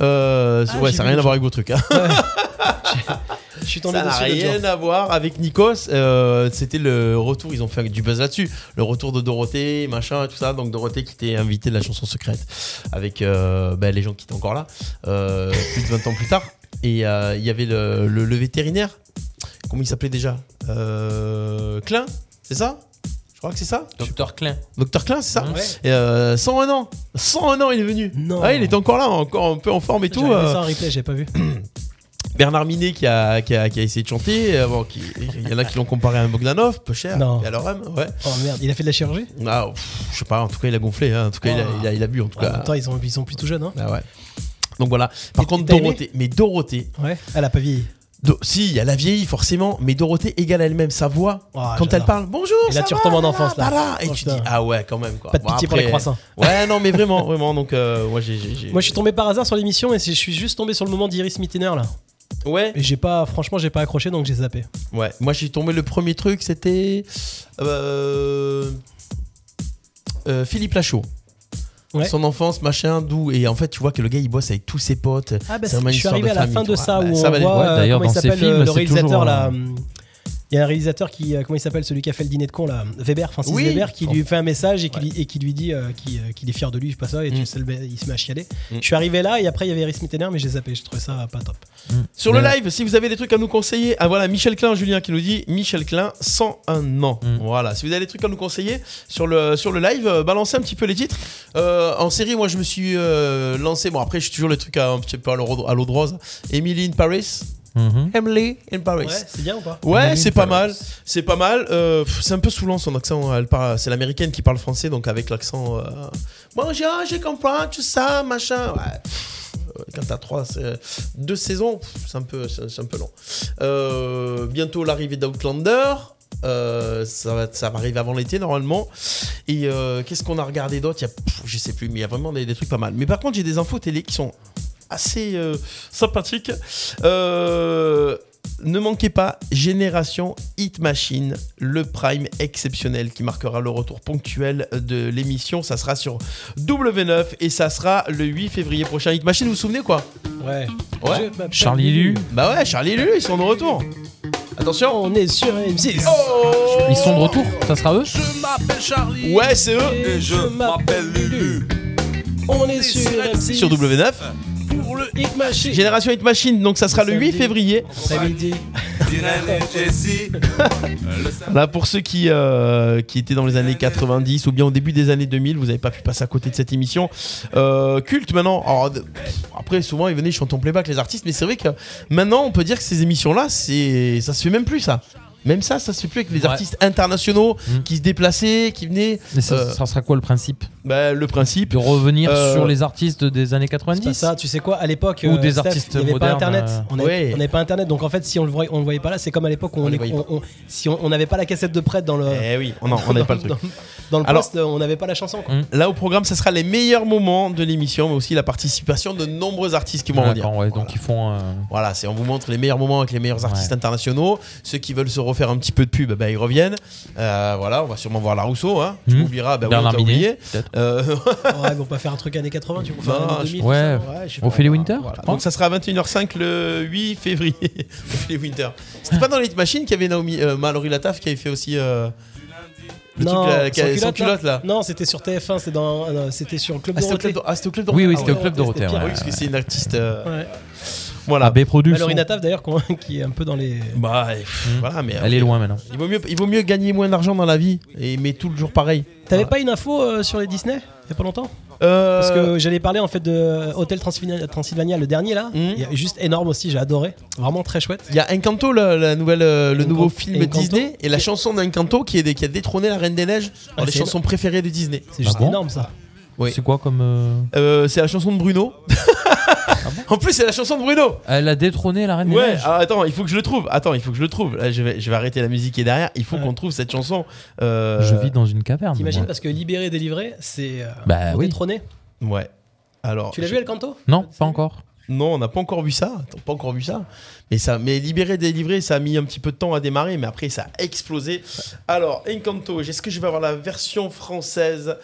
B: Euh, c'est-
C: Ah,
B: ouais,
C: j'ai
B: ça n'a
C: vu
B: rien
C: le
B: à voir avec vos trucs. hein.
C: Je suis tombé
B: Ça n'a
C: dessus l'autre
B: rien
C: jour.
B: à voir avec Nikos. Euh, C'était le retour, ils ont fait du buzz là-dessus. Le retour de Dorothée, machin, et tout ça. Donc Dorothée qui était invitée de la chanson secrète avec euh, ben, les gens qui étaient encore là, euh, plus de 20 ans plus tard. Et euh, il y avait le, le- le vétérinaire, comment il s'appelait déjà Euh, Klein, c'est ça Je crois que c'est ça
D: Docteur Klein.
B: Docteur Klein, c'est ça
D: Ouais.
B: Et, euh, 101 ans 101 ans, il est venu
C: Non.
B: Ouais, il était encore là, encore un peu en forme et tout.
C: J'avais vu
B: euh,
C: ça en replay, j'ai pas vu.
B: Bernard Minet qui a, qui a, qui a essayé de chanter. euh, bon, qui- il y en a qui l'ont comparé à un Bogdanov, peu cher.
C: Non.
B: Et à leur âme, ouais.
C: Oh merde, il a fait de la chirurgie
B: Ah, pff, je sais pas, en tout cas, il a gonflé. hein, en tout cas, il, a, il, a, il a bu, en tout
C: Ah, En
B: cas.
C: même temps, ils sont, ils sont plus tout jeunes. Hein.
B: Ah ouais. Donc voilà. Par contre,
C: t'as aimé
B: Dorothée. Mais Dorothée.
C: Ouais, elle a pas vieilli.
B: Do- si, elle a vieilli, forcément. Mais Dorothée égale à elle-même sa voix. quand
C: Oh,
B: elle
C: Ah, j'adore.
B: parle, bonjour.
C: Et là,
B: ça
C: tu
B: va,
C: retombes en
B: là,
C: enfance, là.
B: voilà. Et
C: Oh,
B: tu dis,
C: putain.
B: ah ouais, quand même. Quoi.
C: Pas de
B: Bon,
C: pitié pour
B: après-
C: les croissants.
B: Ouais, non, mais vraiment, vraiment. Donc, euh, moi, j'ai. j'ai- j'ai-
C: Moi, je suis tombé par hasard sur l'émission et c'est- je suis juste tombé sur le moment d'Iris Mittiner là.
B: Ouais.
C: Et j'ai pas, franchement, j'ai pas accroché donc j'ai zappé.
B: Ouais, moi j'ai tombé le premier truc, c'était euh, euh, Philippe Lachaud.
C: Ouais.
B: Son enfance, machin, d'où. Et en fait, tu vois que le gars il bosse avec tous ses potes.
C: Ah bah,
B: C'est vraiment
C: je suis
B: une histoire
C: arrivé à la
B: famille,
C: fin de
B: tu
C: ça
B: vois.
C: où
B: Bah,
C: on
B: va
C: voit
B: l'être.
C: euh,
D: D'ailleurs,
C: comment il
D: dans ces
C: s'appelle
D: films,
C: le- le
D: c'est
C: réalisateur
D: toujours,
C: là.
D: euh,
C: hum, Il y a un réalisateur qui euh, comment il s'appelle celui qui a fait le dîner de con là Weber, Francis
B: Oui.
C: Weber, qui lui
B: Oh.
C: fait un message et qui, lui, et qui lui dit euh, qui, euh, qu'il est fier de lui, je sais pas ça, et tu sais, le mec, il se met à chialer.
B: Mm.
C: Je suis arrivé là et après il y avait Iris Mittener mais j'ai zappé, je trouvais ça pas top.
B: Sur le
C: Mais-
B: live, si vous avez des trucs à nous conseiller, ah voilà, Michel Klein, Julien qui nous dit Michel Klein, 101 ans. Voilà, si vous avez des trucs à nous conseiller sur le, sur le live, euh, balancez un petit peu les titres. Euh, en série, moi je me suis euh, lancé, bon après, je suis toujours les trucs à, un petit peu à l'eau à l'eau de rose. Emily in Paris. Emily in Paris.
C: Ouais, c'est bien ou pas
B: Ouais, c'est pas mal. C'est pas mal. Euh, pff, c'est un peu saoulant son accent. Elle parle, c'est l'américaine qui parle français, donc avec l'accent. euh, Bonjour, je comprends tout ça, machin. Ouais. pff, euh, Quand t'as trois, c'est- deux saisons, pff, c'est un peu, c'est c'est un peu long. Euh, bientôt l'arrivée d'Outlander. Euh, ça, va, ça va arriver avant l'été normalement. Et euh, qu'est-ce qu'on a regardé d'autre Il y a- pff, Je sais plus, mais il y a vraiment des, des trucs pas mal. Mais par contre, j'ai des infos télé qui sont assez euh, sympathiques. Euh, ne manquez pas Génération Hit Machine, le prime exceptionnel qui marquera le retour ponctuel de l'émission. Ça sera sur W9 et ça sera le 8 février prochain. Hit Machine, vous vous souvenez quoi
C: Ouais. Je
B: Ouais.
C: m'appelle
D: Charlie Lu.
B: Bah ouais, Charlie Lu, ils sont de retour. Attention,
C: on est sur M6.
B: Oh,
D: Ils sont de retour, ça sera eux
L: m'appelle Charlie.
B: Ouais, c'est eux.
L: Et je m'appelle Lulu.
C: On est sur M6.
B: Sur W9.
L: Pour le
C: Hit Machine.
B: Génération Hit Machine, donc ça sera le 8
C: Samedi.
B: février.
C: Samedi.
L: Irène et Jessie. Le
B: Là, pour ceux qui, euh, qui étaient dans les années 90 ou bien au début des années 2000, vous n'avez pas pu passer à côté de cette émission. Euh, culte maintenant. Alors, de- après, souvent, ils venaient chanter en playback, les artistes, mais c'est vrai que maintenant, on peut dire que ces émissions-là, c'est ça se fait même plus, ça. Même ça, ça se fait plus avec les artistes internationaux
D: Mm.
B: qui se déplaçaient, qui venaient.
D: Mais ça,
B: Euh,
D: ça sera quoi le principe
B: bah, Le principe.
D: De revenir
B: euh,
D: sur les artistes des années
C: C'est pas
D: 90
C: ça, tu sais quoi, à l'époque,
D: Ou
C: euh,
D: des
C: Steph,
D: artistes
C: il n'y avait pas
D: modernes,
C: Internet.
D: euh,
C: On n'avait
D: ouais.
C: on n'avait pas Internet, donc en fait, si on le voyait, on le voyait pas là, c'est comme à l'époque où on,
B: le
C: est-
B: voyait
C: on- on- si on on n'avait pas la cassette de prête dans le.
B: Eh oui, on en- on n'avait pas le truc.
C: Dans, dans le
B: Alors-
C: poste, euh, on n'avait pas la chanson. quoi.
B: Là, au programme, ça sera les meilleurs moments de l'émission, mais aussi la participation de nombreux artistes qui vont
D: D'accord,
B: venir.
D: ouais, donc ils font. euh,
B: Voilà, c'est on vous montre les meilleurs moments avec les meilleurs artistes internationaux. Ceux qui veulent se refaire un petit peu de pub, bah, ils reviennent. Euh, voilà, on va sûrement voir la Rousseau. Hein. Tu
D: Mhm.
B: m'oublieras, bah, oui,
D: Bernard
B: t'as
D: Minet,
B: oublié.
D: peut-être.
B: Euh,
C: Ouais, ils vont pas faire un truc années 80, tu vois. faire
B: Non,
C: un années
B: je
C: 2000,
B: pense-
C: tout ça,
B: ouais.
C: je sais
D: On
C: pas.
D: fait les Winter
B: Voilà, Donc ça sera à 21h05 le 8 février. On fait les Winter. C'était pas dans les Machine qu'il y avait Naomi euh, Mallory Lataf qui avait fait aussi euh, le
C: non,
B: truc là, qui a-
C: sans
B: sans culotte là.
C: Non, c'était sur TF1, c'était dans, euh, c'était sur le club
B: Ah, c'était au
C: Dorothée.
B: Club Dor- ah, c'était au Club
D: Oui,
B: Dorothée.
D: oui,
B: Ah
D: c'était au Club
B: Dorothée, c'était pire.
D: Dorothée, ouais.
B: Oui, parce que c'est une artiste. euh,
C: Ouais.
B: Voilà.
D: AB Production.
C: Mallory Nataf d'ailleurs qu'on- qui est un peu dans les.
D: Ah
B: Bah, pff,
D: Hmm.
B: voilà, mais
D: Elle est loin maintenant.
B: Il vaut mieux, il vaut mieux gagner moins d'argent dans la vie et mais tout le jour pareil.
C: T'avais pas une info euh, sur les Disney il y a pas longtemps
B: Euh,
C: Parce que j'allais parler en fait de Hôtel Transylvania, Transylvania, le dernier là. Il y a juste énorme aussi, j'ai adoré. Vraiment très chouette.
B: Il y a Encanto, la, la nouvelle, euh, le nouveau film
C: Encanto.
B: Disney, et la chanson d'Encanto qui, est des- qui a détrôné La Reine des Neiges dans
C: Ah,
B: les
C: c'est
B: chansons préférées de Disney.
C: C'est juste
D: Ah bon
C: énorme ça.
B: Oui.
D: C'est quoi comme. euh,
B: Euh, c'est la chanson de Bruno.
C: Ah
B: en plus, c'est la chanson de Bruno.
D: Elle a détrôné la reine des
B: Ouais,
D: Neiges.
B: ah, attends, il faut que je le trouve. Attends, il faut que je le trouve. Là, je, vais, je vais arrêter la musique qui est derrière. Il faut qu'on trouve cette chanson. Euh,
D: Je vis dans une caverne.
C: T'imagines
D: moi.
C: parce que libéré, délivré, c'est euh,
D: Bah oui.
C: détrôné.
B: Ouais. Alors,
C: Tu l'as
B: je-
C: vu El Canto
D: Non, pas encore.
B: Non, on n'a pas encore vu ça. Attends, pas encore vu ça. Mais ça, mais libéré, délivré, ça a mis un petit peu de temps à démarrer, mais après ça a explosé. Alors, Encanto, est-ce que je vais avoir la version française,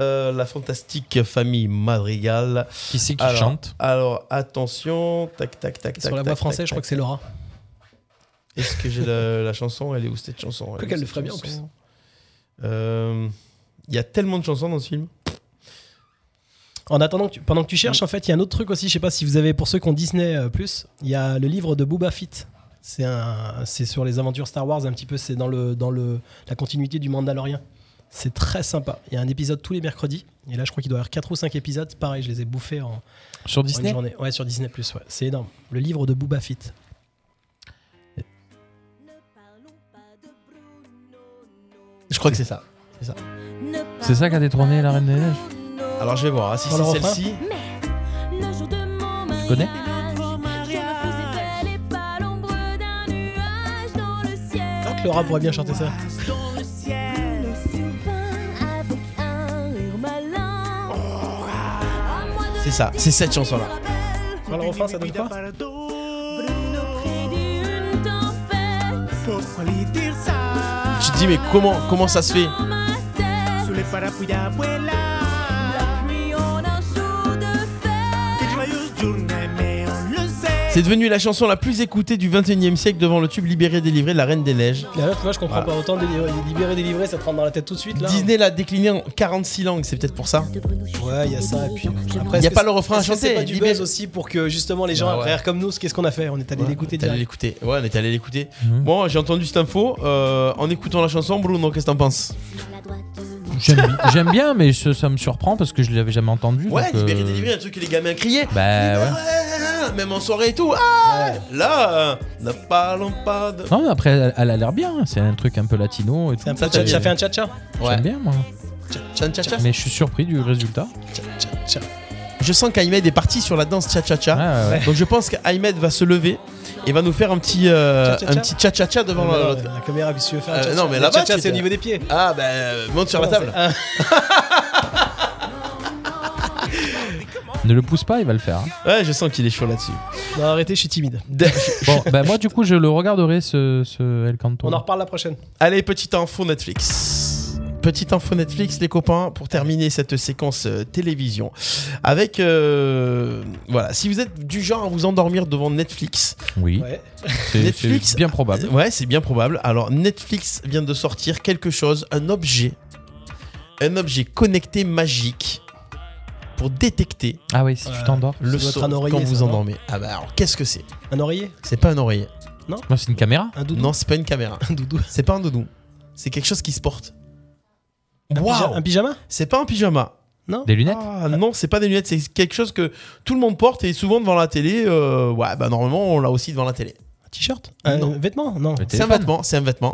B: euh, la fantastique famille Madrigal
D: Qui c'est qui
B: alors,
D: chante
B: Alors, attention, tac, tac, tac,
C: Sur
B: tac,
C: la
B: tac,
C: voix
B: tac,
C: française, je crois
B: tac,
C: que c'est Laura.
B: tac. Est-ce que j'ai la, la chanson Elle est où cette chanson Elle est
C: Quoi
B: où,
C: qu'elle le
B: cette
C: ferait bien en plus.
B: chanson Euh, Il y a tellement de chansons dans ce film.
C: En attendant, que tu- pendant que tu cherches, en fait, il y a un autre truc aussi. Je sais pas si vous avez, pour ceux qui ont Disney euh, Plus, il y a le livre de Boba Fett. C'est un, c'est sur les aventures Star Wars un petit peu. C'est dans le, dans le, la continuité du Mandalorian. C'est très sympa. Il y a un épisode tous les mercredis. Et là, je crois qu'il doit y avoir 4 ou 5 épisodes. Pareil, je les ai bouffés en,
D: Sur
C: en
D: Disney
C: une journée. Ouais, sur Disney Plus. Ouais, c'est énorme. Le livre de Boba Fett.
B: Je crois que c'est ça. C'est ça.
D: C'est ça qui a détrôné la reine des Neiges
B: Alors je vais voir hein, si
C: Sur le
B: c'est
C: refrain
B: celle-ci.
D: Tu connais
C: Ah, que Laura pourrait bien chanter ça.
B: C'est ça. C'est cette chanson-là.
C: Sur le refrain, ça donne quoi
B: Tu te dis mais comment comment ça se fait C'est devenu la chanson la plus écoutée du 21e siècle devant le tube Libéré délivré de la Reine des Neiges.
C: Là, moi, je comprends
B: Voilà.
C: pas. Autant délivrer- libérer, délivrer, ça te rentre dans la tête tout de suite. Là.
B: Disney l'a décliné en 46 langues, c'est peut-être pour ça.
C: Ouais, il y a ça. Et puis après,
B: Il n'y
C: est-ce
B: a
C: que
B: pas
C: c'est-
B: le refrain à
C: est-ce que
B: chanter.
C: C'est pas du
B: Libéré-
C: buzz aussi pour que justement les gens
B: Bah ouais.
C: après comme nous. Qu'est-ce qu'on a fait On est allé l'écouter
B: T'es allé
C: direct.
B: l'écouter. Ouais, on est allé l'écouter. Bon, j'ai entendu cette info. euh, en écoutant la chanson, Bruno, qu'est-ce que t'en penses
D: J'aime bi- J'aime bien, mais ce- ça me surprend parce que je l'avais jamais entendu.
B: Ouais,
D: donc, euh,
B: libéré, délivré, un truc que les gamins criaient.
D: Bah ouais.
B: Ouais, Même en soirée et tout. Ah, Là, euh, ne parlons pas de.
D: Non, mais après, elle, elle a l'air bien. hein. C'est un truc un peu latino et tout.
C: C'est un peu
B: Ça, t'as
C: tcha- ça
B: dit.
C: fait un tcha-tcha.
B: Ouais.
D: J'aime bien, moi.
B: Tcha- tcha- tcha.
D: Mais je suis surpris du résultat.
C: Tcha-tcha.
B: Je sens qu'Ahmed est parti sur la danse cha-cha-cha.
D: Ouais, ouais, ouais.
B: Donc je pense qu'Ahmed va se lever et va nous faire un petit, euh,
C: Cha-cha-cha
B: un petit cha-cha-cha devant
C: Non,
B: l'autre.
C: mais La caméra, qu'est-ce que tu veux faire un
B: Euh,
C: tcha-tcha
B: non, mais
C: Le
B: là-bas,
C: tcha-tcha,
B: tu
C: c'est au
B: t'es-
C: niveau des pieds. Ah.
B: Ah bah euh, monte sur la table.
D: Ne le pousse pas, il va le faire. hein.
B: Ouais, je sens qu'il est chaud là-dessus.
C: Non, arrêtez, je suis timide.
D: Bon, bah moi, du coup, je le regarderai, ce, ce El Canto.
C: On en reparle la prochaine.
B: Allez, petite info Netflix. Petite info Netflix, les copains, pour terminer cette séquence euh, télévision. Avec. euh, voilà, si vous êtes du genre à vous endormir devant Netflix,
D: Oui,
C: Ouais.
D: c'est-
B: Netflix-
D: c'est bien probable.
B: ouais, c'est bien probable. Alors, Netflix vient de sortir quelque chose, un objet. Un objet connecté magique pour détecter
D: Ah oui, si tu t'endors.
B: le
C: doit être
B: son
C: un oreiller,
B: quand vous
C: ça, non
B: endormez. Ah bah alors, qu'est-ce que c'est
C: Un oreiller
B: C'est pas un oreiller.
D: Moi, c'est une caméra.
C: Un doudou
B: Non, c'est pas une caméra.
C: Un doudou
B: C'est pas un doudou. C'est quelque chose qui se porte.
C: Un pyja-
B: Waouh
C: Un pyjama
B: C'est pas un pyjama.
D: Des lunettes
B: Ah non, c'est pas des lunettes, c'est quelque chose que tout le monde porte et souvent devant la télé. euh, ouais, bah normalement on l'a aussi devant la télé. T-shirt
C: Euh, Vêtement Non.
B: C'est un vêtement, c'est un vêtement.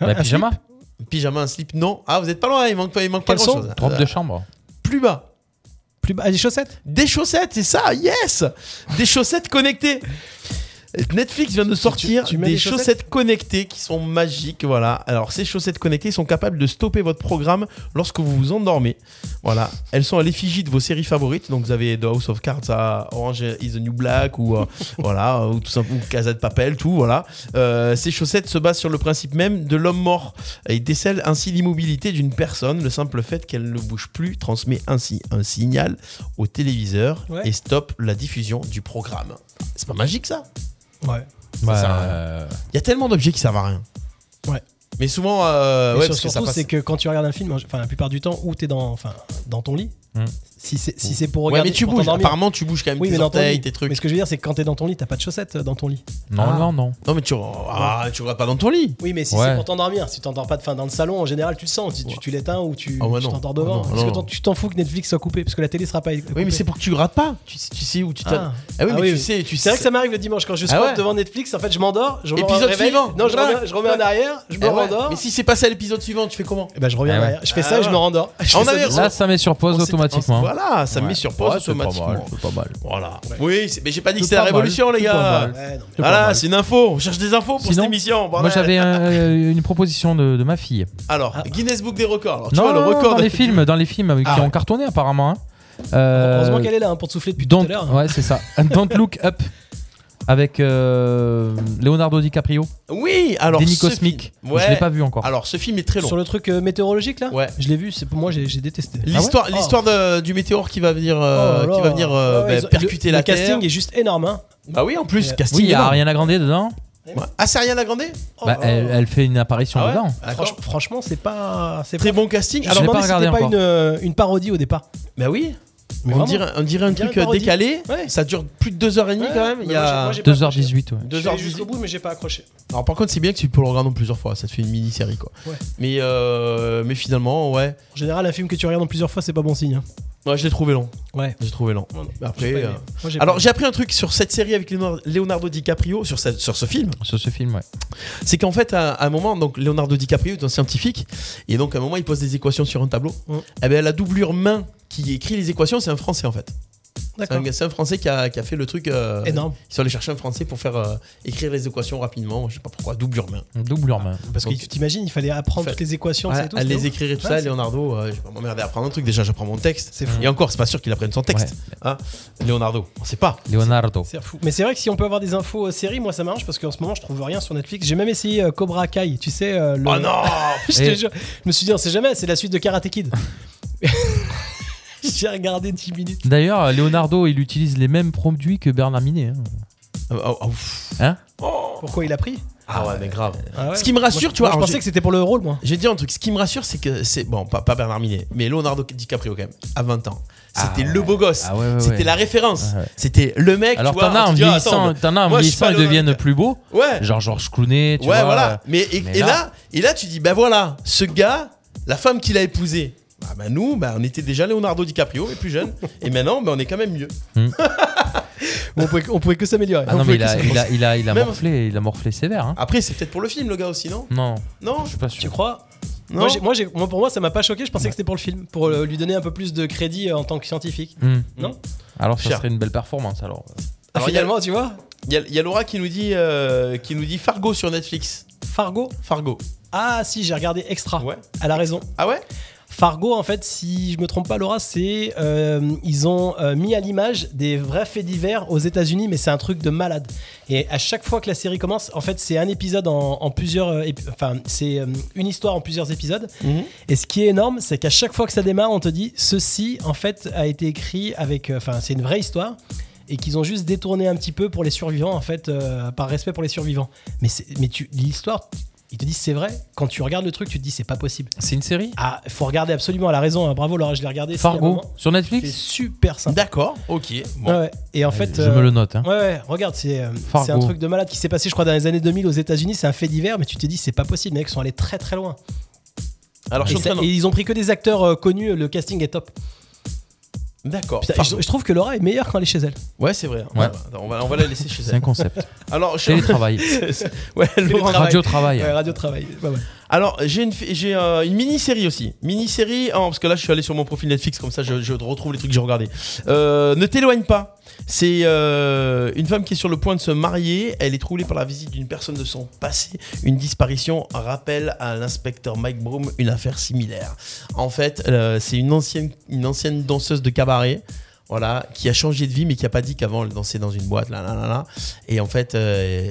C: Bah, Un pyjama
B: slip Pyjama, un slip, non. Ah, vous êtes pas loin, il manque pas, il manque pas
C: Caleçon
B: grand chose. Euh,
D: Robe de chambre.
B: Plus bas.
C: Plus bas. ah, Des chaussettes
B: Des chaussettes, c'est ça, yes Des chaussettes connectées. Netflix vient de sortir
C: tu mets
B: des,
C: des
B: chaussettes,
C: chaussettes
B: connectées qui sont magiques, voilà. Alors ces chaussettes connectées sont capables de stopper votre programme lorsque vous vous endormez. Voilà, elles sont à l'effigie de vos séries favorites, donc vous avez The House of Cards, à Orange is the New Black ou euh, voilà, ou tout simplement Casa de Papel, tout voilà. Euh, ces chaussettes se basent sur le principe même de l'homme mort et décèlent ainsi l'immobilité d'une personne. Le simple fait qu'elle ne bouge plus transmet ainsi un signal au téléviseur
C: Ouais.
B: et stoppe la diffusion du programme. C'est pas magique ça
C: Ouais.
B: il
D: Bah, euh,
B: y a tellement d'objets qui servent à rien.
C: Ouais.
B: Mais souvent,
C: Et
B: euh, ouais,
C: sur-
B: parce que ça
C: surtout,
B: passe.
C: c'est que quand tu regardes un film, enfin la plupart du temps, où t'es dans, enfin dans ton lit.
B: Hmm.
C: Si c'est si c'est pour
B: Ouais,
C: regarder.
B: mais tu
C: pour
B: bouges.
C: t'endormir.
B: Apparemment, tu bouges quand même
C: Oui,
B: tes
C: mais dans ton
B: orteils,
C: lit.
B: tes trucs.
C: Mais ce que je veux dire, c'est que quand t'es dans ton lit, t'as pas de chaussettes euh, dans ton lit.
D: Non,
C: Ah.
D: non, non.
B: Non, mais tu, ah, tu regardes pas dans ton lit.
C: Oui, mais si c'est pour t'endormir, si t'endors pas de fin dans le salon, en général, tu le sens. Tu, tu- tu l'éteins ou tu
B: Ah ouais,
C: tu
B: non.
C: t'endors devant.
B: Ah non,
C: parce que
B: non.
C: t'en- tu t'en fous que Netflix soit coupé, parce que la télé sera pas.
B: Oui, mais c'est pour que tu rates pas. Tu, tu sais où tu t'as. Ah oui, mais tu sais, tu
C: C'est vrai
B: sais-
C: que ça m'arrive le dimanche quand je
B: Ah
C: squatte
B: ouais.
C: devant Netflix. En fait, je m'endors, je me
B: Épisode
C: réveille.
B: suivant.
C: Non, je
B: Voilà.
C: remets, je remets en arrière, je me
B: Eh ouais.
C: rendors.
B: Mais si Ah c'est passé à l'épisode suivant, tu fais comment
C: Eh ben, je reviens
D: Eh ouais.
C: derrière. Je fais ça et je me rendors. Je fais
B: On
C: ça
B: avait-
C: dix
D: Là,
C: fois.
D: ça met sur pause
B: on s'est-
D: automatiquement. hein.
B: on s'est- Ah, voilà, ça me met sur pause
D: Ouais, c'est pas mal,
B: automatiquement.
D: c'est pas mal.
B: Voilà. Oui, c'est- mais j'ai pas dit que
D: C'est
B: c'était la
D: pas mal,
B: révolution, les
D: c'est pas
B: gars.
D: mal. Ouais, non, mais- C'est pas
B: Voilà,
D: mal.
B: c'est une info. On cherche des infos pour
D: Sinon,
B: cette émission.
D: Moi,
B: bordel.
D: j'avais euh, une proposition de, de ma fille.
B: Alors, Guinness Book des records. Alors, tu
D: non,
B: vois, le
D: non,
B: record.
D: dans les
B: de-
D: films, dans les films euh, qui
B: Ah ouais.
D: ont cartonné apparemment. hein. Euh,
C: Heureusement qu'elle est là hein, pour te souffler depuis
D: Don't-
C: tout à l'heure. hein.
D: Ouais, c'est ça. Don't Look Up avec euh, Leonardo DiCaprio.
B: Oui, alors.
D: Déni
B: ce
D: cosmique.
B: film- Ouais.
D: Je l'ai pas vu encore.
B: Alors, ce film est très long.
C: Sur le truc euh, météorologique là
B: Ouais.
C: Je l'ai vu, c'est pour moi j'ai j'ai détesté.
B: L'histoire,
D: Oh.
C: Ah ouais
B: l'histoire de- du météorore qui va venir, euh,
C: Oh là
B: qui
C: là.
B: va venir euh,
C: Ouais,
B: bah,
C: ils ont-
B: percuter
C: le-
B: la
C: le
B: terre.
C: casting est juste énorme. Hein.
B: Bah oui, en plus,
C: Oui,
B: casting.
D: Oui, il y a
B: énorme.
D: Ariana Grande dedans.
B: Ouais. Ah, c'est Ariana Grande
D: Bah, elle, elle fait une apparition
B: Ah ouais
D: dedans.
B: D'accord.
C: Oh Franch- franchement, c'est pas. c'est
B: Très
C: pas-
B: bon casting.
C: Je
B: Alors,
C: me
D: l'ai pas
C: demandais si
D: regardé
C: c'était pas
D: encore.
C: une, euh, une parodie au départ.
B: bah oui.
C: Mais
B: on
C: vraiment.
B: dirait, on dirait un
C: On dirait
B: truc
C: une
B: euh,
C: parodie.
B: décalé.
C: Ouais.
B: Ça dure plus de 2h30
C: Ouais,
B: quand même. Il y
C: mais moi, j'ai-
B: a
C: moi, j'ai pas
D: 2h18, ouais.
C: Je suis
B: 2h18.
C: allé jusqu'au bout, mais j'ai pas accroché.
B: Alors par contre c'est bien que tu peux le regarder en plusieurs fois, ça te fait une mini-série quoi.
C: Ouais.
B: Mais, euh, mais finalement ouais,
C: En général, un film que tu regardes en plusieurs fois, c'est pas bon signe. hein.
B: moi je l'ai trouvé long.
C: Ouais.
B: J'ai trouvé lent.
C: Moi, non.
B: Mais Après,
C: J'ai pas aimé.
B: euh,
C: Moi, j'ai pas
B: Alors
C: aimé.
B: j'ai appris un truc sur cette série avec Leonardo- Leonardo DiCaprio, sur, cette- sur ce film,
D: Sur ce film, ouais.
B: c'est qu'en fait à, à un moment, donc Leonardo DiCaprio est un scientifique, et donc à un moment il pose des équations sur un tableau.
C: Hum.
B: Et bien la doublure main qui écrit les équations, c'est un Français en fait. C'est
C: D'accord.
B: un, c'est un Français qui a, qui a fait le truc. euh,
C: Énorme.
B: Ils sont allés chercher un Français pour faire euh, écrire les équations rapidement, je sais pas pourquoi, doublure main.
D: Double main.
C: Parce que
B: Donc-
C: tu t'imagines, il fallait apprendre
B: Fait-
C: toutes les équations,
B: Ouais,
C: c'est tout.
B: à
C: c'était
B: les
C: ouf.
B: écrire et tout
C: Ouais,
B: ça,
C: c'est-
B: Leonardo, euh, je vais pas m'emmerder à apprendre un truc. Déjà, j'apprends mon texte.
C: C'est fou.
B: Et encore, c'est pas sûr qu'il apprenne son texte.
D: Ouais.
B: hein. Leonardo, on sait pas.
D: Leonardo.
C: C'est fou. Mais c'est vrai que si on peut avoir des infos euh, séries, moi ça m'arrange parce qu'en ce moment je trouve rien sur Netflix. J'ai même essayé euh, Cobra Kai, tu sais. euh, le...
B: Oh non
C: je, te
D: Et-
C: jure. je me suis dit, on sait jamais, c'est la suite de Karate Kid. J'ai regardé 10 minutes.
D: D'ailleurs, euh, Leonardo, il utilise les mêmes produits que Bernard Minet. hein.
B: Ah, ah, ah, ouf.
D: Hein
C: Pourquoi il a pris
B: Ah ouais, mais grave.
C: Ah ouais.
B: Ce qui me rassure,
C: Moi, je-
B: tu vois,
C: moi,
B: alors
C: je pensais
B: j'ai-
C: que c'était pour le rôle, moi.
B: J'ai dit un truc. Ce qui me rassure, c'est que c'est. Bon, pas, pas Bernard Minet, mais Leonardo DiCaprio quand même, à 20 ans. C'était
D: Ah
B: le
D: ouais.
B: beau gosse.
D: Ah ouais, ouais, ouais.
B: C'était la référence.
D: Ah ouais.
B: C'était le mec.
D: Alors,
B: tu vois,
D: t'en as
B: tu
D: en
B: dis, ah,
D: vieillissant,
B: attends,
D: t'en as en
B: moi, je suis
D: vieillissant,
B: pas
D: ils
B: Leonardo
D: deviennent plus beaux.
B: Ouais.
D: Genre Georges Clooney,
B: ouais,
D: tu vois.
C: euh,
D: euh,
B: voilà. Mais, et,
D: mais
B: et là,
D: là-
B: et là, tu dis, bah voilà, ce gars, la femme qu'il a épousée, bah, bah nous, bah, on était déjà Leonardo DiCaprio, mais plus jeune, et maintenant, bah, on est quand même mieux.
C: Hmm. On pouvait, on pouvait que s'améliorer.
D: Ah non,
C: On
D: mais
C: pouvait
D: il
C: que
D: a, il a, il a, il a
B: Même-
D: morflé, il a morflé sévère. hein.
B: Après, c'est peut-être pour le film, le gars aussi, non
D: Non,
B: Non
D: je suis pas
C: Tu
D: sûr.
C: crois
B: Non
C: moi, j'ai- moi, j'ai- moi, pour moi, ça m'a pas choqué. Je pensais que c'était pour le film, pour euh, lui donner un peu plus de crédit euh, en tant que scientifique.
D: Hmm.
C: Non
D: Alors, ça
B: Cher.
D: serait une belle performance. Alors,
B: Alors, il y a-
C: Finalement, tu vois,
B: Il y, a- il y a Laura qui nous dit, euh, qui nous dit Fargo sur Netflix.
C: Fargo.
B: Fargo.
C: Ah si, j'ai regardé Extra.
B: Ouais.
C: Elle a raison.
B: Ah ouais
C: Fargo, en fait, si je me trompe pas, Laura, c'est euh, ils ont euh, mis à l'image des vrais faits divers aux États-Unis, mais c'est un truc de malade. Et à chaque fois que la série commence, en fait, c'est un épisode en, en plusieurs, euh, ép- enfin, c'est euh, une histoire en plusieurs épisodes.
B: Mhm.
C: Et ce qui est énorme, c'est qu'à chaque fois que ça démarre, on te dit ceci, en fait, a été écrit avec, euh, enfin, c'est une vraie histoire. Et qu'ils ont juste détourné un petit peu pour les survivants, en fait, euh, par respect pour les survivants. Mais, c'est- mais tu- l'histoire, ils te disent c'est vrai. Quand tu regardes le truc, tu te dis c'est pas possible.
D: c'est une série
C: Ah, faut regarder absolument, elle a raison. hein. Bravo Laura, je l'ai regardé. c'était un
D: Fargo
C: moment-
D: sur
C: C'est
D: Netflix
C: super sympa.
B: D'accord, ok. Bon.
C: Ouais, ouais. Et en fait.
D: Je
C: euh,
D: me le note. hein.
C: Ouais, ouais, regarde, c'est euh,
D: Fargo.
C: c'est un truc de malade qui s'est passé, je crois, dans les années 2000 aux États-Unis. C'est un fait divers, mais tu t'es dit, c'est pas possible, les mecs sont allés très très loin.
B: Alors, je
C: Et,
B: suis en
C: ça-
B: train de-
C: et ils ont pris que des acteurs euh, connus, le casting est top.
B: D'accord.
C: Putain, je, je trouve que Laura est meilleure quand elle est chez elle.
B: Ouais, c'est vrai. hein.
D: Ouais.
B: On, va, on va la laisser chez elle.
D: C'est un concept.
B: Alors, je...
D: Télétravail.
B: C'est- ouais,
D: Télétravail.
B: Laurent-
D: Radio travail.
C: Ouais, radio travail. Pas mal.
B: Alors, j'ai une, fi- j'ai, euh, une mini-série aussi. Mini-série, oh, parce que là, je suis allé sur mon profil Netflix, comme ça, je, je retrouve les trucs que j'ai regardés. Euh, ne t'éloigne pas. C'est euh, une femme qui est sur le point de se marier. Elle est troublée par la visite d'une personne de son passé. Une disparition rappelle à l'inspecteur Mike Broom une affaire similaire. En fait, euh, c'est une ancienne, une ancienne danseuse de cabaret voilà, qui a changé de vie mais qui a pas dit qu'avant elle dansait dans une boîte, là, là, là, là. Et en fait, euh,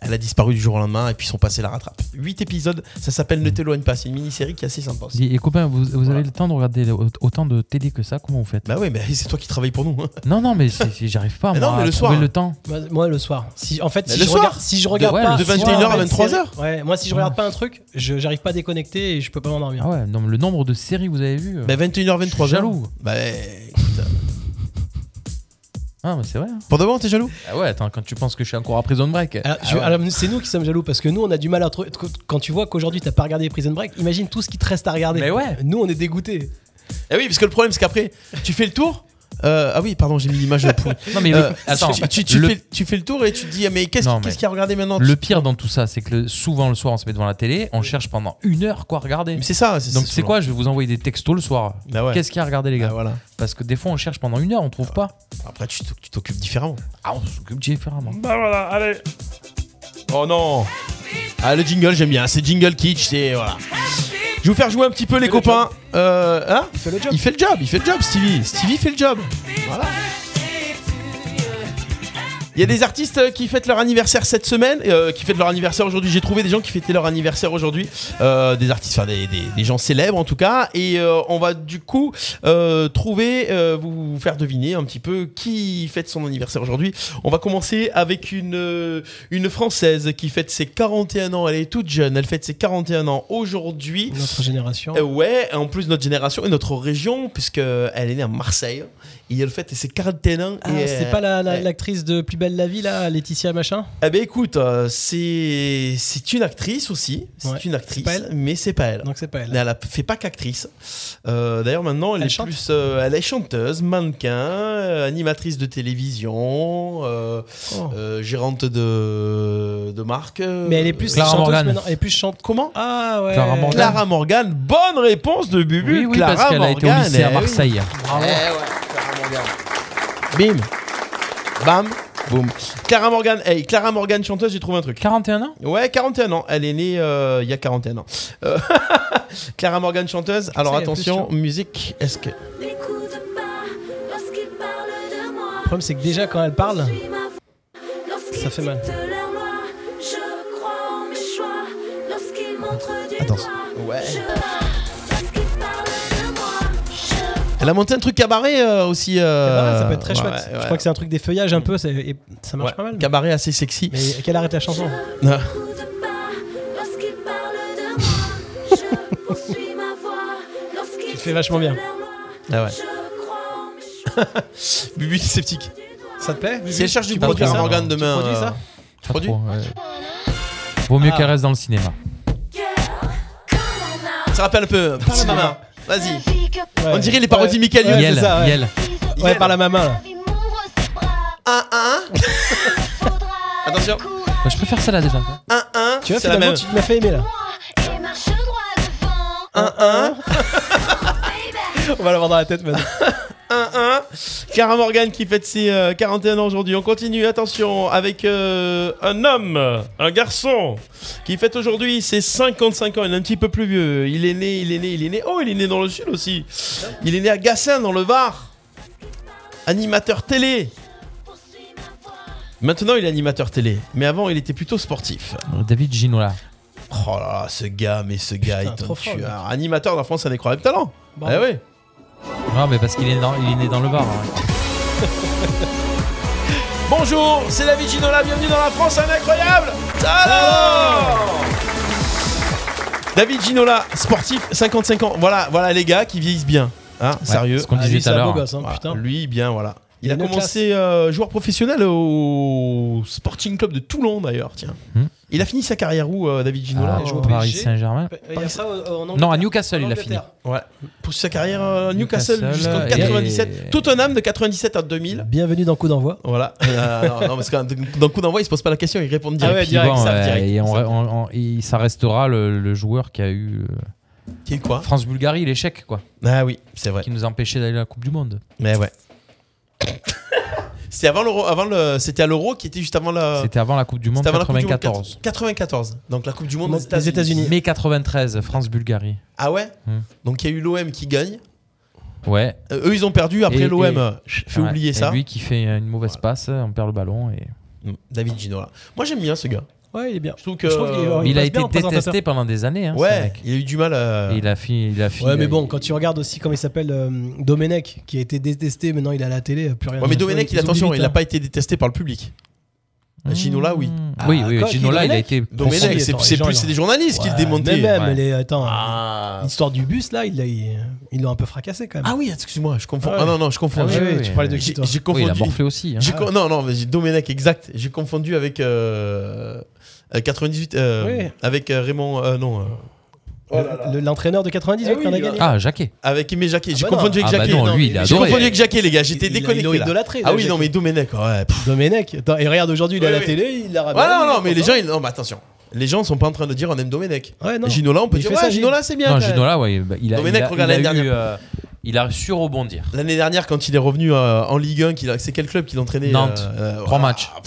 B: elle a disparu du jour au lendemain et puis son passé la rattrape. 8 épisodes, ça s'appelle Ne t'éloigne pas, c'est une mini-série qui est assez sympa.
D: Dis, et copain, vous, vous avez le temps de regarder le- autant de télé que ça Comment vous faites
B: Bah oui, mais c'est toi qui travailles pour nous. hein.
D: Non, non, mais c'est- c'est- j'arrive pas.
B: Mais
D: moi,
B: non, mais
D: à
B: le
D: trouver
B: soir.
D: le temps.
C: Moi, moi, le soir. Si, en fait,
D: Mais
C: si
D: le
C: je,
D: soir
C: regarde, si je regarde
D: De-
C: pas.
D: de
C: si je
D: 21h à
C: regarde une
D: 23h.
C: série- Ouais, moi, si je regarde pas un truc, je j'arrive pas à déconnecter et je peux pas m'endormir.
D: Ah ouais, non, mais le nombre de séries que vous avez vues. euh,
B: Bah 21h, 23h.
D: Jaloux.
B: Bah écoute.
D: Ah, mais c'est vrai. hein.
B: Pour de bon, t'es jaloux
D: Ah ouais, attends, quand tu penses que je suis encore à Prison Break.
C: Alors,
D: Ah
C: je-
D: ouais.
C: alors, c'est nous qui sommes jaloux parce que nous on a du mal à trouver. Quand tu vois qu'aujourd'hui t'as pas regardé Prison Break, imagine tout ce qui te reste à regarder. Mais ouais. Nous on est dégoûtés.
B: Eh oui, parce que le problème, c'est qu'après, tu fais le tour. euh, ah oui, pardon, j'ai mis l'image de poule.
D: Non, mais le- attends,
B: Euh, tu, tu- tu
D: le-
B: fais, tu fais le tour et tu te dis, ah, mais qu'est-ce
D: Non,
B: qu'est-ce
D: mais-
B: qu'il y a à regarder maintenant
D: Le pire dans tout ça, c'est que le- souvent le soir, on se met devant la télé, on cherche pendant une heure quoi regarder.
B: c'est ça.
D: Donc
B: c'est
D: c'est
B: souvent.
D: quoi Je vais vous envoyer des textos le soir.
B: Bah ouais.
D: Qu'est-ce qu'il y a à regarder les gars
B: voilà.
D: Parce que des fois, on cherche pendant une heure, on trouve pas.
B: Après, tu t'oc- tu t'occupes différemment.
D: Ah, on s'occupe différemment.
I: Bah voilà, allez.
B: Oh non Ah le jingle j'aime bien, c'est jingle kitsch, c'est voilà. Je vais vous faire jouer un petit peu les copains. Euh, hein il fait le job. Il fait le job, il fait le job Stevie. Stevie fait le job. Voilà. Il y a des artistes euh, qui fêtent leur anniversaire cette semaine, euh, qui fêtent leur anniversaire aujourd'hui. J'ai trouvé des gens qui fêtaient leur anniversaire aujourd'hui, Euh, des artistes, enfin des, des- des gens célèbres en tout cas. Et euh, on va du coup euh, trouver, euh, vous, vous faire deviner un petit peu qui fête son anniversaire aujourd'hui. On va commencer avec une, euh, une Française qui fête ses 41 ans. Elle est toute jeune, elle fête ses 41 ans aujourd'hui.
C: Notre génération.
B: Euh, ouais, en plus notre génération et notre région, puisque euh, elle est née à Marseille. Et elle fête ses 41 ans.
C: Ah,
B: et,
C: c'est
B: euh,
C: pas la- la- l'actrice de Plus belle la vie là, Laetitia machin.
B: eh ben écoute, euh, c'est c'est une actrice aussi, c'est
C: Ouais.
B: une actrice,
C: C'est pas elle
B: mais c'est pas elle.
C: Donc c'est pas elle.
B: Mais Elle a fait pas qu'actrice. Euh, D'ailleurs maintenant, elle, est plus, euh, elle est chanteuse, mannequin, euh, animatrice de télévision, euh, euh, gérante de de marque.
C: Oh. Mais elle est plus chanteuse maintenant. Elle est plus chante.
B: Comment
C: Ah ouais.
B: Clara Morgan. bonne réponse de Bubu.
D: Oui, oui,
B: Clara
D: parce qu'elle a été au
B: Morgan,
D: lycée à
B: eh oui.
D: Marseille.
B: Eh ouais, Clara Morgan. Bim. Bam. Boum. Clara Morgan, hey, Clara Morgan chanteuse, j'ai trouvé un truc.
D: 41 ans
B: Ouais, 41 ans. Elle est née euh, il y a 41 ans. Euh, Clara Morgan chanteuse. Alors
C: Ça, il y a
B: attention,
C: plus
B: musique, est-ce que.
C: Le problème c'est que déjà quand elle parle, ça fait mal.
B: Attends. Ouais. Elle a monté un truc cabaret euh, aussi. euh,
C: Ah, ça peut être très
B: ouais,
C: chouette.
B: ouais,
C: Je
B: ouais.
C: crois que c'est un truc des feuillages un peu, c'est- et ça marche
B: Ouais,
C: pas mal.
B: Cabaret assez sexy.
C: Mais qu'elle arrête la chanson.
B: Ah.
C: Il fait vachement bien.
B: Ah ouais. Bubu il est sceptique.
C: Ça te plaît Bubu
B: Si elle cherche du
C: Tu
B: produit
C: produis ça
B: Clara
C: Tu
B: Morgan demain.
C: produis ça
B: euh,
D: Pas trop, ouais. Vaut mieux
B: Ah.
D: qu'elle reste dans le cinéma.
B: Ça rappelle un peu. Par la maman. Vas-y. euh, On dirait les
C: Ouais.
B: parodies Michael
C: Ouais,
B: Youn.
C: c'est ça, ouais.
D: Yel.
C: Ouais, par la maman là.
B: Un, un. Attention.
D: Bah, je peux faire ça là déjà.
B: Un, un.
C: Tu vois,
B: c'est la
C: finalement,
B: même.
C: tu m'as fait aimer là.
B: Un, un.
C: On va l'avoir dans la tête maintenant.
B: 1-1. Cara Morgan qui fête ses euh, 41 ans aujourd'hui. On continue, attention, avec euh, un homme, un garçon, qui fête aujourd'hui ses 55 ans. Il est un petit peu plus vieux. Il est né, il est né, il est né. Oh, il est né dans le sud aussi. Il est né à Gassin, dans le Var. Animateur télé. Maintenant, il est animateur télé. Mais avant, il était plutôt sportif.
D: David Ginola.
B: Oh là là, ce gars, mais ce gars, il est un
C: trop fort, Bah
B: tueur. Animateur d'un France, un incroyable talent.
C: Bravo.
B: Eh oui.
D: Non, mais parce qu'il est, dans- il est né dans le bar. hein.
B: Bonjour, c'est la Viginola, bienvenue dans la France un incroyable talent David Ginola, sportif, 55 ans. Voilà, voilà les gars qui vieillissent bien. Hein, sérieux.
D: ce qu'on disait
B: lui,
C: Ah,
D: tout à
B: c'est un
D: l'heure.
B: beau gosse, hein, putain. Lui, bien, voilà. Il a
C: une
B: commencé euh, joueur professionnel au Sporting Club de Toulon d'ailleurs, tiens.
D: Hmm.
B: Il a fini sa carrière où euh, David Ginola
D: Ah,
B: Il a joué au
D: Paris
B: PSG.
D: Saint-Germain.
C: Il y a ça, euh, en Angleterre.
D: Non, à Newcastle, il a fini.
B: Ouais. Pour sa carrière euh, Newcastle,
D: Newcastle,
B: jusqu'en
D: et- Ah,
B: 97, Tottenham de 97 à 2000.
C: Bienvenue dans Coup d'envoi.
B: Voilà. Euh, non, non, parce que d'un coup d'envoi, ils se posent pas la question, ils répondent direct.
D: Et puis bon, euh, et on- on- on- il- ça restera le, le joueur qui a eu. euh,
B: Qui quoi
D: France-Bulgarie, l'échec, quoi.
B: Ah oui, c'est vrai.
D: Qui nous empêchait d'aller à la Coupe du Monde.
B: Mais ouais. C'était avant l'euro, avant le, c'était à l'euro qui était juste avant la.
D: C'était avant la Coupe du Monde,
B: Ah. C'était avant la Coupe du Monde,
D: 94.
B: 94. Donc la Coupe du Monde
C: Donc,
B: des États-Unis.
D: Mai 93, France-Bulgarie.
B: Ah ouais.
D: Hmm.
B: Donc il y a eu l'OM qui gagne.
D: Ouais.
B: Euh, eux, ils ont perdu. Après,
D: Et-
B: l'OM
D: et-
B: euh, fait
D: Ouais.
B: oublier
D: Et
B: ça.
D: lui qui fait une mauvaise passe, on perd le ballon. Et...
B: David Ginola. Moi, j'aime bien ce gars.
C: Ouais, il est bien. Je
B: trouve que.
D: Je trouve qu'il- il Il a passe été bien en détesté présentateur. pendant des années, hein, ce
B: ouais,
D: mec.
B: il a eu du mal à.
D: Et il a fini. Il a fini
B: euh,
C: Ouais, mais bon, quand tu regardes aussi comment il s'appelle euh, Domenech, qui a été détesté, maintenant il est à la télé, plus rien.
B: Ouais, mais Domenech, il,
C: Ils
B: attention,
C: oublient
B: il
C: vite,
B: n'a
C: hein.
B: pas été détesté par le public.
C: Mmh.
B: Ginola, oui.
D: Mmh.
B: Ah,
D: Oui, oui, oui, Ginola, il a été.
B: Domenech, c'est c'est plus c'est des journalistes qui le démontaient.
C: Même, même,
B: Ouais.
C: les- attends,
D: Ah.
C: l'histoire du bus là, il l'a- il- ils l'ont un peu fracassé quand même.
B: Ah oui, excuse-moi, je confonds. Ah non, non, je confonds.
C: Ah oui,
B: J'ai-
C: oui, tu parlais de qui
B: j'ai-
C: toi
B: J'ai confondu.
C: hein.
D: hein.
B: J'ai
C: Ah.
B: con- Non, non, mais j'ai Domenech, exact. J'ai confondu avec euh, euh, 98. euh,
C: Oui.
B: Avec euh, Raymond. euh, non. euh,
C: Le- L'entraîneur de 98
B: Ah oui,
C: qu'on a
B: il a-
C: gagné.
D: oh Ah, Jacquet.
B: Avec Aimé Jacquet. j'ai
C: bah
B: confondu
C: non.
B: avec
C: Ah bah
B: Jacquet.
C: non, lui, il a
B: J'ai
C: adoré.
B: confondu avec Jacquet, les gars. J'étais
C: Il- il a-
B: déconnecté.
C: ils l'ont
B: là.
C: idolâtré,
B: Ah oui,
C: Jacquet.
B: non, mais Domenech, ouais. pff.
C: Domenech. Attends, et regarde, aujourd'hui, il est à
B: Oui,
C: la
B: oui.
C: télé, Ah bah il l'a
B: Ouais,
C: ramené.
B: non, non, mais les gens, ils- non, mais attention. Les gens sont pas en train de dire on aime Domenech.
C: non.
B: Ginola, on peut
C: Il
B: dire
C: fait ça,
B: ouais, Ginola,
C: Gilles.
B: c'est bien.
D: Non,
B: quand même.
D: Ginola, ouais, bah, il a-
B: Domenech,
D: il a-
B: regarde
D: il a
B: l'année
D: eu,
B: dernière. Ah,
D: euh, il a su rebondir.
B: L'année dernière, quand il est revenu euh, en Ligue 1, qu'il a- c'est quel club qu'il entraînait euh,
D: Nantes. Trois matchs.
B: Ah,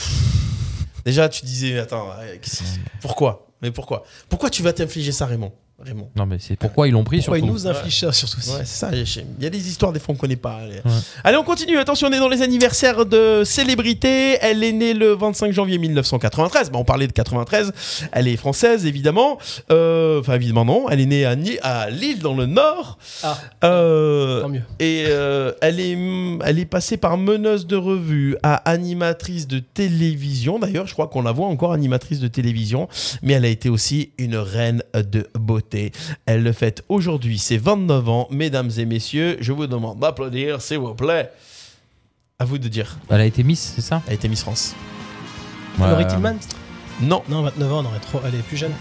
B: Déjà, tu disais, attends, euh, qu'est-ce- pourquoi Mais pourquoi Pourquoi tu vas t'infliger ça, Raymond Raymond.
D: Non, mais c'est pourquoi ils l'ont pris,
C: Pourquoi il
D: surtout.
C: nous inflige ça surtout
B: Ouais, c'est ça. j'ai- j'ai- Il y a des histoires, des fois, on connaît pas. Allez. Allez, on continue. Attention, on est dans les anniversaires de célébrités. Elle est née le 25 janvier 1993. Bah, on parlait de 93. Elle est française, évidemment. Euh, Enfin, évidemment, non. Elle est née à, Ni- à Lille, dans le Nord.
C: Ah.
B: Euh,
C: Tant mieux.
B: Et euh, elle, est, elle est passée par meneuse de revue à animatrice de télévision. D'ailleurs, je crois qu'on la voit encore animatrice de télévision. Mais elle a été aussi une reine de beauté. Elle le fête aujourd'hui, ses 29 ans. Mesdames et messieurs, je vous demande d'applaudir, s'il vous plaît. À vous de dire.
D: Elle a été Miss, c'est ça
B: Elle a été Miss France.
C: Laurie Tillman
B: Non.
C: Non, 29 ans, on aurait trop... elle est plus jeune.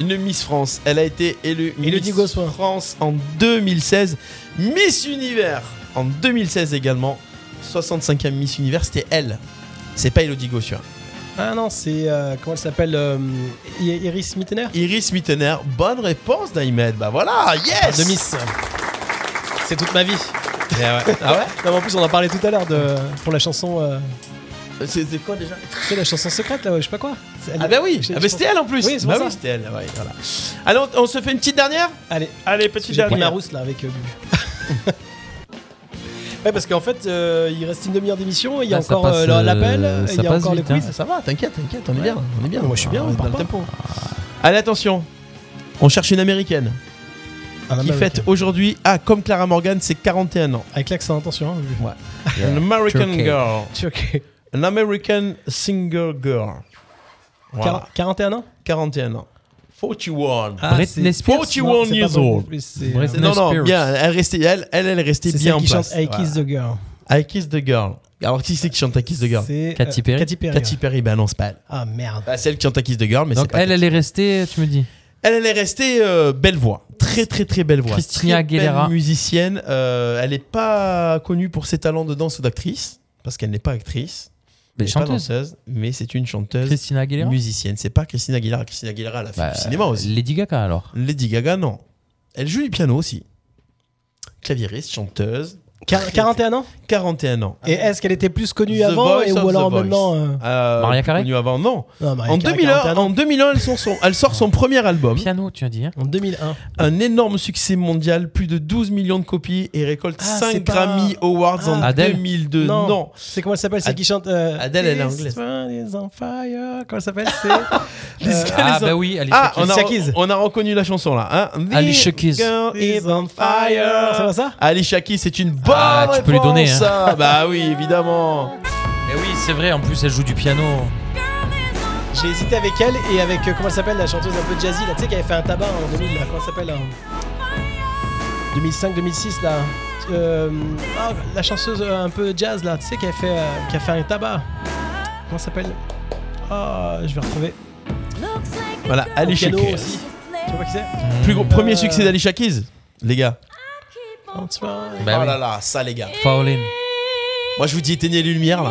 B: Une Miss France. Elle a été élue
C: Élodie
B: Miss France en 2016. Miss Univers en 2016 également. 65e Miss Univers, c'était elle. C'est pas Elodie Gossuin.
C: Ah non, c'est. euh, comment elle s'appelle euh, I- Iris Mittener
B: Iris Mittener, bonne réponse d'Ahmed. Bah voilà, yes
C: De Miss. C'est toute ma vie.
B: Ah ouais
C: Non, mais en plus, on en parlait tout à l'heure de, pour la chanson. euh,
B: C'était quoi déjà
C: C'est la chanson secrète là, ouais, je sais pas quoi. C'est-
B: Ah bah oui,
C: je-
B: ah
C: je
B: bah c'était
C: pense-
B: elle en plus.
C: Oui, c'est
B: bah
C: pour ça.
B: oui, c'était elle. ouais, voilà. Allez, on, on se fait une petite dernière
C: Allez,
B: allez,
C: Parce que
B: petite
C: J'ai pris ma
B: dernière.
C: rousse là avec euh, Bubu. ouais, parce qu'en fait, euh, il reste une demi-heure d'émission, il y a
D: Ah, ça
C: encore euh,
D: passe,
C: l'appel,
D: euh,
C: il
D: ça
C: y a
D: passe
C: encore les
D: vite, hein.
C: quiz.
B: Ça va, t'inquiète, t'inquiète, on est bien, on est bien.
C: Moi je suis bien, on
B: est dans
C: part
B: le
C: pas.
B: tempo. Allez, attention. On cherche une américaine
D: Ah,
C: Un
B: qui
D: bah,
C: Américain.
B: fête aujourd'hui, ah, comme Clara Morgan, c'est 41 ans.
C: Avec l'accent, attention. Hein, Bubu.
B: An American
C: Turkey.
B: girl.
C: Turkey.
B: An American single girl. Voilà.
C: Quar- 41 ans
B: 41 ans. 41.
C: Ah, Britney c'est- Spears, non,
B: 41
C: c'est pas
B: years
C: Britney
B: old.
C: Spears, c'est, euh,
B: C'est- Non, non,
C: Britney
B: bien.
C: Spears.
B: Elle, restait, elle, elle, elle restait
C: C'est
B: bien
C: celle
B: en
C: qui chante
B: place.
C: I Kiss
B: Voilà.
C: the Girl.
B: I Kiss the Girl. Alors, qui c'est qui chante I Kiss the Girl
C: C'est, Katy euh, Perry. Katy Perry, ouais.
B: bah non, c'est pas elle.
C: Ah merde.
B: Bah, c'est elle qui chante I Kiss the Girl, mais c'est
D: Donc
B: pas
D: elle, elle est restée, tu me dis.
B: Elle, elle est restée euh, belle voix. Très, très, très belle voix.
D: Christina
B: Très belle
D: Aguilera.
B: musicienne. Euh, elle n'est pas connue pour ses talents de danse ou d'actrice, parce qu'elle n'est pas actrice.
D: Mais
B: Elle n'est pas
D: chanteuse.
B: danseuse, mais c'est une chanteuse.
D: Christina Aguilera
B: Musicienne. C'est pas Christina Aguilera. Christina Aguilera, elle a fait
D: Bah,
B: du cinéma aussi.
D: Lady Gaga alors.
B: Lady Gaga, non. Elle joue du piano aussi. Claviériste, chanteuse.
C: Quar- 41 ans
B: 41 ans.
C: Et est-ce qu'elle était plus connue
B: Ah, The
C: avant
B: Voice
C: et,
B: of
C: ou alors
B: the Voice.
C: maintenant euh,
B: Euh,
D: Mariah Carey
B: connue avant, non.
C: Non, bah, Mariah
B: en,
C: Carey,
B: 2001,
C: 41
B: en 2001, elle sort son, elle sort son premier album.
D: Piano, tu as dit. hein.
C: En 2001.
B: Un énorme succès mondial, plus de 12 millions de copies et récolte
C: Ah,
B: 5
C: c'est pas-
B: Grammy Awards en
D: Adele
B: 2002. Euh, Non.
C: C'est comment elle s'appelle Celle
B: Ad-
C: qui chante. euh,
B: Adele, elle est
C: This
B: anglaise.
C: one is on fire. Comment elle s'appelle C'est. euh,
D: Ah, bah oui, Alicia
B: Ah,
D: Keys.
B: on a,
D: Alicia Keys.
B: on a reconnu la chanson là. Hein The
D: Alicia Keys.
B: girl is on fire.
C: fire. Ça va, ça
B: Alicia Keys, c'est une bonne
D: Ah, tu peux lui donner,
B: réponse,
D: hein.
B: ça. Bah oui, évidemment.
D: Eh oui, c'est vrai, en plus elle joue du piano.
C: J'ai hésité avec elle et avec. euh, comment elle s'appelle La chanteuse un peu jazzy là. Tu sais, qui avait fait un tabac en 2000. Là, comment elle s'appelle 2005-2006 là. euh, ah, la chanteuse euh, un peu jazz là, tu sais, qui a fait, euh, qui a fait un tabac. Comment ça s'appelle Ah, je vais retrouver.
B: Voilà,
C: Au
B: Ali
C: piano
B: Shakir.
C: aussi. Tu vois qui c'est
B: Plus gros- premier
C: Euh,
B: succès d'Ali Shakiz, les gars.
C: Bah
B: oh
C: oui.
B: là là, ça les gars. Moi je vous dis éteignez les lumières là.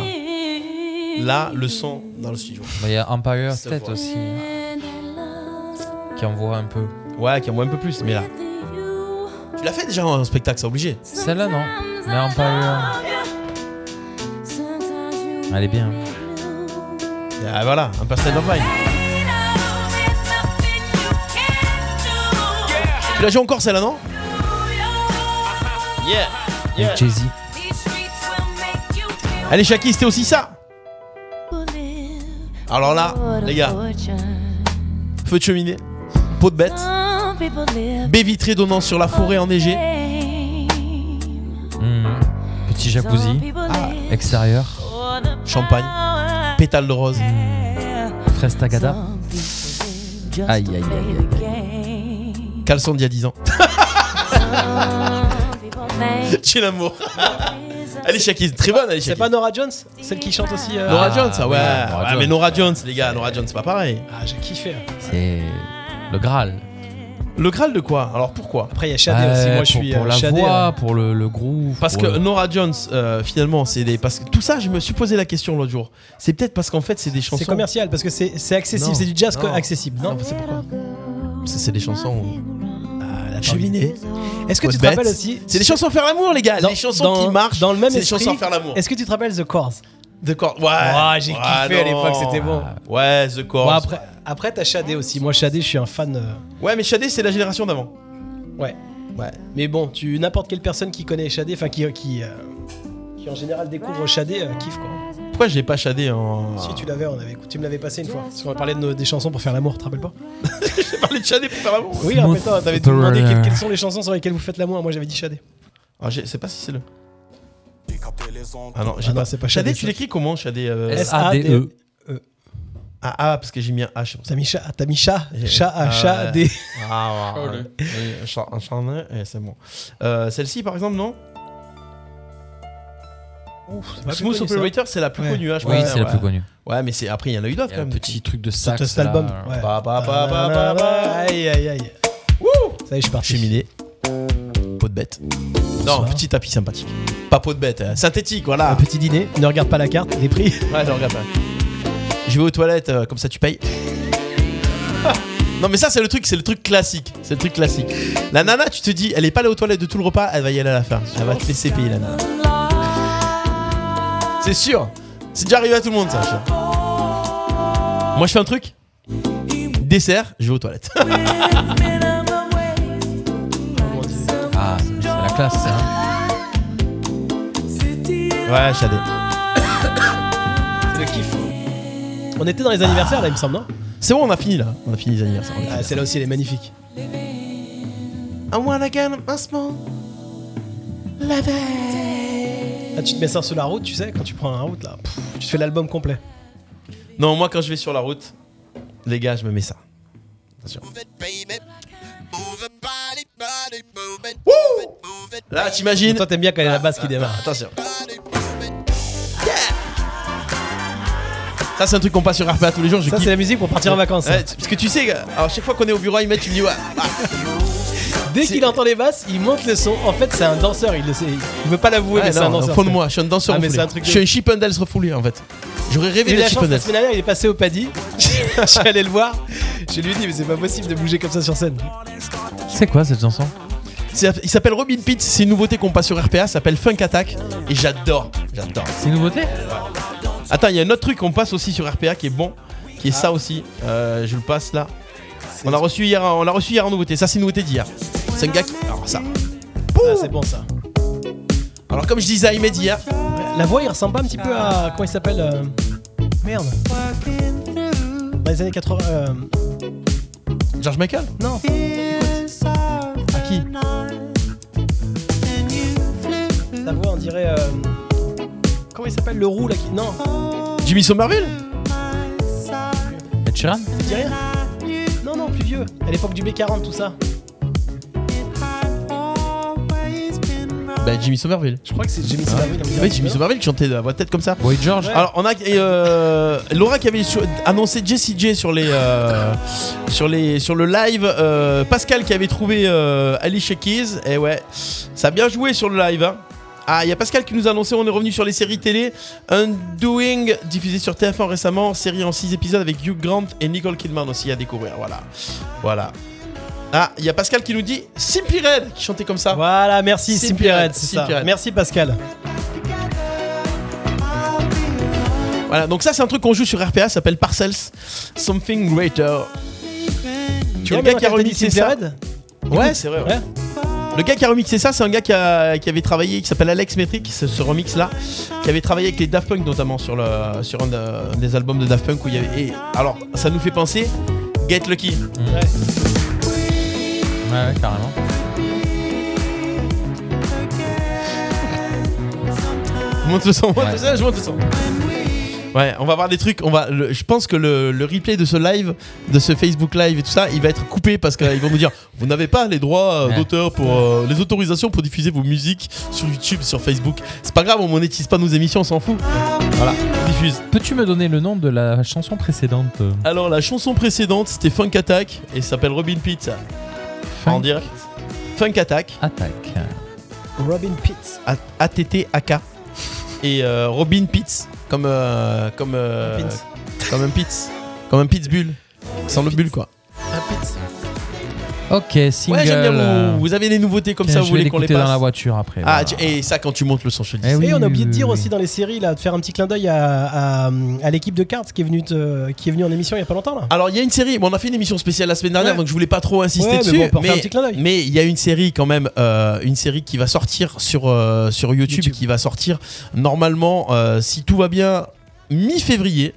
B: Là, le son dans le studio.
D: Bah, Il y a Empire
B: Ça
D: State
B: voit.
D: aussi. Qui envoie un peu.
B: Ouais, qui envoie un peu plus, mais là. Tu l'as fait déjà en spectacle, c'est obligé.
D: Celle-là, non. Mais Empire. Elle est bien.
B: Ah voilà, un personnage of mine. Tu l'as joué encore celle-là, non Yeah.
D: Avec Jay-Z.
B: Allez, Shaki, c'était aussi ça. Alors là, les gars, feu de cheminée, peau de bête, baie vitrée donnant sur la forêt enneigée.
D: Mm. Petit jacuzzi. Extérieur.
B: Ah. Champagne. Pétale de rose.
D: Fraise tagada.
B: Aïe, aïe, aïe. Caleçon d'il y a 10 ans. J'ai l'amour. Allez, Shaki, très bonne, allez,
C: C'est pas Nora Jones Celle qui chante aussi. euh,
B: Nora Jones, ah ouais.
D: ouais, Nora
B: Ouais,
D: Jones.
B: mais Nora Jones, les gars, Nora Jones, c'est pas pareil.
C: Ah, j'ai kiffé.
D: C'est le Graal.
B: Le Graal de quoi Alors pourquoi
C: Après, il y a Shadé aussi. Moi,
D: Ouais,
C: je
D: pour-
C: suis.
D: Pour
C: euh,
D: la
C: Shadé,
D: voix,
C: euh,
D: pour le, le groove.
B: hein. Parce
D: pour
B: que
D: le-
B: Nora Jones, euh, finalement, c'est des. Parce que tout ça, je me suis posé la question l'autre jour. C'est peut-être parce qu'en fait, c'est des chansons.
C: C'est commercial parce que c'est c'est accessible,
B: Non,
C: c'est du jazz co-
B: non.
C: accessible, non C'est pourquoi
B: C'est c'est des chansons. Ah, la cheminée.
C: Est-ce que tu
B: Haute
C: te
B: bête.
C: rappelles aussi
B: C'est des chansons à faire l'amour, les gars.
C: Dans-
B: les chansons
C: dans-
B: qui marchent.
C: dans le même
B: C'est des
C: esprit,
B: chansons à faire l'amour.
C: Est-ce que tu te rappelles The Chords
B: The Chords, ouais.
C: Ah, j'ai
B: Ouais,
C: kiffé à
B: non. Ah,
C: l'époque, c'était bon.
B: Ouais, The Chords.
C: Bon, après, après t'as Shadé aussi. Moi, Shadé, je suis un fan. euh,
B: Ouais, mais Shadé, c'est la génération d'avant.
C: Ouais. Ouais. Mais bon, tu n'importe quelle personne qui connaît Shadé, enfin qui qui, euh, qui en général découvre Shadé, euh, kiffe quoi.
B: Pourquoi j'ai pas Shadé en.
C: Si tu l'avais, on avait écouté, tu me l'avais passé une fois. Parce qu'on parlait de nos- des chansons pour faire l'amour, tu te rappelles pas
B: J'ai parlé de Shadé pour faire l'amour.
C: Oui, rappelle-toi, t'avais demandé quelles, quelles sont les chansons sur lesquelles vous faites l'amour. Moi, j'avais dit Shadé.
B: Ah, je sais pas si c'est le. Ah non, j'ai
C: Ah non, c'est pas Shadé,
B: Shadé, tu
C: ça.
B: l'écris comment Shadé
C: S-A-D-E.
B: Ah, ah, parce que j'ai mis un H.
C: E. T'as mis chat, t'as mis chat, chat,
B: Ah,
C: à chat,
B: ouais.
C: des.
B: Ah, ouais.
C: Chat,
B: Oui, un chat- un chat en un, et eh, c'est bon. Euh, Celle-ci, par exemple, non
C: c'est pas
B: Smooth
C: plus connu,
B: Operator,
C: ça.
B: c'est la plus
C: Ouais.
B: connue, hein, je
D: Oui,
B: pense.
D: c'est la plus connue.
B: Ouais, mais c'est après, il y en a eu d'autres
D: Il y
B: quand
D: a un
B: même.
D: petit truc de
C: Sur
D: sax.
C: cet album.
D: là.
C: Ouais.
B: Ba, ba, ba, ba, ba, ba.
C: Aïe, aïe, aïe. Ça y est, je suis parti.
B: Cheminée. Peau de bête. Non, petit tapis sympathique. Pas peau de bête, euh, synthétique, voilà.
C: Un petit dîner, ne regarde pas la carte, les prix.
B: Ouais, non, regarde pas. Je vais aux toilettes, euh, comme ça tu payes. non, mais ça, c'est le truc, c'est le truc classique. C'est le truc classique. La nana, tu te dis, elle est pas allée aux toilettes de tout le repas, elle va y aller à la fin. Elle va te laisser payer, la nana. C'est sûr. C'est déjà arrivé à tout le monde, ça. je sais. Moi, je fais un truc. Dessert, je vais aux toilettes.
D: Ah, c'est la classe, ça.
B: ouais, Shadé.
C: Le kiff.
B: hein.
C: On était dans les anniversaires là, il me semble, non
B: C'est bon, on a fini là. On a fini les anniversaires. on a fini.
C: ah, Celle-là aussi, elle est magnifique.
B: I wanna get a small
C: Là, Ah, tu te mets ça sur la route, tu sais, quand tu prends la route là, pff, tu te fais l'album complet.
B: Non, moi, quand je vais sur la route, les gars, je me mets ça. Attention. Wouh Là, t'imagines
C: Toi, t'aimes bien quand il y a la basse qui démarre.
B: Attention. Ça, c'est un truc qu'on passe sur RPA tous les jours. Je
C: Ça,
B: kiffe.
C: c'est la musique pour partir en vacances. hein. ça.
B: Ouais, tu- parce que tu sais, à chaque fois qu'on est au bureau, ils mettent, tu me dis, ouais. ah.
C: Dès qu'il entend les basses, il monte le son. En fait, c'est un danseur, il le sait. Il veut pas l'avouer,
B: Ouais,
C: mais c'est
B: non,
C: un danseur.
B: au fond de moi, je suis un danseur
C: Ah, mais
B: refoulé.
C: c'est un truc de-
B: Je suis un Chippendales refoulé en fait. J'aurais
C: J'ai
B: rêvé
C: eu la
B: d'être
C: chance, la
B: Chippendales.
C: semaine dernière, il est passé au paddy. je suis allé le voir. Je lui ai dit, mais c'est pas possible de bouger comme ça sur scène.
D: C'est quoi cette chanson
B: C'est- Il s'appelle Robin Pitt, c'est une nouveauté qu'on passe sur RPA, ça s'appelle Funk Attack et j'adore, j'adore.
D: C'est une nouveauté
B: Attends, il y a un autre truc qu'on passe aussi sur RPA qui est bon, qui est ça aussi. Euh, je le passe là. On l'a reçu hier, on l'a reçu hier en nouveauté. Ça c'est une nouveauté d'hier. C'est un gars qui- alors ça.
C: Ah, c'est bon ça.
B: Alors comme je disais à Ahmed hier,
C: La voix, il ressemble pas un petit peu à. Comment il s'appelle euh, Merde. Dans les années 80. euh,
B: George Michael.
C: Non.
B: À qui
C: Sa voix, on dirait. euh, Comment il s'appelle Le roux là qui. Non.
B: Jimmy Somerville.
D: Ed Sheeran
C: Ça te dit rien Non, non, plus vieux. À l'époque du B40, tout ça.
B: Bah, Jimmy Somerville. Je
C: crois que c'est Jimmy Somerville, on dirait.
B: Ah, Oui, Jimmy Somerville qui chantait de la voix de tête comme ça.
D: Boy George.
B: Alors, on a euh, Laura qui avait sur- annoncé Jessie J sur les euh, sur les sur le live. euh, Pascal qui avait trouvé euh, Alicia Keys. Et ouais, ça a bien joué sur le live. hein. Ah, il y a Pascal qui nous a annoncé, on est revenu sur les séries télé. Undoing, diffusé sur TF1 récemment, série en 6 épisodes avec Hugh Grant et Nicole Kidman aussi à découvrir. Voilà. Voilà. Ah, il y a Pascal qui nous dit Simply Red qui chantait comme ça.
C: Voilà, merci Simply Red, c'est ça. Merci Pascal.
B: Voilà, donc ça c'est un truc qu'on joue sur RPA, ça s'appelle Parcels Something Greater. Tu vois le
C: mais
B: gars qui a
C: Michael
B: remixé
C: Simply
B: ça
C: Red
B: Ouais, c'est vrai. ouais. Le gars qui a remixé ça, c'est un gars qui, a- qui avait travaillé, qui s'appelle Alex Metric, ce, ce remix là, qui avait travaillé avec les Daft Punk notamment sur, le, sur un, de- des albums de Daft Punk où il y avait. et alors, ça nous fait penser Get Lucky.
D: Ouais, ouais, carrément.
B: Monte le son, monte
L: Ouais.
B: le son, je monte le son. Ouais, on va voir des trucs. On va, le- je pense que le, le replay de ce live, de ce Facebook live et tout ça, il va être coupé parce qu'ils vont nous dire vous n'avez pas les droits euh,
D: Ouais.
B: d'auteur pour euh, les autorisations pour diffuser vos musiques sur YouTube, sur Facebook. C'est pas grave, on monétise pas nos émissions, on s'en fout. Voilà, diffuse.
D: Peux-tu me donner le nom de la chanson précédente euh,
B: Alors la chanson précédente, c'était Funk Attack et ça s'appelle Robin Pitt. ça. En direct. Funk Attack.
D: Attack.
C: Robin Pitts.
B: A-T-T-A-K. Et euh, Robin Pitts, comme. euh, comme. euh,
C: Pitts.
B: comme un Pitts. Comme un Pittsbull. Sans le bulle, quoi.
D: Ok, single.
B: Ouais, j'aime bien.
D: euh,
B: Vous, vous avez des nouveautés comme
D: tiens,
B: ça,
D: je
B: vous
D: vais
B: voulez qu'on les
D: l'écouter
B: passe.
D: dans la voiture après,
B: Ah,
D: voilà.
B: tu- et ça, quand tu montes le son, je te le dis.
C: et on a oublié de dire aussi dans les séries là, de faire un petit clin d'œil à, à, à l'équipe de cartes qui est venue te- qui est venue en émission il y a pas longtemps là.
B: Alors il y a une série, bon, on a fait une émission spéciale la semaine dernière,
C: Ouais.
B: donc je voulais pas trop insister
C: Ouais, mais
B: dessus.
C: bon, on peut refaire un petit clin d'œil.
B: mais il y a une série quand même, euh, une série qui va sortir sur, euh, sur YouTube, qui va sortir normalement, euh, si tout va bien, mi-février.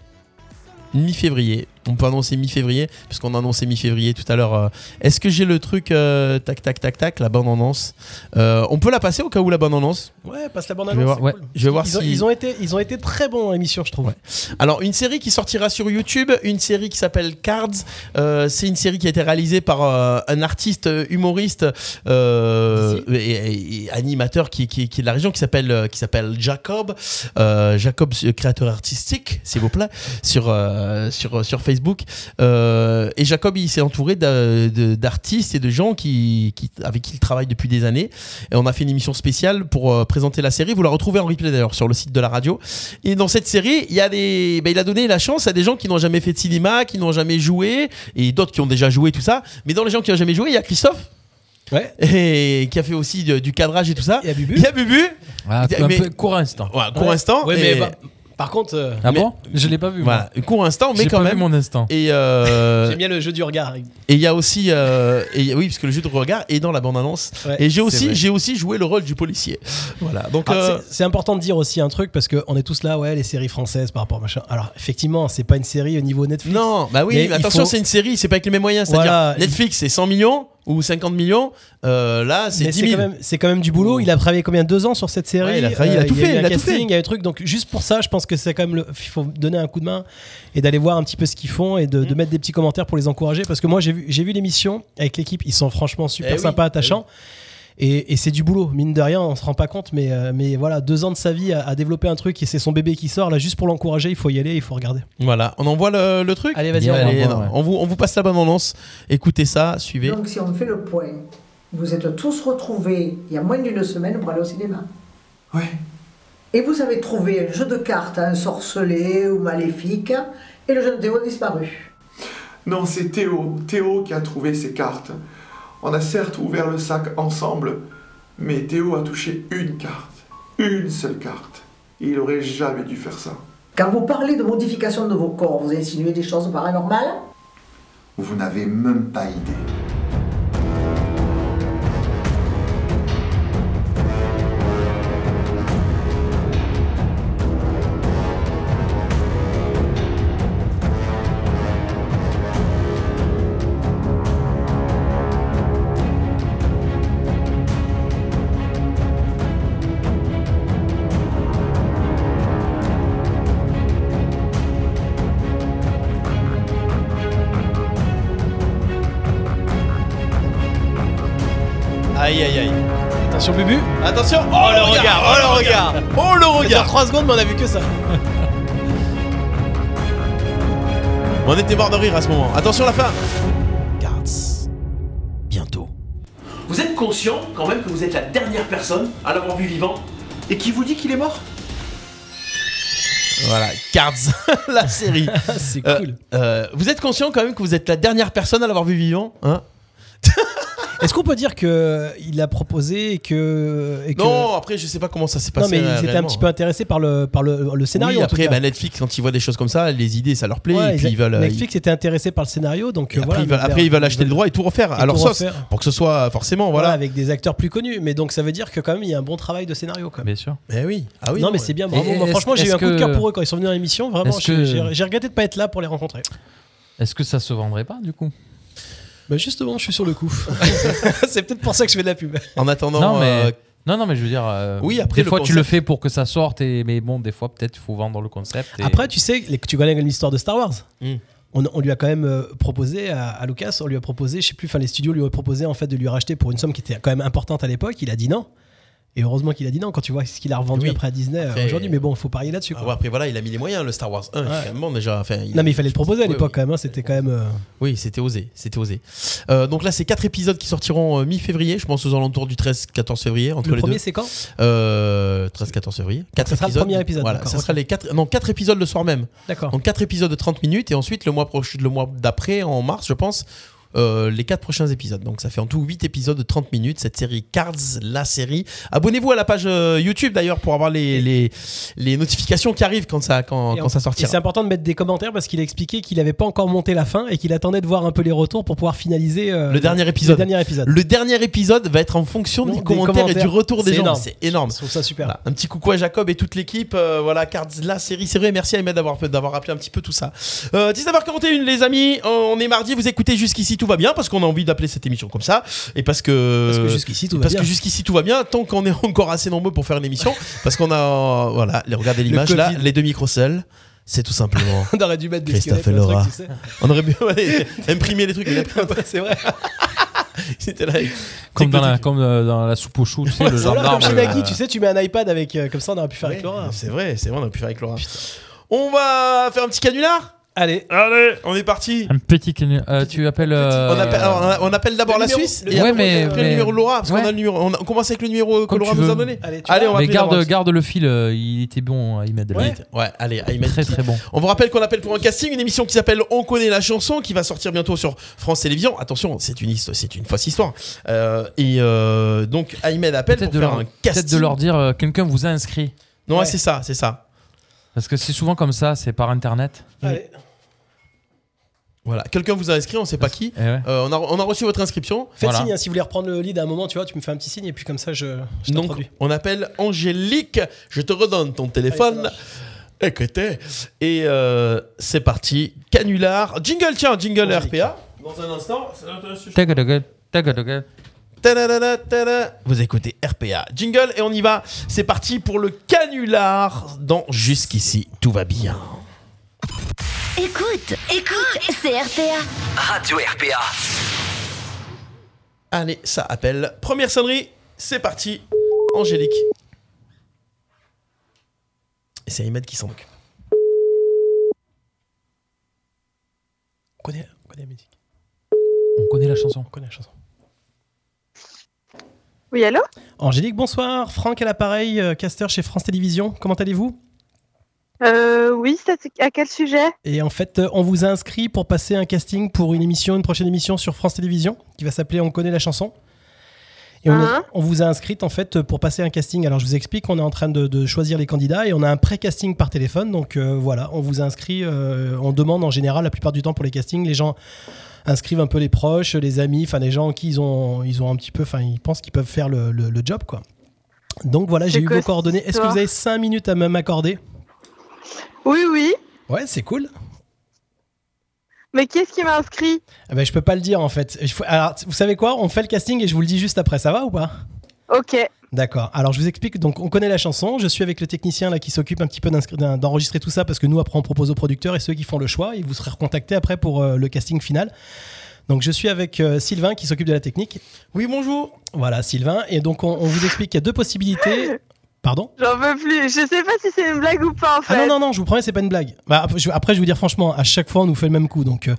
B: Mi-février. On peut annoncer mi-février, puisqu'on a annoncé mi-février tout à l'heure. euh, Est-ce que j'ai le truc euh, tac tac tac tac, la bande annonce Euh, On peut la passer au cas où la bande annonce
C: Ouais, passe la bande
B: Je vais
C: annonce.
B: voir,
C: c'est
B: ouais.
C: cool.
B: Je vais voir
C: ils, ont,
B: si-
C: ils ont été ils ont été très bons en émission je trouve.
B: Alors, une série qui sortira sur YouTube, une série qui s'appelle Cards. Euh, c'est une série qui a été réalisée par euh, un artiste euh, humoriste euh, et, et- et animateur qui, qui- qui est de la région, qui s'appelle euh, qui s'appelle Jacob. Euh, Jacob, euh, créateur artistique, s'il vous plaît, sur, euh, sur, sur Facebook. Euh, et Jacob, il s'est entouré d'a- de- d'artistes et de gens qui, qui- avec qui il travaille depuis des années. Et on a fait une émission spéciale pour euh, présenter la série. Vous la retrouvez en replay d'ailleurs sur le site de la radio. Et dans cette série, il y a des, ben, il a donné la chance à des gens qui n'ont jamais fait de cinéma, qui n'ont jamais joué, et d'autres qui ont déjà joué tout ça. Mais dans les gens qui n'ont jamais joué, il y a Christophe. Et qui a fait aussi de- du cadrage et tout ça. Il y a Bubu. Il y a Bubu.
D: Ah, un peu court instant.
B: Ouais, court instant.
C: Ouais,
B: et-
C: mais bah, par contre euh,
D: Ah
B: Mais-
D: bon Je l'ai pas vu.
B: Voilà, court instant, mais
D: J'ai
B: quand
D: pas vu
B: même.
D: mon instant.
B: Et euh,
C: j'aime bien le jeu du regard.
B: et il y a aussi euh, et oui parce que le jeu de regard est dans la bande annonce
C: Ouais,
B: et j'ai
C: c'est
B: aussi
C: vrai.
B: j'ai aussi joué le rôle du policier voilà donc
C: Ah,
B: euh,
C: c'est- c'est important de dire aussi un truc parce qu'on est tous là, ouais, les séries françaises par rapport à machin. Alors effectivement, c'est pas une série au niveau Netflix.
B: Non, bah oui, mais attention, c'est une série, c'est pas avec les mêmes moyens. C'est-à-dire,
C: Voilà,
B: Netflix, c'est 100 millions ou 50 millions. euh, là, c'est
C: Mais
B: 10
C: c'est
B: 000.
C: quand, même- c'est quand même du boulot. Il a travaillé combien deux ans sur cette série.
B: Ouais, il a travaillé, il a tout
C: y eu
B: fait,
C: un
B: il a tout
C: casting,
B: fait.
C: Il y a eu un truc. Donc juste pour ça, je pense que c'est quand même. le- Il faut donner un coup de main et d'aller voir un petit peu ce qu'ils font et de,
B: Mm.
C: de mettre des petits commentaires pour les encourager. Parce que moi, j'ai vu, j'ai vu l'émission avec l'équipe. Ils sont franchement super
B: Eh oui,
C: sympas, attachants. Et, et c'est du boulot, mine de rien, on se rend pas compte, mais, euh, mais voilà, deux ans de sa vie à, à développer un truc et c'est son bébé qui sort, là, juste pour l'encourager, il faut y aller, il faut regarder.
B: Voilà, on envoie le, le truc. Allez,
C: vas-y, on l'envoie,
B: non,
C: ouais.
B: on, vous, on vous passe la bonne annonce. Écoutez ça, suivez.
M: Donc si on fait le point, vous êtes tous retrouvés il y a moins d'une semaine pour aller au cinéma.
N: Ouais.
M: Et vous avez trouvé un jeu de cartes, un sorcelé ou maléfique, et le jeune Théo a disparu.
N: Non, c'est Théo. Théo qui a trouvé ces cartes. On a certes ouvert le sac ensemble, mais Théo a touché une carte. Une seule carte. Il aurait jamais dû faire ça.
M: Quand vous parlez de modification de vos corps, vous insinuez des choses paranormales
N: Vous n'avez même pas idée.
L: Thank
C: Attention, Bubu.
B: Attention, oh, le regard, oh le regard, oh le
C: Ça dure
B: regard.
C: 3 secondes, mais on a vu que ça.
B: On était mort de rire à ce moment. Attention la fin. Cards.
O: Vous êtes conscient quand même que vous êtes la dernière personne à l'avoir vu vivant et qui vous dit qu'il est mort
B: Voilà, Cards, la série. Euh,
C: C'est cool.
B: vous êtes conscient quand même que vous êtes la dernière personne à l'avoir vu vivant, hein
C: Est-ce qu'on peut dire que euh, il l'a proposé et que. et que-
B: Non, après je sais pas comment ça s'est passé. euh,
C: Non, mais ils étaient un
B: réellement.
C: petit peu intéressés par le, par le, le scénario.
B: Oui,
C: en tout
B: après
C: cas.
B: bah, Netflix quand ils voient des choses comme ça, les idées ça leur plaît
C: Ouais,
B: et puis
C: ils-
B: ils veulent. ils-
C: Netflix était intéressé par le scénario, donc euh,
B: après,
C: voilà.
B: ils veulent, après, ils veulent acheter le droit et tout refaire
C: et
B: à leur
C: tout
B: sauce
C: refaire.
B: pour que ce soit forcément voilà.
C: Voilà, avec des acteurs plus connus. Mais donc ça veut dire que quand même il y a un bon travail de scénario quand même.
D: Bien sûr.
B: Mais oui. Ah oui.
C: non,
B: non,
C: mais
B: ouais.
C: c'est bien, bravo.
B: Et
C: Moi,
B: est-ce-
C: franchement, j'ai eu
B: est-ce
C: un coup de
B: que-
C: cœur pour eux quand ils sont venus à l'émission. Vraiment,
D: est-ce
C: j'ai
D: que-
C: j'ai- j'ai regretté de pas être là pour les rencontrer.
D: Est-ce que ça se vendrait pas du coup
C: Bah justement, je suis sur le coup. c'est peut-être pour ça que je fais de la pub.
B: En attendant,
D: non, mais...
B: euh,
D: non, non, mais je veux dire, euh,
B: Oui, après,
D: des
B: le
D: fois tu le
B: concept-
D: fais pour que ça sorte, et... mais bon, des fois peut-être il faut vendre le concept. et-
C: Après, tu sais, les- tu connais l'histoire de Star Wars.
B: Mm.
C: On, on lui a quand même euh, proposé à, à Lucas, on lui a proposé, je sais plus, enfin les studios lui ont proposé en fait de lui racheter pour une somme qui était quand même importante à l'époque. Il a dit non. Et heureusement qu'il a dit non quand tu vois ce qu'il a revendu
B: Oui.
C: après à Disney euh,
B: Après-
C: aujourd'hui. Mais bon, faut parier là-dessus. quoi.
B: Ah ouais, après voilà, il a mis les moyens le Star Wars 1
C: Ouais.
B: finalement déjà. Enfin, il-
C: Non, mais il fallait le proposer à
B: Ouais,
C: l'époque quand même. hein, C'était quand même. euh,
B: Oui, c'était osé, c'était osé. Euh, donc là, c'est quatre épisodes qui sortiront euh, mi-février, je pense aux alentours du 13-14 février entre
C: Le
B: les deux.
C: premier, c'est quand
B: Euh, 13-14 février. Quatre
C: Ça sera le
B: épisodes.
C: premier épisode,
B: Voilà,
C: d'accord,
B: ça
C: ok.
B: sera les quatre. Non, quatre épisodes le soir même.
C: D'accord.
B: Donc quatre épisodes de 30 minutes et ensuite le mois proche, le mois d'après, en mars, je pense. euh, les quatre prochains épisodes. Donc ça fait en tout 8 épisodes de 30 minutes, cette série Cards, la série. Abonnez-vous à la page euh, YouTube d'ailleurs pour avoir les, les, les notifications qui arrivent quand ça, quand,
C: Et
B: quand
C: en- et
B: ça
C: c'est
B: sortira.
C: important de mettre des commentaires parce qu'il a expliqué qu'il n'avait pas encore monté la fin et qu'il attendait de voir un peu les retours pour pouvoir finaliser euh,
B: Le dernier épisode.
C: Le dernier épisode.
B: Le dernier épisode va être en fonction des,
C: des
B: commentaires, et du
C: commentaires.
B: retour des
C: C'est
B: gens.
C: énorme.
B: C'est énorme.
C: Je trouve ça super.
B: Voilà. Un petit coucou à Jacob et toute l'équipe. euh, voilà, Cards, la série. C'est vrai, merci à Ahmed d'avoir d'avoir rappelé un petit peu tout ça. Euh, 19h41, les amis. Euh, On est mardi. Vous écoutez jusqu'ici, tout va bien parce qu'on a envie d'appeler cette émission comme ça et parce que
C: Parce que jusqu'ici, tout va
B: Euh, parce
C: bien.
B: que jusqu'ici tout va bien. Tant qu'on est encore assez nombreux pour faire une émission, parce qu'on a euh, voilà, les- regardez
C: Le
B: l'image là,
C: Covid.
B: les deux micros seuls. C'est tout simplement.
C: On aurait dû mettre des
B: Christophe et
C: squelettes, un truc,
B: Laura.
C: tu sais.
B: On aurait bien ouais, imprimer les trucs. mais l'imprimer-
C: C'est vrai.
B: C'était là.
D: Comme, dans la, comme euh, dans la soupe au chou, tu sais, le
C: Voilà,
D: gendarme.
C: comme chez Nagui,
D: euh,
C: tu sais, tu mets un iPad avec. euh, comme ça, on aurait pu faire avec Laura.
B: C'est vrai, c'est vrai, on aurait pu faire avec Laura. On va faire un petit canular
C: Allez.
B: Allez, on est parti.
D: Un petit. canu- euh, tu appelles. euh,
B: On appelle, alors, on a- on appelle d'abord la Suisse
D: le
B: et
D: numéro-
B: après, euh,
D: Ouais, mais-
B: après le
D: mais-
B: numéro de Laura parce qu'on a le numéro. On, a- on commence avec le numéro que
D: Comme
B: Laura
D: tu
B: nous a
D: veux.
B: donné. Allez, on va
D: mais
B: appeler Laura.
D: garde, garde le fil, euh, il était bon, Ahmed. là.
B: Ouais. Ouais, allez, Ahmed
D: Très
B: qui-
D: très bon.
B: On vous rappelle qu'on appelle pour un casting une émission qui s'appelle On connaît la chanson qui va sortir bientôt sur France Télévisions. Attention, c'est une histo- c'est une fausse histoire. Euh, et euh, donc Ahmed appelle
D: Peut-être
B: pour
D: de,
B: faire
D: leur-
B: un
D: peut-être
B: casting.
D: de leur dire euh, quelqu'un vous a inscrit.
B: Non, ouais, c'est ça, c'est ça.
D: Parce que c'est souvent comme ça, c'est par internet.
B: Voilà, quelqu'un vous a inscrit, on sait pas qui.
D: Eh ouais.
B: Euh, on, a, on a reçu votre inscription.
C: Faites signe, hein, si vous voulez reprendre le lead à un moment, tu vois, tu me fais un petit signe et puis comme ça, je, je
B: Donc,
C: t'introduis.
B: on appelle Angélique. Je te redonne ton
D: Ah,
B: téléphone. Écoutez. Et euh, c'est parti. Canular. Jingle, tiens, jingle RPA. Dans un instant, c'est notre sujet.
D: Tagadogal, tagadogal.
B: Ta-da-da-da, ta-da. Vous écoutez RPA. Jingle et on y va. C'est parti pour le canular dans Jusqu'ici, tout va bien.
F: Écoute,
C: Ah.
F: écoute, c'est RPA.
L: Radio RPA.
B: Allez, ça appelle. Première sonnerie, c'est parti. Angélique. Et c'est Ahmed qui s'en occupe.
C: On connaît, on connaît la musique.
D: On connaît la chanson.
C: On connaît la chanson.
P: Oui, allô
C: Angélique, bonsoir. Franck à l'appareil, euh, caster chez France Télévisions. Comment allez-vous
P: Euh, Oui, c'est à quel sujet
C: Et en fait, euh, on vous a inscrit pour passer un casting pour une émission, une prochaine émission sur France Télévisions qui va s'appeler On connaît la chanson. Et on,
P: Hein
C: on vous a inscrite en fait pour passer un casting. Alors je vous explique, on est en train de, de choisir les candidats et on a un pré-casting par téléphone. Donc euh, voilà, on vous a inscrit. euh, on demande en général la plupart du temps pour les castings, les gens inscrivent un peu les proches, les amis, enfin les gens qui ils ont, ils ont un petit peu, enfin ils pensent qu'ils peuvent faire le, le- le job quoi. Donc voilà, j'ai
P: C'est
C: eu
P: quoi
C: vos
P: cette
C: coordonnées. Est-ce que vous
P: histoire
C: avez 5 minutes à me- m'accorder
P: Oui, oui.
C: Ouais, c'est cool.
P: Mais qui est-ce qui m'a inscrit
C: Ah ben, je peux pas le dire en fait. Je- Alors, vous savez quoi On fait le casting et je vous le dis juste après. Ça va ou pas
P: Ok.
C: D'accord. Alors je vous explique. Donc on connaît la chanson. Je suis avec le technicien là qui s'occupe un petit peu d'inscri- d'en- d'enregistrer tout ça parce que nous après on propose aux producteurs et ceux qui font le choix et vous serez recontactés après pour euh, le casting final. Donc je suis avec euh, Sylvain qui s'occupe de la technique.
B: Oui, bonjour.
C: Voilà, Sylvain. Et donc on, on vous explique qu'il y a deux possibilités. Pardon
P: J'en veux plus. Je sais pas si c'est une blague ou pas en fait.
C: Ah non, non, non, je vous promets, c'est pas une blague. Bah, après, je, après, je vais vous dire franchement, à chaque fois, on nous fait le même coup. Donc, euh,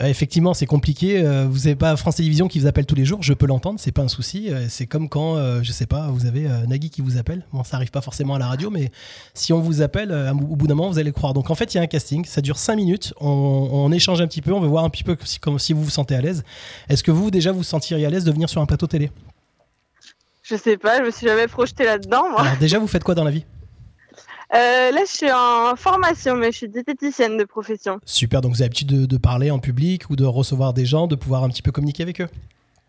C: euh, effectivement, c'est compliqué. Euh, vous n'avez pas France Télévisions qui vous appelle tous les jours. Je peux l'entendre, c'est pas un souci. Euh, c'est comme quand, euh, je sais pas, vous avez euh, Nagui qui vous appelle. Bon, ça arrive pas forcément à la radio, mais si on vous appelle, euh, au bout d'un moment, vous allez le croire. Donc, en fait, il y a un casting. Ça dure 5 minutes. On, on échange un petit peu. On veut voir un petit peu si, comme, si vous vous sentez à l'aise. Est-ce que vous, déjà, vous sentiriez à l'aise de venir sur un plateau télé
P: Je sais pas. Je me suis jamais projetée là-dedans moi.
C: Alors, déjà, vous faites quoi dans la vie
P: Euh, là, je suis en formation, mais je suis diététicienne de profession.
C: Super, donc vous avez l'habitude de, de parler en public ou de recevoir des gens, de pouvoir un petit peu communiquer avec eux.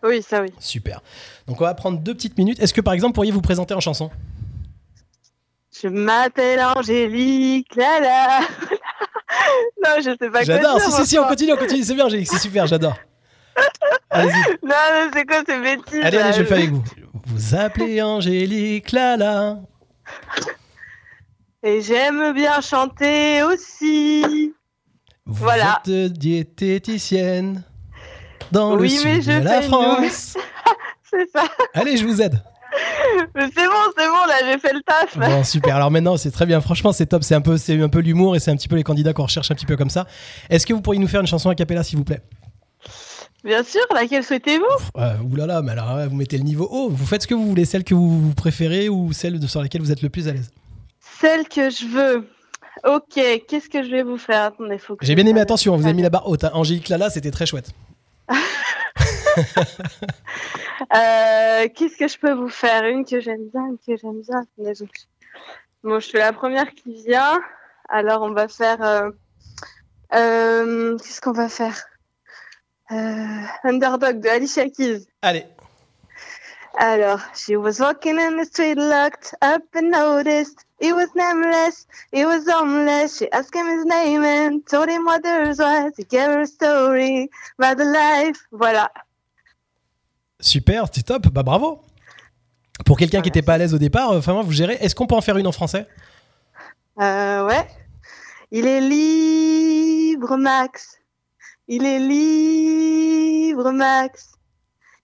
P: Oui, ça oui.
C: Super. Donc on va prendre deux petites minutes. Est-ce que par exemple pourriez vous présenter en chanson
P: Je m'appelle Angélique, là là. Bah, non, je sais pas quoi
C: J'adore.
P: dire,
C: Si, si, si, on
P: enfin.
C: continue, on continue. C'est bien, Angélique, c'est super, j'adore.
P: Non, non, c'est quoi ces bêtises
C: Allez,
P: là
C: allez, je le fais avec vous. Vous appelez Angélique Lala.
P: Et j'aime bien chanter aussi.
C: Vous
P: Voilà.
C: êtes diététicienne dans le
P: oui,
C: sud
P: mais je
C: de la
P: fais une nouvelle-
C: France.
P: c'est ça.
C: Allez, je vous aide.
P: Mais c'est bon, c'est bon, là, j'ai fait le taf.
C: Bon, super. Alors maintenant, c'est très bien. Franchement, c'est top. C'est un peu, c'est un peu l'humour et c'est un petit peu les candidats qu'on recherche un petit peu comme ça. Est-ce que vous pourriez nous faire une chanson a cappella, s'il vous plaît
P: Bien sûr, laquelle souhaitez-vous
C: Euh, Oulala, mais alors ouais, vous mettez le niveau haut. Vous faites ce que vous voulez, celle que vous, vous préférez ou celle de- sur laquelle vous êtes le plus à l'aise.
P: Celle que je veux. Ok, qu'est-ce que je vais vous faire Attendez, faut que.
C: J'ai bien aimé. Attention, on vous a mis la barre haute. hein. Angélique Lala, c'était très chouette.
P: Euh, qu'est-ce que je peux vous faire Une que j'aime bien, une que j'aime bien. Attendez, je- Bon, je suis la première qui vient. Alors, on va faire. euh, euh, qu'est-ce qu'on va faire Euh, Underdog de Alicia Keys.
C: Allez.
P: Alors, she was walking in the street, looked up and noticed he was nameless, he was homeless. She asked him his name and told him what theirs was. He gave her a story about the life. Voilà.
C: Super, c'est top. Bah bravo. Pour quelqu'un qui n'était pas à l'aise au départ, euh, vraiment, vous gérez. Est-ce qu'on peut en faire une en français
P: Euh, ouais. Il est libre, Max. Il est libre, Max.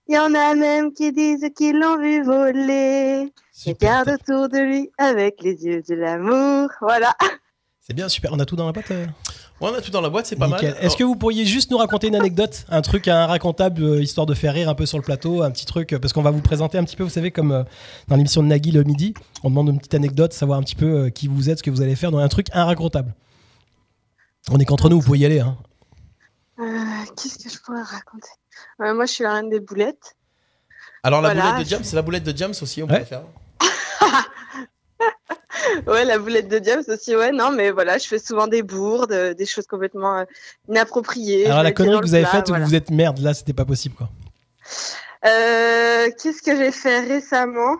P: Il y en a même qui disent qu'ils l'ont vu voler. Regarde autour de lui avec les yeux de l'amour. Voilà.
C: C'est bien, super. On a tout dans la boîte. euh
B: Ouais, on a tout dans la boîte, c'est pas
C: Nickel.
B: mal.
C: Est-ce que vous pourriez juste nous raconter une anecdote, un truc un racontable, euh, histoire de faire rire un peu sur le plateau, un petit truc, euh, parce qu'on va vous présenter un petit peu, vous savez, comme euh, dans l'émission de Nagui le midi, on demande une petite anecdote, savoir un petit peu euh, qui vous êtes, ce que vous allez faire, donc un truc un racontable. On est qu'entre nous, vous pouvez y aller. Hein.
P: Euh, Qu'est-ce que je pourrais raconter Euh, Moi, je suis la reine des boulettes.
B: Alors la
P: Voilà.
B: boulette de James, c'est la boulette de James aussi, on peut
C: Ouais. Euh,
B: la faire.
P: Ouais, la boulette de diable aussi, ouais, non, mais voilà, je fais souvent des bourdes, euh, des choses complètement euh, inappropriées.
C: Alors
P: je
C: la
P: les fais dans
C: connerie que
P: le
C: vous avez
P: plat,
C: faite, où
P: voilà.
C: vous êtes merde, là, c'était pas possible quoi.
P: Euh, Qu'est-ce que j'ai fait récemment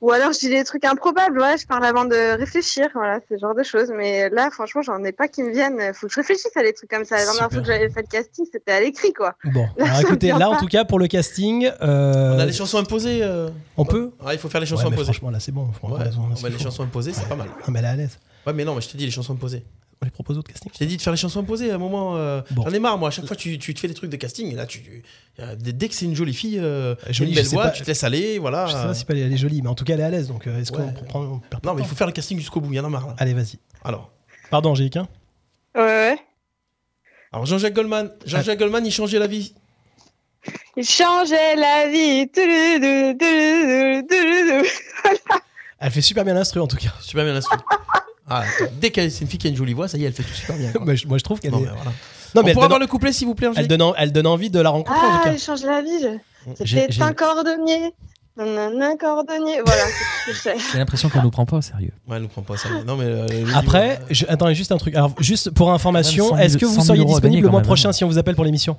P: Ou alors j'ai des trucs improbables, ouais, je parle avant de réfléchir, voilà, ce genre de choses. Mais là, franchement, j'en ai pas qui me viennent. Faut que je réfléchisse à des trucs comme ça. La dernière fois que j'avais fait le casting, c'était à l'écrit, quoi.
C: Bon,
P: Là,
C: alors
P: ça me
C: écoutez,
P: vient
C: là en
P: pas.
C: tout cas pour le casting, euh,
B: On a les chansons imposées. euh.
C: on peut
B: Ah, il faut faire les
C: Ouais,
B: chansons
C: mais
B: imposées.
C: Franchement là c'est bon. franchement,
B: Ouais,
C: on- on-
B: on
C: c'est
B: met les
C: fou.
B: chansons imposées, c'est pas mal.
C: Ah, mais elle est à l'aise.
B: Ouais, mais non, mais je t'ai dit les chansons imposées.
C: On les propose autres casting.
B: Je t'ai dit de faire les chansons imposées à un moment. euh, J'en ai marre, moi. À chaque fois, tu, tu te fais des trucs de casting. Et là, tu, euh, dès- dès que c'est une jolie fille, euh,
C: Jolie,
B: une
C: je
B: belle
C: sais
B: voix,
C: pas.
B: tu te laisses aller. Voilà.
C: Je sais pas si elle est elle est jolie, mais en tout cas elle est à l'aise, donc euh, est-ce qu'on prend on perd pas
B: Non,
C: de
B: mais il
C: temps
B: faut faire le casting jusqu'au bout. Il y en a marre. Là.
C: Allez, vas-y.
B: Alors.
C: Pardon, Angélique. hein
P: Ouais, ouais.
B: Alors, Jean-Jacques Goldman.
C: Ah.
B: Jean-Jacques Goldman, il changeait la vie.
P: Il changeait la vie. Touloudou, touloudou, touloudou.
C: Elle fait super bien l'instru en tout cas.
B: Super bien l'instru. Ah, attends, dès qu'elle c'est une fille qui a une jolie voix, ça y est, elle fait tout super bien. quoi.
C: Moi, je, moi, je trouve qu'elle
B: Non,
C: est.
B: mais voilà.
C: Non,
B: On
C: mais elle
B: pourra
C: donne-
B: avoir le couplet, s'il vous plaît,
C: elle
B: Angélique
C: donne, en- elle donne envie de la rencontrer en tout
P: Ah,
C: cas.
P: il change la vie. je-
C: J'ai-
P: C'était
C: j'ai-
P: un cordonnier. Un un cordonnier. Voilà, c'est ce que je
D: J'ai l'impression qu'on nous prend pas au sérieux.
B: Ouais, elle nous prend pas ça. Non, mais. euh, le
C: Après, je, attendez juste un truc. Alors, juste pour information,
D: 100 000
C: est-ce que
D: 100
C: vous
D: 000
C: seriez
D: euros à
C: disponible
D: gagner
C: le
D: quand
C: mois
D: même,
C: prochain si on vous appelle pour l'émission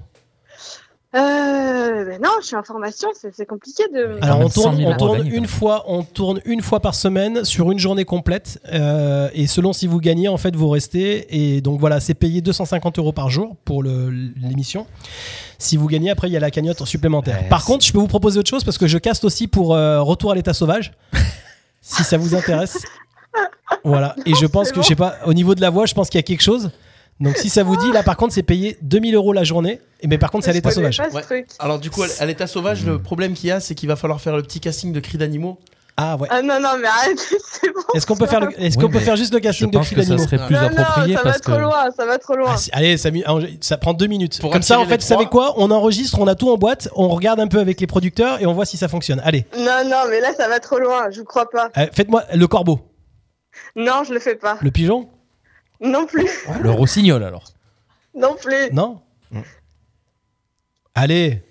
P: Euh, ben non, je suis en formation, c'est c'est compliqué de.
C: Alors, on tourne, on tourne
D: gagner,
C: une fois, on tourne une fois par semaine sur une journée complète. euh, et selon si vous gagnez, en fait, vous restez. Et donc voilà, c'est payé 250 euros par jour pour le- l'émission. Si vous gagnez, après, il y a la cagnotte supplémentaire. par contre, je peux vous proposer autre chose parce que je caste aussi pour euh, Retour à l'état sauvage, si ça vous intéresse. Voilà. Et je pense que, je sais pas, au niveau de la voix, je pense qu'il y a quelque chose. Donc si ça vous dit, là par contre, c'est payé 2000 euros la journée. Et mais par contre, c'est à l'état sauvage.
B: Ouais. Alors du coup, à l'état sauvage,
C: Hmm.
B: le problème qu'il y a, c'est qu'il va falloir faire le petit casting de cris d'animaux.
C: Ah ouais.
P: Ah non, non, mais arrêtez, c'est bon.
C: Est-ce qu'on peut faire, le- est-ce qu'on peut faire juste le casting de cris d'animaux
P: non, non, ça va trop loin, ça va trop loin.
C: Ah, si- Allez, ça, mi- ça prend deux minutes. Comme ça, en
P: attirer
C: fait,
P: les
C: vous savez quoi On enregistre, on a tout en boîte, on regarde un peu avec les producteurs et on voit si ça fonctionne. Allez,
P: Non, non, mais là, ça va trop loin, Ah, je vous crois pas.
C: euh, faites-moi le corbeau,
P: Non, je le fais pas.
C: le pigeon,
P: Non plus,
D: Le rossignol alors.
P: non plus.
C: non Mm. Allez.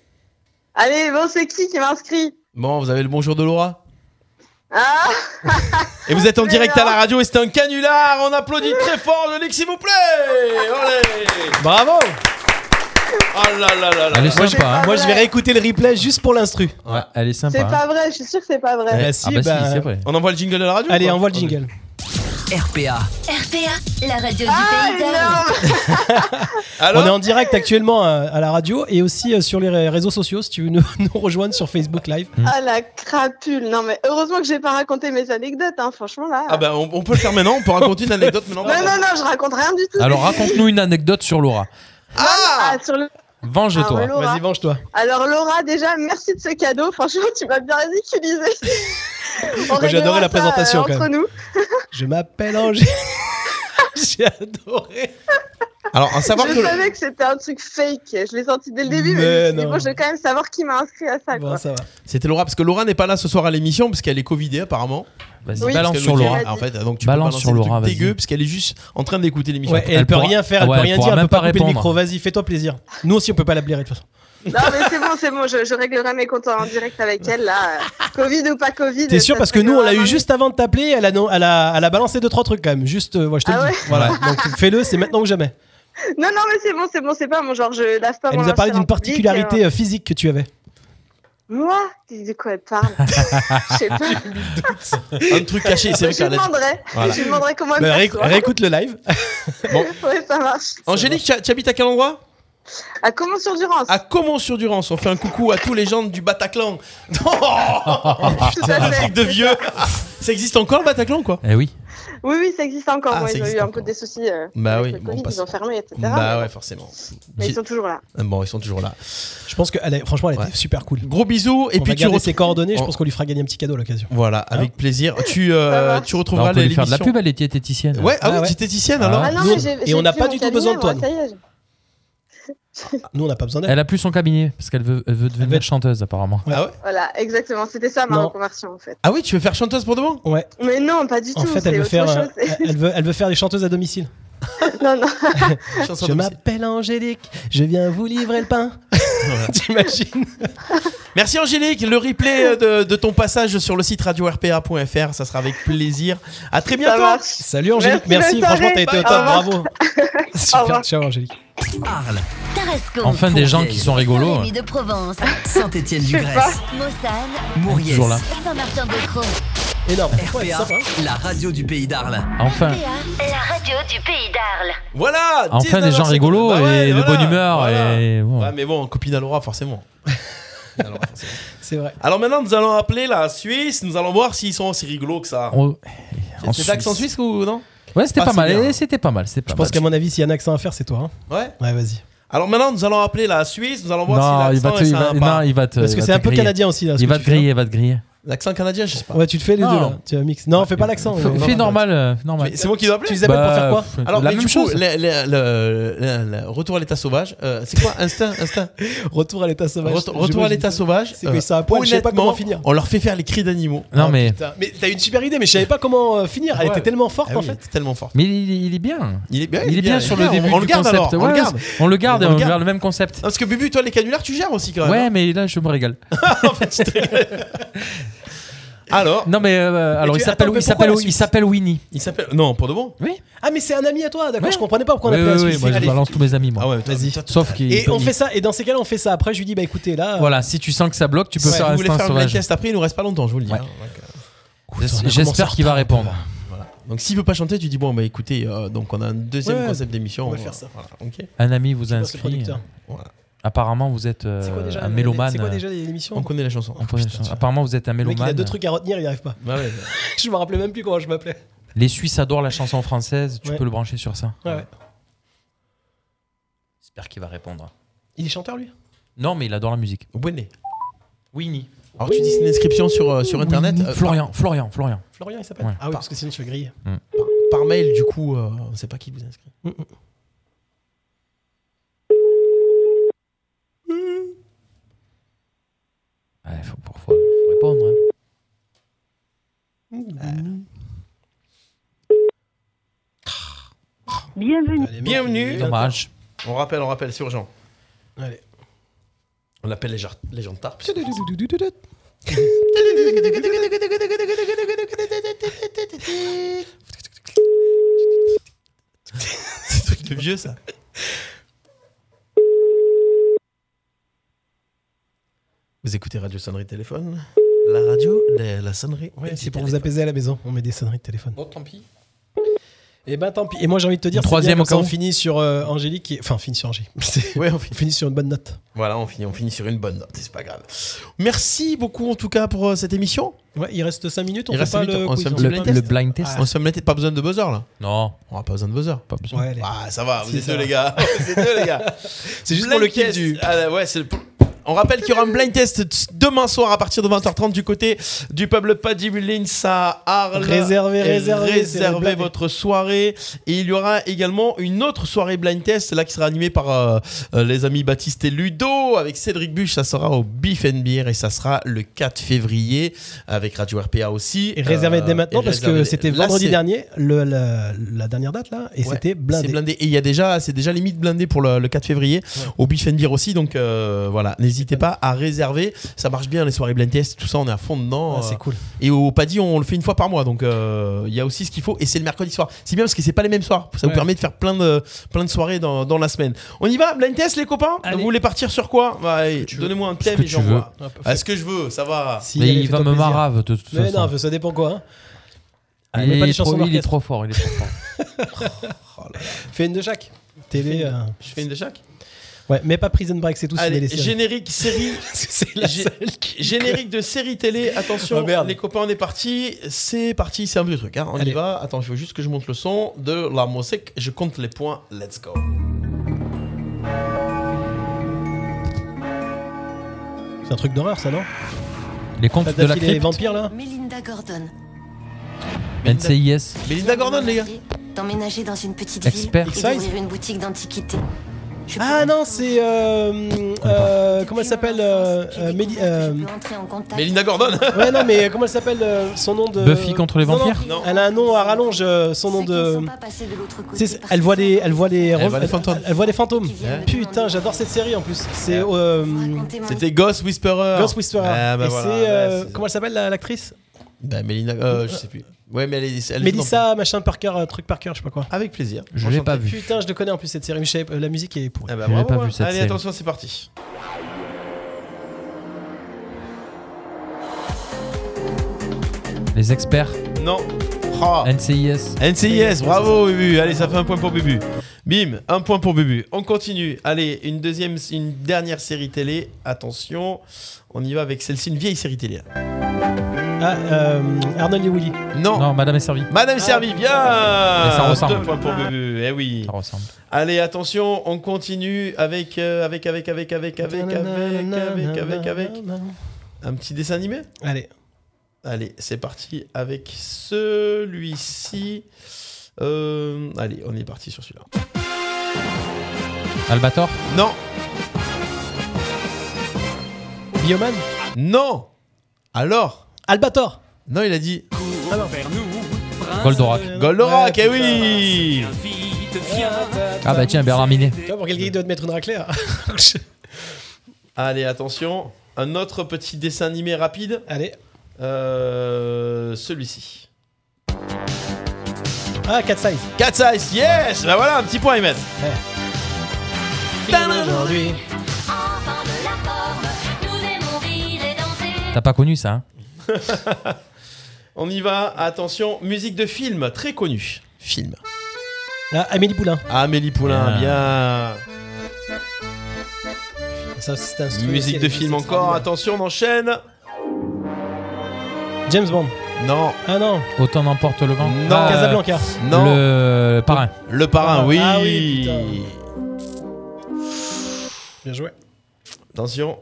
P: Allez, bon, c'est qui qui m'inscrit
B: Bon, vous avez le bonjour de Laura.
P: Ah
B: Et vous êtes en
P: Mais
B: direct
P: non.
B: à la radio et c'est un canular. On applaudit très fort le Lick, s'il vous plaît. Allez.
C: Bravo
B: Oh là là là là.
D: Elle est sympa, hein.
C: Moi, je vais réécouter le replay juste pour l'instru.
D: Ouais, elle est sympa.
P: C'est
D: hein.
P: pas vrai, je suis sûr que c'est pas vrai.
D: Ah bah si, c'est vrai.
B: On envoie le jingle de la radio.
C: Allez,
B: ou pas
C: envoie le jingle.
A: RPA.
F: RPA, la radio
P: Ah,
F: du pays d'Arles.
C: on est en direct actuellement à, à la radio et aussi euh, sur les ré- réseaux sociaux si tu veux nous, nous rejoindre sur Facebook Live.
B: Hmm.
P: Ah la crapule Non mais heureusement que j'ai pas raconté mes anecdotes, hein, franchement là.
B: Ah bah on, on peut le faire maintenant. On peut raconter une anecdote maintenant.
P: non, non, non, je raconte rien du tout.
D: Alors raconte-nous une anecdote sur Laura.
P: Ah, sur le...
D: Venge-toi.
P: Ah ouais, Laura. Vas-y,
C: venge-toi.
P: Alors Laura, déjà, merci de ce cadeau. Franchement, tu m'as bien ridiculisé. On
C: Moi, j'ai adoré la
P: réglera ça,
C: présentation,
P: euh,
C: quand
P: entre
C: même.
P: nous.
C: Je m'appelle Angé. J'ai adoré.
B: Alors, à savoir
P: je
B: que.
P: savais que c'était un truc fake. Je l'ai senti dès le début,
B: Mais
P: mais, je me suis dit,
B: non.
P: bon, je vais quand même savoir qui m'a inscrit à ça. quoi.
B: C'était Laura, parce que Laura n'est pas là ce soir à l'émission, parce qu'elle est Covidée apparemment.
D: Vas-y,
P: Oui.
D: balance
B: Parce qu'elle
D: sur
B: nous dit-
D: Laura.
B: Ah, En fait, donc tu
D: Balance
B: peux balancer
D: sur
B: des
D: Laura,
B: trucs
D: vas-y.
B: dégueu, parce qu'elle est juste en train d'écouter l'émission.
C: Ouais, et elle, peut
B: pourra-
C: rien faire, elle
B: Ouais,
C: peut rien
B: pourra
C: dire, elle peut
B: même
C: pas couper le
B: répondre.
C: micro. Vas-y, fais-toi plaisir. Nous aussi, on peut pas la blairer de toute façon.
P: Non, mais c'est bon, c'est bon. Je, je réglerai mes comptes en direct avec elle là. Covid ou pas Covid.
C: T'es sûr
P: ça
C: parce
P: se
C: que nous on l'a
P: réglera
C: eu juste avant de t'appeler, elle a, non- elle, a, elle a balancé deux trois trucs quand même. Juste, euh, moi je te
P: Ah
C: le dis.
P: ouais
C: Voilà, donc fais-le, c'est maintenant ou jamais.
P: Non, non, mais c'est bon, c'est bon, c'est pas mon genre, je lave pas
C: Elle
P: mon
C: nous a
P: linge
C: parlé
P: sale en
C: d'une
P: public,
C: particularité
P: euh,
C: euh, physique que tu avais.
P: Moi De quoi elle parle Je sais pas.
B: Un truc caché, c'est vrai
P: Je
B: qu'elle
P: lui
B: a-
P: demanderai.
B: Voilà.
P: Je lui demanderai comment elle
B: Bah,
P: me
B: ré-
P: perçoit.
B: réécoute le live. Bon.
P: Ouais, ça marche.
B: Angélique, tu tu habites à quel endroit
P: À Comment-sur-Durance.
B: À Comment-sur-Durance. On fait un coucou à tous les gens du Bataclan. Oh,
P: à
B: un
P: fait.
B: truc de vieux. Ça existe encore le Bataclan, quoi
D: Eh oui.
P: Oui, oui, ça existe encore.
B: Ah,
P: moi,
B: ça
P: ils ont eu
B: existe
P: un peu des soucis. euh,
B: Bah
P: avec
B: oui,
P: le
B: bon,
P: Covid,
B: passe-
P: ils ont fermé, etc.
B: Bah ouais, forcément.
P: Mais ils sont toujours là.
B: Bon, ils sont toujours là.
C: Je pense que, elle est- franchement, elle était super cool.
B: Gros bisous et
C: on
B: puis
C: va
B: tu
C: garder
B: re-
C: ses coordonnées. Je
B: On-
C: pense qu'on lui fera gagner un petit cadeau à l'occasion.
B: Voilà, avec plaisir. Tu, euh, tu retrouveras
D: Bah, on peut
B: les
D: lui faire de la
B: l'émission.
D: pub, elle était téticienne.
B: Ouais, ah, oui, tu étais ticienne alors
P: Ah non, mais j'ai- j'ai
C: on n'a
P: plus
C: pas
P: mon
C: du tout
P: cabinet,
C: besoin de
P: moi,
C: toi,
P: ça y est, je-
C: Nous on n'a pas besoin d'elle.
D: Elle a plus son cabinet parce qu'elle veut, elle veut devenir chanteuse apparemment.
B: Ah ouais
P: Voilà, exactement. C'était ça ma
C: Non.
P: reconversion en fait.
B: Ah oui, tu veux faire chanteuse pour demain
C: Ouais.
P: Mais non, pas du tout.
C: En fait,
P: c'est
C: elle veut
P: autre
C: faire, euh,
P: chose.
C: elle veut, elle veut faire des chanteuses à domicile.
P: non, non.
C: Je m'appelle Angélique, je viens vous livrer le pain. T'imagines
B: Merci Angélique, le replay euh, de, de ton passage sur le site radio rpa.fr, ça sera avec plaisir. À très bientôt.
C: marche. Salut Angélique, merci, franchement t'as été au top, bravo. Super, ciao Angélique.
A: Arles,
F: Tarascon.
D: Enfin, des gens
A: Fourvière.
D: qui sont rigolos.
F: Saint-Rémy de Provence.
A: Saint-Étienne du
F: Je sais pas.
A: Grèce,
F: Mossane.
A: Mouriez.
D: Toujours là.
F: Saint-Martin-de-Croix.
C: Énorme.
A: RPA,
C: hein.
A: la radio du pays d'Arles.
D: Enfin,
F: RPA, la radio du pays d'Arles.
B: Voilà.
D: enfin des gens
B: 19h50.
D: rigolos
B: Bah ouais,
D: et de
B: voilà,
D: bonne humeur
B: voilà.
D: et bon.
B: Ouais, mais bon, copine à Laura, forcément. Copine à Laura, forcément.
C: C'est vrai.
B: Alors maintenant, nous allons appeler la Suisse. Nous allons voir s'ils sont aussi rigolos que ça.
D: On- en
B: C'est l'accent
D: Suisse.
B: suisse ou non
D: Ouais, c'était
B: Ah,
D: pas,
B: c'est
D: mal.
B: bien.
D: eh, C'était pas mal. C'était pas
C: Je pense
D: mal.
C: qu'à mon avis, s'il y a un accent à faire, c'est toi. hein.
B: Ouais.
C: Ouais, vas-y.
B: Alors maintenant, nous allons appeler la Suisse. Nous allons voir
D: Non,
B: si
D: il va
B: l'accent
D: te,
B: est
D: il va-
B: sympa.
D: non, il va te.
C: Parce que
D: il va
C: c'est
D: te
C: un peu
D: griller.
C: canadien aussi, là, ce
D: il
C: que
D: va
C: tu
D: te
C: fais, hein.
D: griller, il va te griller.
B: L'accent canadien, je sais pas.
C: Ouais, tu te fais les
B: Non.
C: deux là. Tu as un mix. Non, fais pas l'accent.
D: Fais-
C: euh,
D: fais normal, euh, normal.
B: C'est moi qui dois appeler.
C: Tu les appelles pour faire quoi
D: Bah,
B: Alors,
D: la
B: mais
D: même
B: du coup,
D: chose.
B: le- le- le- le- le- retour à l'état sauvage. euh, c'est quoi Instinct, instinct.
C: Retour à l'état sauvage.
B: Retour, retour à l'état sauvage. euh,
C: C'est que ça a poil, je sais pas
B: honnêtement,
C: comment finir.
B: On leur fait faire les cris d'animaux. Oh,
D: Non, mais.
C: Putain, Mais t'as une super idée, mais je savais pas comment euh, finir. Elle
B: Ouais.
C: était tellement forte
B: Ah
C: en
B: oui,
C: fait.
B: c'est tellement fort.
D: Mais il, il est bien.
B: Il est bien,
D: Il est bien sur le
B: On-
D: début
B: On,
D: du
B: le garde alors.
D: concept.
B: on
D: Ouais,
B: le garde.
D: On le garde et
B: On le
D: on
B: garde.
D: garde le même concept.
B: Non, Parce que Bubu, toi, les canulars, tu gères aussi quand même.
D: Ouais,
B: hein.
D: mais là, je me régale.
B: Alors.
D: Non, mais euh, alors
C: tu-
D: il s'appelle
C: attends, mais
D: il s'appelle
C: pourquoi la
D: il s'appelle Winnie.
B: Il s'appelle. Non, pour de bon.
D: Oui.
C: Ah, mais c'est un ami à toi, d'accord
D: Ouais.
C: Je comprenais pas pourquoi on
D: Oui,
C: appelait la
D: oui,
C: Suisse.
D: moi je
C: Allez.
D: balance tous mes amis moi.
B: Ah ouais, vas-y.
D: Sauf qu'il
C: Et on fait ça, et dans ces cas-là, on fait ça. Après, je lui dis, bah écoutez, là.
D: Voilà, si tu sens que ça bloque, tu peux
B: Si
D: faire
B: vous
D: un
B: voulez faire
D: instant
B: un blind
D: Ah, sauvage.
B: test après, il nous reste pas longtemps, je vous le dis. hein. Donc, euh,
C: on a
D: J'espère-
C: commencé
D: J'espère
C: en
D: qu'il va répondre.
B: Donc s'il veut pas chanter, tu dis bon bah écoutez, euh, donc on a un deuxième
C: Ouais,
B: concept d'émission.
C: on va faire ça.
B: Voilà, ok.
D: Un ami vous a
C: pense que le
D: inscrit. Euh,
C: producteur.
B: Voilà.
D: Apparemment, vous êtes euh,
C: C'est quoi déjà
D: un
C: la-
D: mélomane.
C: C'est quoi déjà les- l'émission
B: On connaît la chanson.
D: On connaît- Apparemment, vous êtes un
C: Le mec, il
D: mélomane.
C: a deux trucs à retenir, il y arrive pas.
B: Bah ouais.
C: Je me rappelais même plus comment je m'appelais.
D: Les Suisses adorent la chanson française. Tu
C: Ouais.
D: peux le brancher sur ça.
C: Ouais, ouais.
D: J'espère qu'il va répondre.
B: Il est chanteur, lui
D: Non, mais il adore la musique.
B: Winnie.
D: Winnie.
B: Alors, tu dis c'est une inscription sur, euh, sur Internet
D: Winnie.
B: Euh,
D: Florian,
B: par-
D: Florian, Florian.
C: Florian, il s'appelle
D: Ouais.
C: Ah oui, parce que sinon je fais griller.
B: Par, par mail, du coup, euh, on ne sait pas qui vous inscrit.
D: Ouais, faut, pour- faut- faut répondre. hein.
K: Bienvenue.
B: Bienvenue.
D: Dommage.
B: On rappelle, on rappelle, c'est urgent.
C: Allez.
B: On appelle les, gens- les gens de Tarp. C'est un truc de vieux, ça. Vous écoutez Radio Sonnerie Téléphone La radio, la, la sonnerie.
C: Ouais,
B: et
C: c'est
B: du
C: pour vous
B: téléphone.
C: apaiser à la maison. On met des sonneries de téléphone.
B: Bon, tant pis.
C: Et ben tant pis. Et moi j'ai envie de te dire, c'est
B: Troisième
C: bien, comme
B: au
C: ça,
B: cas
C: on
B: où.
C: finit sur euh, Angélique. qui- Enfin, on finit sur Angélique.
B: ouais, on
C: finit. sur une bonne note.
B: Voilà, on finit, on finit sur une bonne note, c'est pas grave. Merci beaucoup en tout cas pour euh, cette émission.
C: Ouais, il reste 5 minutes. On
B: Il
C: fait
B: reste
C: pas
B: huit
C: le,
B: heures. On
C: quiz,
B: se fait
C: on fait pas le- Ah.
B: On se fait le test. Pas besoin de buzzer là
D: Non.
B: On a pas besoin de buzzer. Pas
D: besoin.
C: Ouais, allez.
B: Ah, ça va, vous
C: Si,
B: êtes
C: ça
B: deux
C: va.
B: les gars. Vous êtes deux les gars. C'est juste pour le kiff du. Ah, là, ouais, c'est le- On rappelle qu'il y aura un blind test t- demain soir à partir de 20h30 du côté du pub Paddy Mullins à Arles.
C: Réservez,
B: Et
C: réservez, c'est la
B: Réservez
C: blague.
B: votre soirée. Et il y aura également une autre soirée blind test, là qui sera animée par euh, euh, les amis Baptiste et Ludo avec Cédric Buche. Ça sera au Beef and Beer et ça sera le 4 février avec Radio RPA aussi.
C: Et réservez
B: Euh,
C: dès maintenant
B: et
C: parce que
B: réservez-
C: c'était
B: Là,
C: vendredi
B: c'est-
C: dernier, le- la, la dernière date là, et
B: Ouais,
C: c'était blindé.
B: C'est blindé. Et il y a déjà, c'est déjà limite blindé pour le, le 4 février au Beef and Beer aussi. Donc euh, voilà, n'hésitez pas à réserver. Ça marche bien les soirées blind test, tout ça, on est à fond dedans.
C: Ah, c'est
B: Euh,
C: cool.
B: Et au Paddy, on le fait une fois par mois. Donc euh, il y a aussi ce qu'il faut. Et c'est le mercredi soir. C'est bien parce que c'est pas les mêmes soirs. Ça
C: Ouais.
B: vous permet de faire plein de, plein de soirées dans, dans la semaine. On y va, blind test, les copains Vous voulez partir sur quoi Bah, allez, Donnez-moi un thème
D: que
B: et
D: tu
B: j'envoie.
D: veux.
B: Ah, ce que je veux, ça va.
D: Si, Mais allez, il va fais-toi me plaisir. marave, de toute
C: Mais
D: façon.
C: non, ça dépend quoi. hein.
D: Il
C: Ah, mais pas
D: est
C: des chansons
D: trop- il est
C: d'orchestre.
D: trop fort, il est trop fort.
C: Fais une de chaque. Télé. euh,
B: Je fais une de chaque
C: Ouais, mais pas Prison Break, c'est tout. c'est
B: Allez,
C: des séries.
B: générique série. Gé- Générique de série télé. Attention,
C: Oh, merde.
B: les copains, on est parti. C'est parti, c'est un vieux truc. hein. On y
C: Allez.
B: va. Attends, je veux juste que je monte le son de la musique. Je compte les points. Let's go.
C: C'est un truc d'horreur, ça non
D: Les contes de
C: Kadhafi,
D: la
C: les
D: crypte.
C: vampires là.
F: Melinda Gordon.
D: NCIS.
B: Melinda Gordon, les gars.
F: D'emménager dans une petite
D: Expert.
F: ville et
C: X-Files
F: d'ouvrir une boutique d'antiquités.
C: Ah non, c'est euh, euh, comment elle s'appelle euh, euh, Méli- euh,
F: Entrer en contact.
B: Melinda Gordon.
C: Ouais non mais comment elle s'appelle euh, son nom de
D: Buffy contre les
C: Non, non,
D: vampires
C: Elle a un nom à rallonge euh, son nom de
F: Pas passer de l'autre côté.
C: C'est- elle voit les elle voit les
B: Elle voit les
C: elle-
B: fantômes.
C: elle voit les fantômes. Putain, j'adore cette série en plus. C'est euh,
B: C'était Ghost Whisperer.
C: Ghost Whisperer.
B: Ah, bah
C: Et
B: voilà,
C: c'est euh,
B: ouais, c'est-
C: comment elle s'appelle la- l'actrice
B: Bah, Melinda. euh, je sais plus. Ouais, mais elle est. elle joue
C: Melissa machin Parker euh, truc Parker, je sais pas quoi.
B: Avec plaisir.
D: Je l'ai
B: Enchanté.
D: pas vu.
C: Putain, je le connais en plus cette série, mais je savais- euh, la musique est pourrie.
B: Ah, bah,
D: Je l'ai
B: bravo,
D: pas
B: hein.
D: vu, cette
B: Allez,
D: série.
B: attention, c'est parti.
D: Les experts.
B: Non. Oh.
D: NCIS.
B: NCIS, bravo Bubu. Allez, ça fait un point pour Bubu. Bim, un point pour Bubu. On continue. Allez, une deuxième, une dernière série télé. Attention, on y va avec celle-ci, une vieille série télé.
C: Ah, euh, Arnold et Willy.
B: Non.
D: Non, Madame est servie.
B: Madame Servi, bien.
D: Mais ça ressemble.
B: Deux points pour Bubu. Eh oui.
D: Ça ressemble.
B: Allez, attention, on continue avec euh, avec avec avec avec avec avec avec avec avec un petit dessin animé.
C: Allez.
B: Allez, c'est parti avec celui-ci. Euh, allez, on est parti sur celui-là.
D: Albator.
B: Non.
C: Bioman
B: Non. Alors
C: Albator
B: Non, il a dit.
D: Goldorak.
B: Goldorak, eh oui
D: Ah bah tiens, Bernard Minet.
C: Tu vois, pour quelqu'un qui doit te mettre une raclée. hein.
B: Allez, attention. Un autre petit dessin animé rapide. Euh,
C: Allez.
B: celui-ci.
C: Ah, 4 size.
B: Cat Size, yes Bah voilà, un petit point à y mettre.
C: Aujourd'hui.
D: T'as pas connu ça hein
B: On y va, attention. Musique de film, très connue. Film. Ah.
C: Ah, Amélie Poulain.
B: Amélie Poulain, bien.
C: Ça, c'est un
B: Musique de film encore, attention, on enchaîne.
C: James Bond.
B: Non.
C: Ah non.
B: Euh,
D: Autant n'emporte le vent.
B: Non.
D: Ah,
C: Casablanca.
B: Non. Ah,
D: Le parrain.
B: Le parrain, oui.
C: Ah oui,
B: Bien joué. Attention.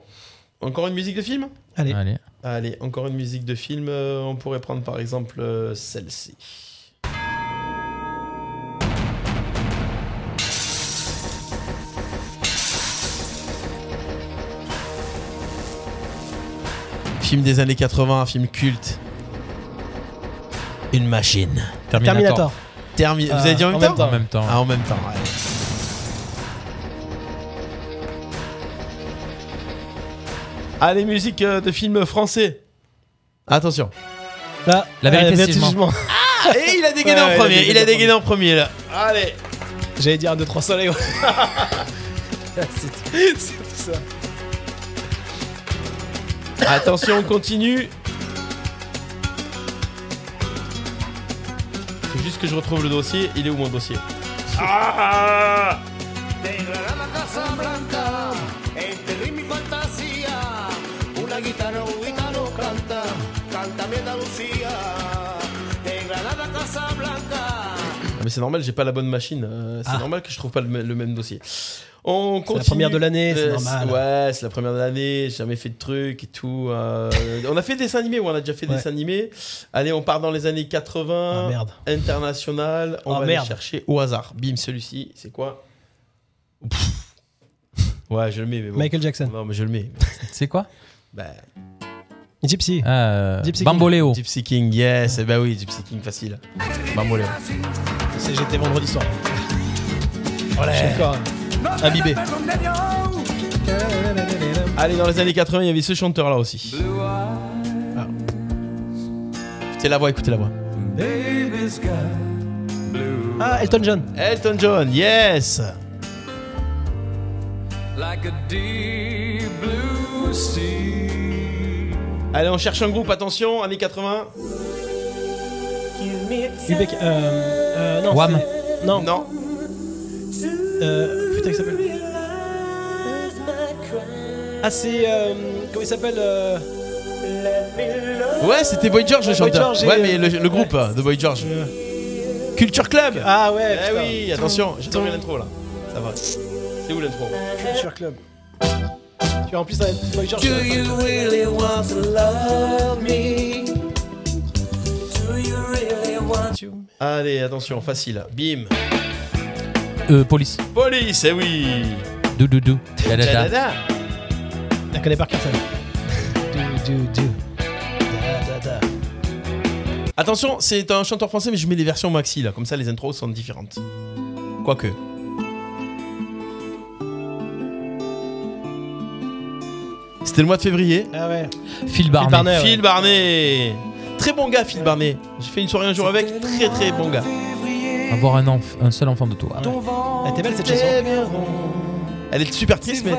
B: Encore une musique de film
C: Allez.
D: Allez.
B: encore une musique de film. Euh, on pourrait prendre par exemple euh, celle-ci. Film des années 80, un film culte. Une machine.
C: Terminator.
B: Termi-
C: Ah,
B: Vous avez dit en même
C: en
B: temps
C: même temps. En même temps.
B: Ah, en même temps, ouais. Allez, musique euh, de film français. Attention.
C: Ah,
D: La vérité,
C: euh,
D: c'est le jugement.
B: Ah, et il a dégainé
C: Ouais,
B: en premier. Il a dégainé en premier, là. Allez.
C: J'allais dire 1, 2, 3 soleil. ouais. Ah, c'est c'est tout ça.
B: Attention, on continue. Faut juste que je retrouve le dossier. Il est où mon dossier
L: Ah! Negra la Casa Blanca, enterré mi fantasía. Una guitarra, un gitano canta, canta mi Andalucía. Negra la Casa Blanca.
B: Ah, mais c'est normal, j'ai pas la bonne machine. Euh, c'est
C: Ah.
B: normal que je trouve pas le, m- le même dossier.
C: C'est
B: On
C: la
B: continue.
C: première de l'année, c'est
B: Euh,
C: normal.
B: Ouais, c'est la première de l'année. J'ai jamais fait de trucs et tout. euh, on a fait des dessins animés, ouais, on a déjà fait des
C: Ouais.
B: dessins animés. Allez, on part dans les années 80.
C: Ah, merde.
B: International. On
C: Ah,
B: va
C: merde.
B: aller chercher au hasard. Bim, celui-ci, c'est quoi Pff. Ouais, je le mets, mais bon.
C: Michael Jackson.
B: Non, mais je le mets.
D: C'est quoi Ah, euh,
B: Bah,
C: Gypsy. Gypsy King.
D: Bamboléo.
B: Gypsy King, yes. Eh ben oui, Gypsy King, facile. Bamboléo.
C: C'est- J'étais vendredi soir.
B: Voilà.
C: Je suis encore
B: Imbibé. Allez, dans les années 80, il y avait ce chanteur-là aussi. Ah. Écoutez la voix, écoutez la voix.
C: Ah, Elton John.
B: Elton John, yes
L: Like a deep blue sea.
B: Allez, on cherche un groupe, attention, années 80.
C: Ubeck. Euh, euh, non.
D: Wham.
C: c'est- Non.
B: Non.
C: Euh, putain, il s'appelle. Ah, c'est. euh, comment il s'appelle euh,
B: Ouais, c'était Boy George le
C: Boy
B: chanteur.
C: George et-
B: ouais, mais le, le groupe euh, de Boy George. Culture Club
C: Ah ouais,
B: Eh
C: putain.
B: oui, attention, j'ai trouvé l'intro là. Ça va. C'est où l'intro
C: Culture Club. Tu vois, en plus, ça va être Boy George.
L: Do you really want to love me? Do you really want to?
B: Allez, attention, facile. Bim.
D: Euh, police.
B: Police, eh oui
D: Doudoudou. Da, da, da.
B: Tadada.
C: La connais par cœur, ça. Do, do, do. Da, da, da.
B: Attention, c'est un chanteur français, mais je mets les versions maxi là, comme ça les intros sont différentes. Quoique. C'était le mois de février.
C: Ah ouais.
D: Phil Barnet.
B: Phil Barnet. Très bon gars, Phil Barnet. J'ai fait une soirée un jour avec. Très très bon gars.
D: Avoir un, enf- un seul enfant de toi.
C: Elle était belle cette chanson.
B: Elle est super triste, mais.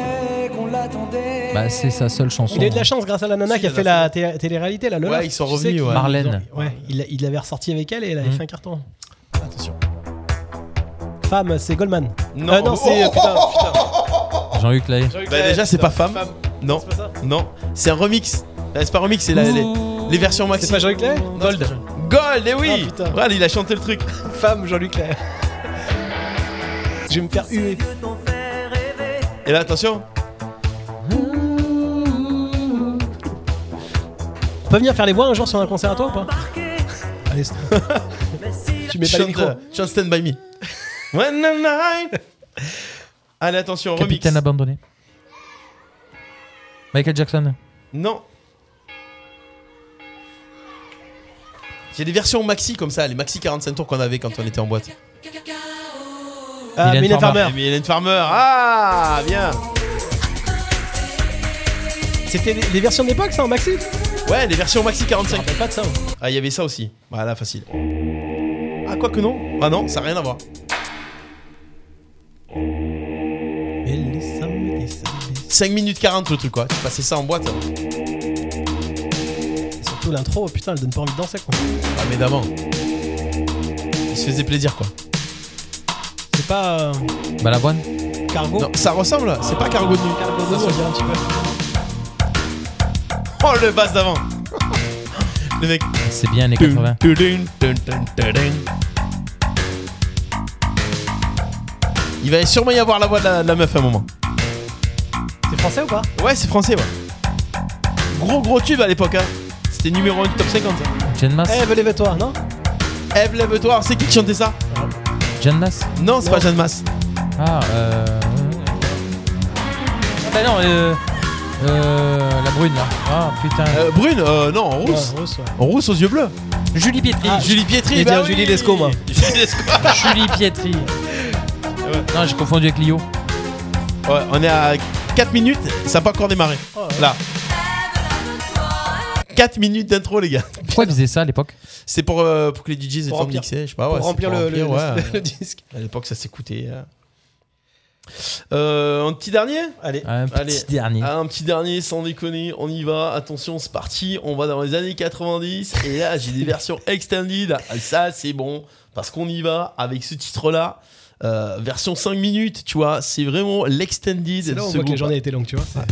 D: Bah, c'est sa seule chanson.
C: Il a eu de la chance grâce à la nana qui a fait la télé- télé-réalité, la Lola.
D: Ouais, ils sont
C: Tu sais
D: revenus,
C: qu'ils-
D: ouais. Marlène.
C: ils ont- Hum. Ouais, il il l'avait ressorti avec elle et elle avait
D: Mm.
C: fait un carton. Attention. Femme, c'est Goldman.
B: Non,
C: Euh, non c'est. euh, putain,
D: Jean-Luc Lahaye.
B: Bah, déjà, c'est pas femme. Non, non, c'est un remix. Bah, c'est pas un remix, c'est la- les, les versions maxi.
C: C'est pas Ah, Jean-Luc Lahaye
B: Non, Gold. Gold, eh oui Voilà, il a chanté le truc.
C: Femme, Jean-Luc Lahaye. Je vais me faire huer.
B: Et là, attention.
C: On peut venir faire les voix un jour sur un concert à toi ou pas Allez, c'est- Tu mets pas les
B: Chante,
C: micros.
B: euh, Chante Stand By Me. When the night- Allez, attention, remix.
D: Capitaine abandonné. Michael Jackson.
B: Non. J'ai des versions maxi comme ça, les maxi 45 tours qu'on avait quand on était en boîte.
C: Ah, Mylène Mylène Farmer. Farmer.
B: Mylène Farmer. Ah, bien.
C: C'était les, les versions d'époque, ça, en maxi
B: Ouais, les versions maxi 45.
C: pas de ça. hein.
B: Ah, il y avait ça aussi. Voilà, facile. Ah, quoi que non Ah non, ça n'a rien à voir.
C: Mélissa, Mélissa.
B: 5 minutes 40 le truc, quoi. Tu passais ça en boîte.
C: Surtout l'intro, putain, elle donne pas envie de danser, quoi.
B: Ah, mais d'avant. Il se faisait plaisir, quoi.
C: C'est pas. euh,
D: Balavoine.
C: Cargo
B: Non, Ah, ça ressemble, c'est pas Cargo de nuit.
C: Cargo de nuit, on dirait un petit peu.
B: Oh, le basse d'avant. le mec.
D: C'est bien les 80.
B: Il va sûrement y avoir la voix de la, de la meuf à un moment.
C: C'est français ou pas
B: Ouais, c'est français, ouais. Gros gros tube à l'époque, hein. C'était numéro 1 du top 50.
D: Jeanne Masse.
C: Eh,
B: Eve, lève-toi, non Eve, lève-toi. Alors, C'est qui qui chantait ça
D: Jeanne Masse
B: Non, c'est pas Jeanne Masse.
D: Ah, euh. Ah, bah non, euh. euh, la brune là. Ah putain.
B: Euh, brune euh, Non, en rousse.
D: Ouais, en rousse, ouais.
B: En rousse aux yeux bleus.
D: Julie Pietri.
B: Julie Pietri, bah oui. Julie Lescaut.
D: Julie Pietri. Non, j'ai confondu avec Lio.
B: Ouais, on est à 4 minutes, ça n'a pas encore démarré. Là. 4 minutes d'intro, les gars.
D: Pourquoi ils faisaient ça à l'époque
B: C'est pour, euh, pour que les DJs aient le temps de
D: remplir.
B: mixer, je sais pas.
D: Pour
B: ouais, c'est
D: remplir le- le-
B: ouais.
D: le
C: disque.
B: À l'époque, ça s'écoutait. euh. Euh, un petit dernier Allez.
D: Un Euh, petit
B: Allez.
D: dernier.
B: Ah, un petit dernier, sans déconner. On y va. Attention, c'est parti. On va dans les années 90. Et là, j'ai des versions extended. Ah, Ça, c'est bon. Parce qu'on y va avec ce titre-là. Euh, version 5 minutes, tu vois. C'est vraiment l'extended.
C: C'est là où on
B: de ce
C: voit que
B: groupe.
C: les journées étaient longues, tu vois.
B: Ah,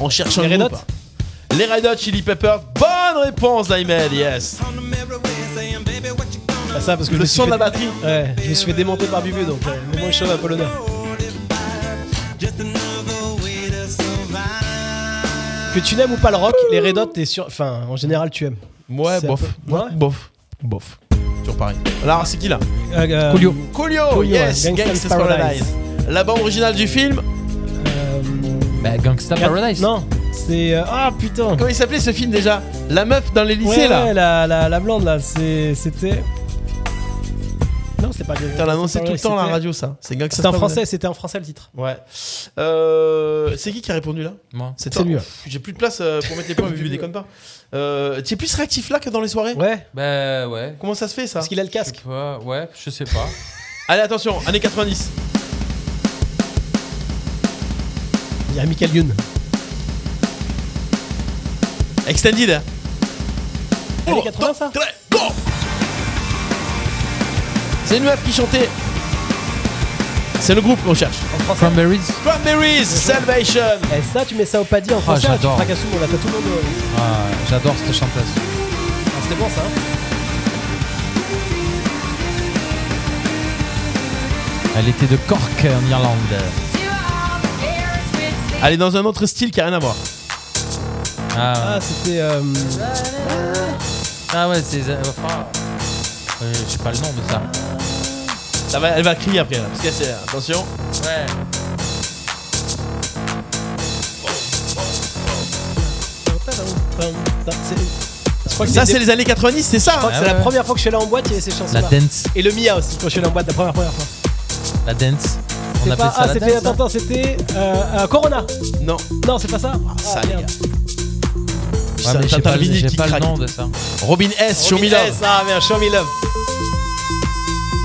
B: On cherche un groupe. hein. Les Red Hot Chili Peppers. Bonne réponse, Aymed. Yes.
C: Bah, ça, parce que
B: le son de la batterie.
C: Ouais, je me suis fait démonter par Bubu, donc euh, au moins je sauve un peu l'honneur. Que tu n'aimes ou pas le rock, les Red Hot, t'es sûr. Enfin, en général, tu aimes.
B: Ouais,
C: C'est un
B: bof.
C: peu- Ouais.
B: Bof. Bof. Toujours pareil. Alors, c'est qui là
C: Euh, euh,
B: Coolio.
C: Coolio,
B: Coolio,
C: ouais.
B: Oh, yes.
C: Gangsta's
B: Gangsta's
C: Paradise.
B: Paradise. La bande originale du film
D: Bah, Gangsta
C: Regarde-
D: Paradise.
C: Euh, Non, c'est. euh, Ah putain
B: Comment il s'appelait ce film déjà La meuf dans les lycées
C: ouais,
B: là
C: ouais, la, la, la blonde là, c'est- c'était. Non, c'est pas
B: Putain, l'annonçait tout le temps à la radio ça. C'est Gangsta's
C: C'était en
B: Paradise.
C: français, c'était en français le titre.
B: Ouais. Euh, c'est qui qui a répondu là
D: Moi.
B: C'est
C: C'est
B: toi.
C: lui, ouais.
B: Pff, J'ai plus de place euh, pour mettre les points, mais déconne pas. Euh, tu es plus réactif là que dans les soirées
C: Ouais.
D: Bah, ouais.
B: Comment ça se fait ça Parce
C: qu'il a le casque.
D: ouais, je sais pas.
B: Allez, attention, années 90.
C: Il y a Michael Youn.
B: Extended. hein.
C: Années 80 ça
B: C'est une meuf qui chantait. C'est le groupe qu'on cherche.
D: Cranberries.
B: Cranberries, Salvation.
C: Et Eh, ça, tu mets ça au
B: Ah,
C: paddy en français, là, tu
D: j'adore.
C: fracasses tout, on a fait tout le monde. euh,
D: Ah, j'adore cette chanteuse.
C: ah, C'était bon ça. hein.
D: Elle était de Cork en Irlande.
B: Allez, dans un autre style qui a rien à voir.
D: Ah,
C: Ah, c'était. euh,
D: ah ouais, c'est. euh, ah. Euh, je sais pas le nom de ça.
B: Ça va, elle va crier après là, parce que c'est attention.
D: Ouais.
C: Je crois que
B: Ça, c'est les années 90, c'est ça
C: Je crois que
B: hein
C: c'est la première fois que je suis allé en boîte, il y avait ces chansons.
D: La dance.
C: Et le Mia aussi, quand je suis allé en boîte la première, première fois.
D: La dance. On
C: C'était
D: appelle
C: pas-
D: ça
C: ah,
D: la
C: c'était.
D: dance.
C: Attends, attends, c'était. euh, euh, Corona
B: Non.
C: Non, c'est pas ça
B: ça,
C: Ah,
B: les
C: merde.
D: Ouais, mais
B: T'as-
D: j'ai
B: t'as
D: pas,
B: le
D: le-
B: vinyle
D: j'ai
B: qui
D: pas le
B: craque.
D: nom hein. de ça.
B: Robin S, Show Me
C: Robin
B: Love.
C: S, Ah, merde, show me love.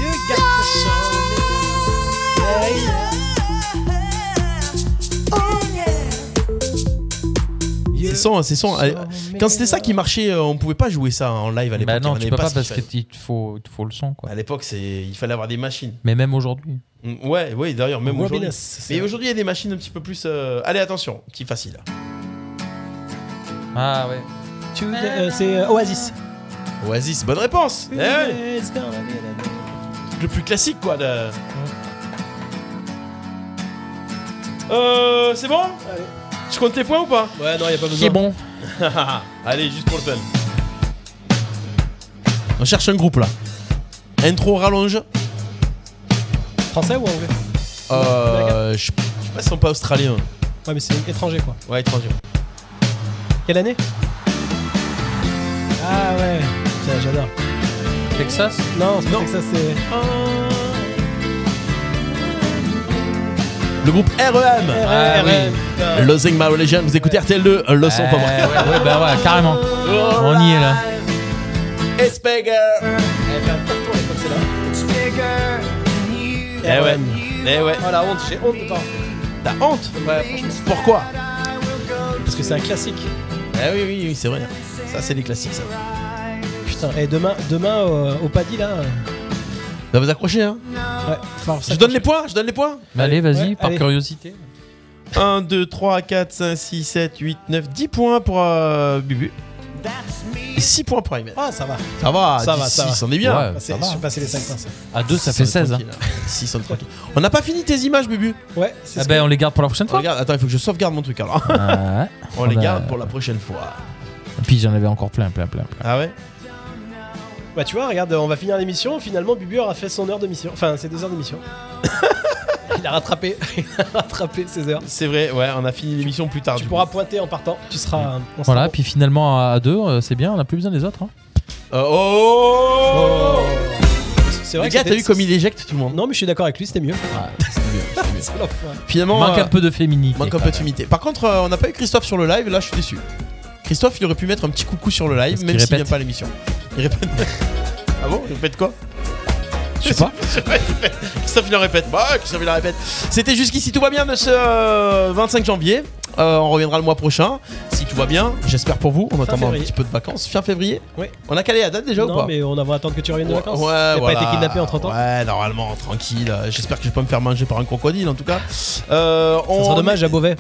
C: You got to show me love.
B: C'est son, c'est son. euh, Quand c'était ça qui marchait, euh, on pouvait pas jouer ça en live à l'époque.
D: Bah
B: Il y en
D: non, tu
B: avait
D: peux pas
B: ce
D: parce
B: qu'il
D: que
B: fallait.
D: il te faut, il te faut le son quoi.
B: À l'époque, c'est il fallait avoir des machines.
D: Mais même aujourd'hui.
B: Mm, Ouais, ouais, d'ailleurs, même
D: Robin
B: aujourd'hui.
D: S, c'est
B: Mais
D: ça.
B: aujourd'hui, il y a des machines un petit peu plus. euh, Allez, attention, petit facile.
D: Ah ouais.
C: Tu- euh, C'est euh, Oasis.
B: Oasis, bonne réponse. Eh ouais, le plus classique, quoi. de- Euh, c'est bon Je compte les points ou pas
C: Ouais, non, y a pas besoin.
D: C'est bon.
B: Allez, juste pour le fun. On cherche un groupe là. Intro rallonge.
C: Français ou anglais
B: Euh, je je sais pas si on pas australien.
C: Ouais, mais c'est étranger quoi.
B: Ouais, étranger.
C: Quelle année Ah ouais, Putain, j'adore.
D: Texas
C: Non, c'est pas Texas, c'est.
B: Le groupe E REM.
C: E
D: Ah oui.
B: Losing My Religion. Vous écoutez RTL2, euh, le son
D: Eh,
B: pas moi.
D: ouais, ouais, bah ouais, carrément. On y est là.
B: It's bigger. Eh ouais. Eh ouais.
C: Oh la honte, j'ai honte de pas.
B: T'as honte
C: Ouais, franchement.
B: Pourquoi
C: Parce que c'est un classique.
B: Eh oui, oui, oui, c'est vrai. Ça, c'est des classiques, ça.
C: Putain, et demain, demain euh, au Paddy là. euh,
B: Ça va vous accrocher, hein
C: Ouais, enfin,
B: Je donne les points, je donne les points.
D: Bah, allez, vas-y,
C: Ouais,
D: par
C: allez.
D: curiosité.
B: 1, 2, 3, 4, 5, 6, 7, 8, 9, 10 points pour euh, Bubu. 6 points pour Ayman.
C: Ah, ça va.
B: Ça va,
C: ça va,
B: 10,
C: ça va.
B: on est bien.
C: Je suis passé- Je suis passé les 5 points. ça.
D: À 2, ça fait 16. hein.
B: Six, on est tranquille. On n'a pas fini tes images, Bubu
C: Ouais,
D: Ah ben, on les garde pour la prochaine fois.
B: Attends, il faut que je sauvegarde mon truc alors.
D: Ouais.
B: on les
D: On a-
B: garde pour la prochaine fois.
D: Et puis j'en avais encore plein, plein, plein. plein.
B: Ah ouais
C: Bah, tu vois, regarde, on va finir l'émission. Finalement, Bubu aura fait son heure de mission. Enfin, ses deux heures d'émission. Il a rattrapé. Il a rattrapé ses heures.
B: C'est vrai, ouais, on a fini l'émission plus tard.
C: Tu pourras pointer en partant. Tu seras. on sera
D: Voilà,
C: bon.
D: puis finalement à 2, c'est bien, on n'a plus besoin des autres. hein.
B: oh
C: C'est
B: Le gars,
C: c'était-
B: t'as vu comme il éjecte tout le monde
C: Non, mais je suis d'accord avec lui, c'était mieux. C'est l'enfoiré.
B: Finalement,
D: Manque
B: euh,
D: un peu de féminité.
B: Manque un peu de féminité. Par contre, euh, on n'a pas eu Christophe sur le live, là je suis déçu. Christophe, il aurait pu mettre un petit coucou sur le live,
D: Parce
B: même
D: qu'il
B: s'il
D: répète.
B: vient pas à l'émission. Il répète. ah bon Il répète quoi
D: Je sais pas.
B: Christophe, il le répète. Bah, Christophe, il le répète. C'était jusqu'ici, tout va bien, monsieur euh, 25 janvier. Euh, on reviendra le mois prochain. Si tout va bien, j'espère pour vous. On attend un
C: février.
B: petit peu de vacances. Fin février
C: Ouais.
B: On a calé la date déjà
C: non,
B: ou pas
C: mais on va attendre que tu reviennes de
B: Ouais,
C: vacances.
B: ouais,
C: T'as
B: voilà.
C: pas été kidnappé entre temps.
B: Ouais, normalement, tranquille. Euh, J'espère que je vais pas me faire manger par un crocodile en tout cas. Euh, on...
C: Ça sera dommage à Beauvais.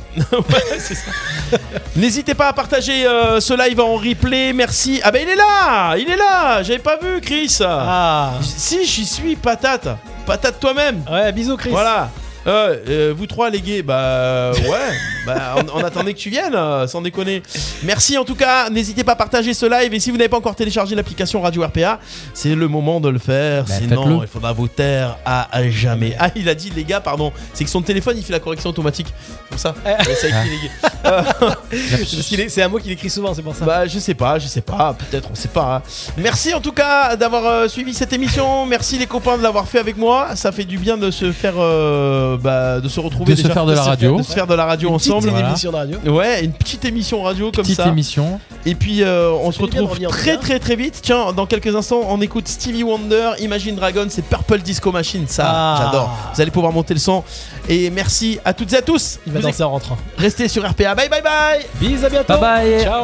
B: N'hésitez pas à partager euh, ce live en replay. Merci. Ah bah il est là, il est là. J'avais pas vu Chris.
C: Ah.
B: Si j'y suis, patate, patate toi-même.
C: Ouais, bisous Chris.
B: Voilà. Euh, euh, vous trois les gays, bah euh, ouais, bah, on, on attendait que tu viennes, euh, sans déconner. Merci en tout cas, n'hésitez pas à partager ce live et si vous n'avez pas encore téléchargé l'application Radio RPA, c'est le moment de le faire,
D: Bah,
B: sinon
D: faites-le.
B: il faudra vous taire à, à jamais. Ah il a dit les gars, pardon, c'est que son téléphone il fait la correction automatique, c'est pour ça. Mais c'est écrit, les gays. Euh,
C: Parce qu'il est- C'est un mot qu'il écrit souvent, c'est pour ça.
B: Bah, je sais pas, je sais pas, peut-être, on sait pas. hein. Merci en tout cas d'avoir euh, suivi cette émission. Merci les copains de l'avoir fait avec moi. Ça fait du bien de se faire, euh, bah, de se retrouver,
D: De se
B: déjà.
D: faire de la radio.
B: de se faire de la radio
C: Une petite
B: ensemble.
C: émission de radio.
B: Ouais, une petite émission radio comme
D: Petite
B: ça.
D: émission.
B: Et puis euh, on se
C: fait du bien de
B: retrouve
C: revenir
B: très
C: bien.
B: très très vite. Tiens, dans quelques instants, on écoute Stevie Wonder, Imagine Dragon, c'est Purple Disco Machine, ça,
C: Ah.
B: j'adore. Vous allez pouvoir monter le son. Et merci à toutes et à tous.
C: Il va
B: Vous
C: danser en rentrant.
B: êtes- Restez sur RPA. Bye bye bye.
C: Bisous, à bientôt.
D: Bye bye.
C: Ciao.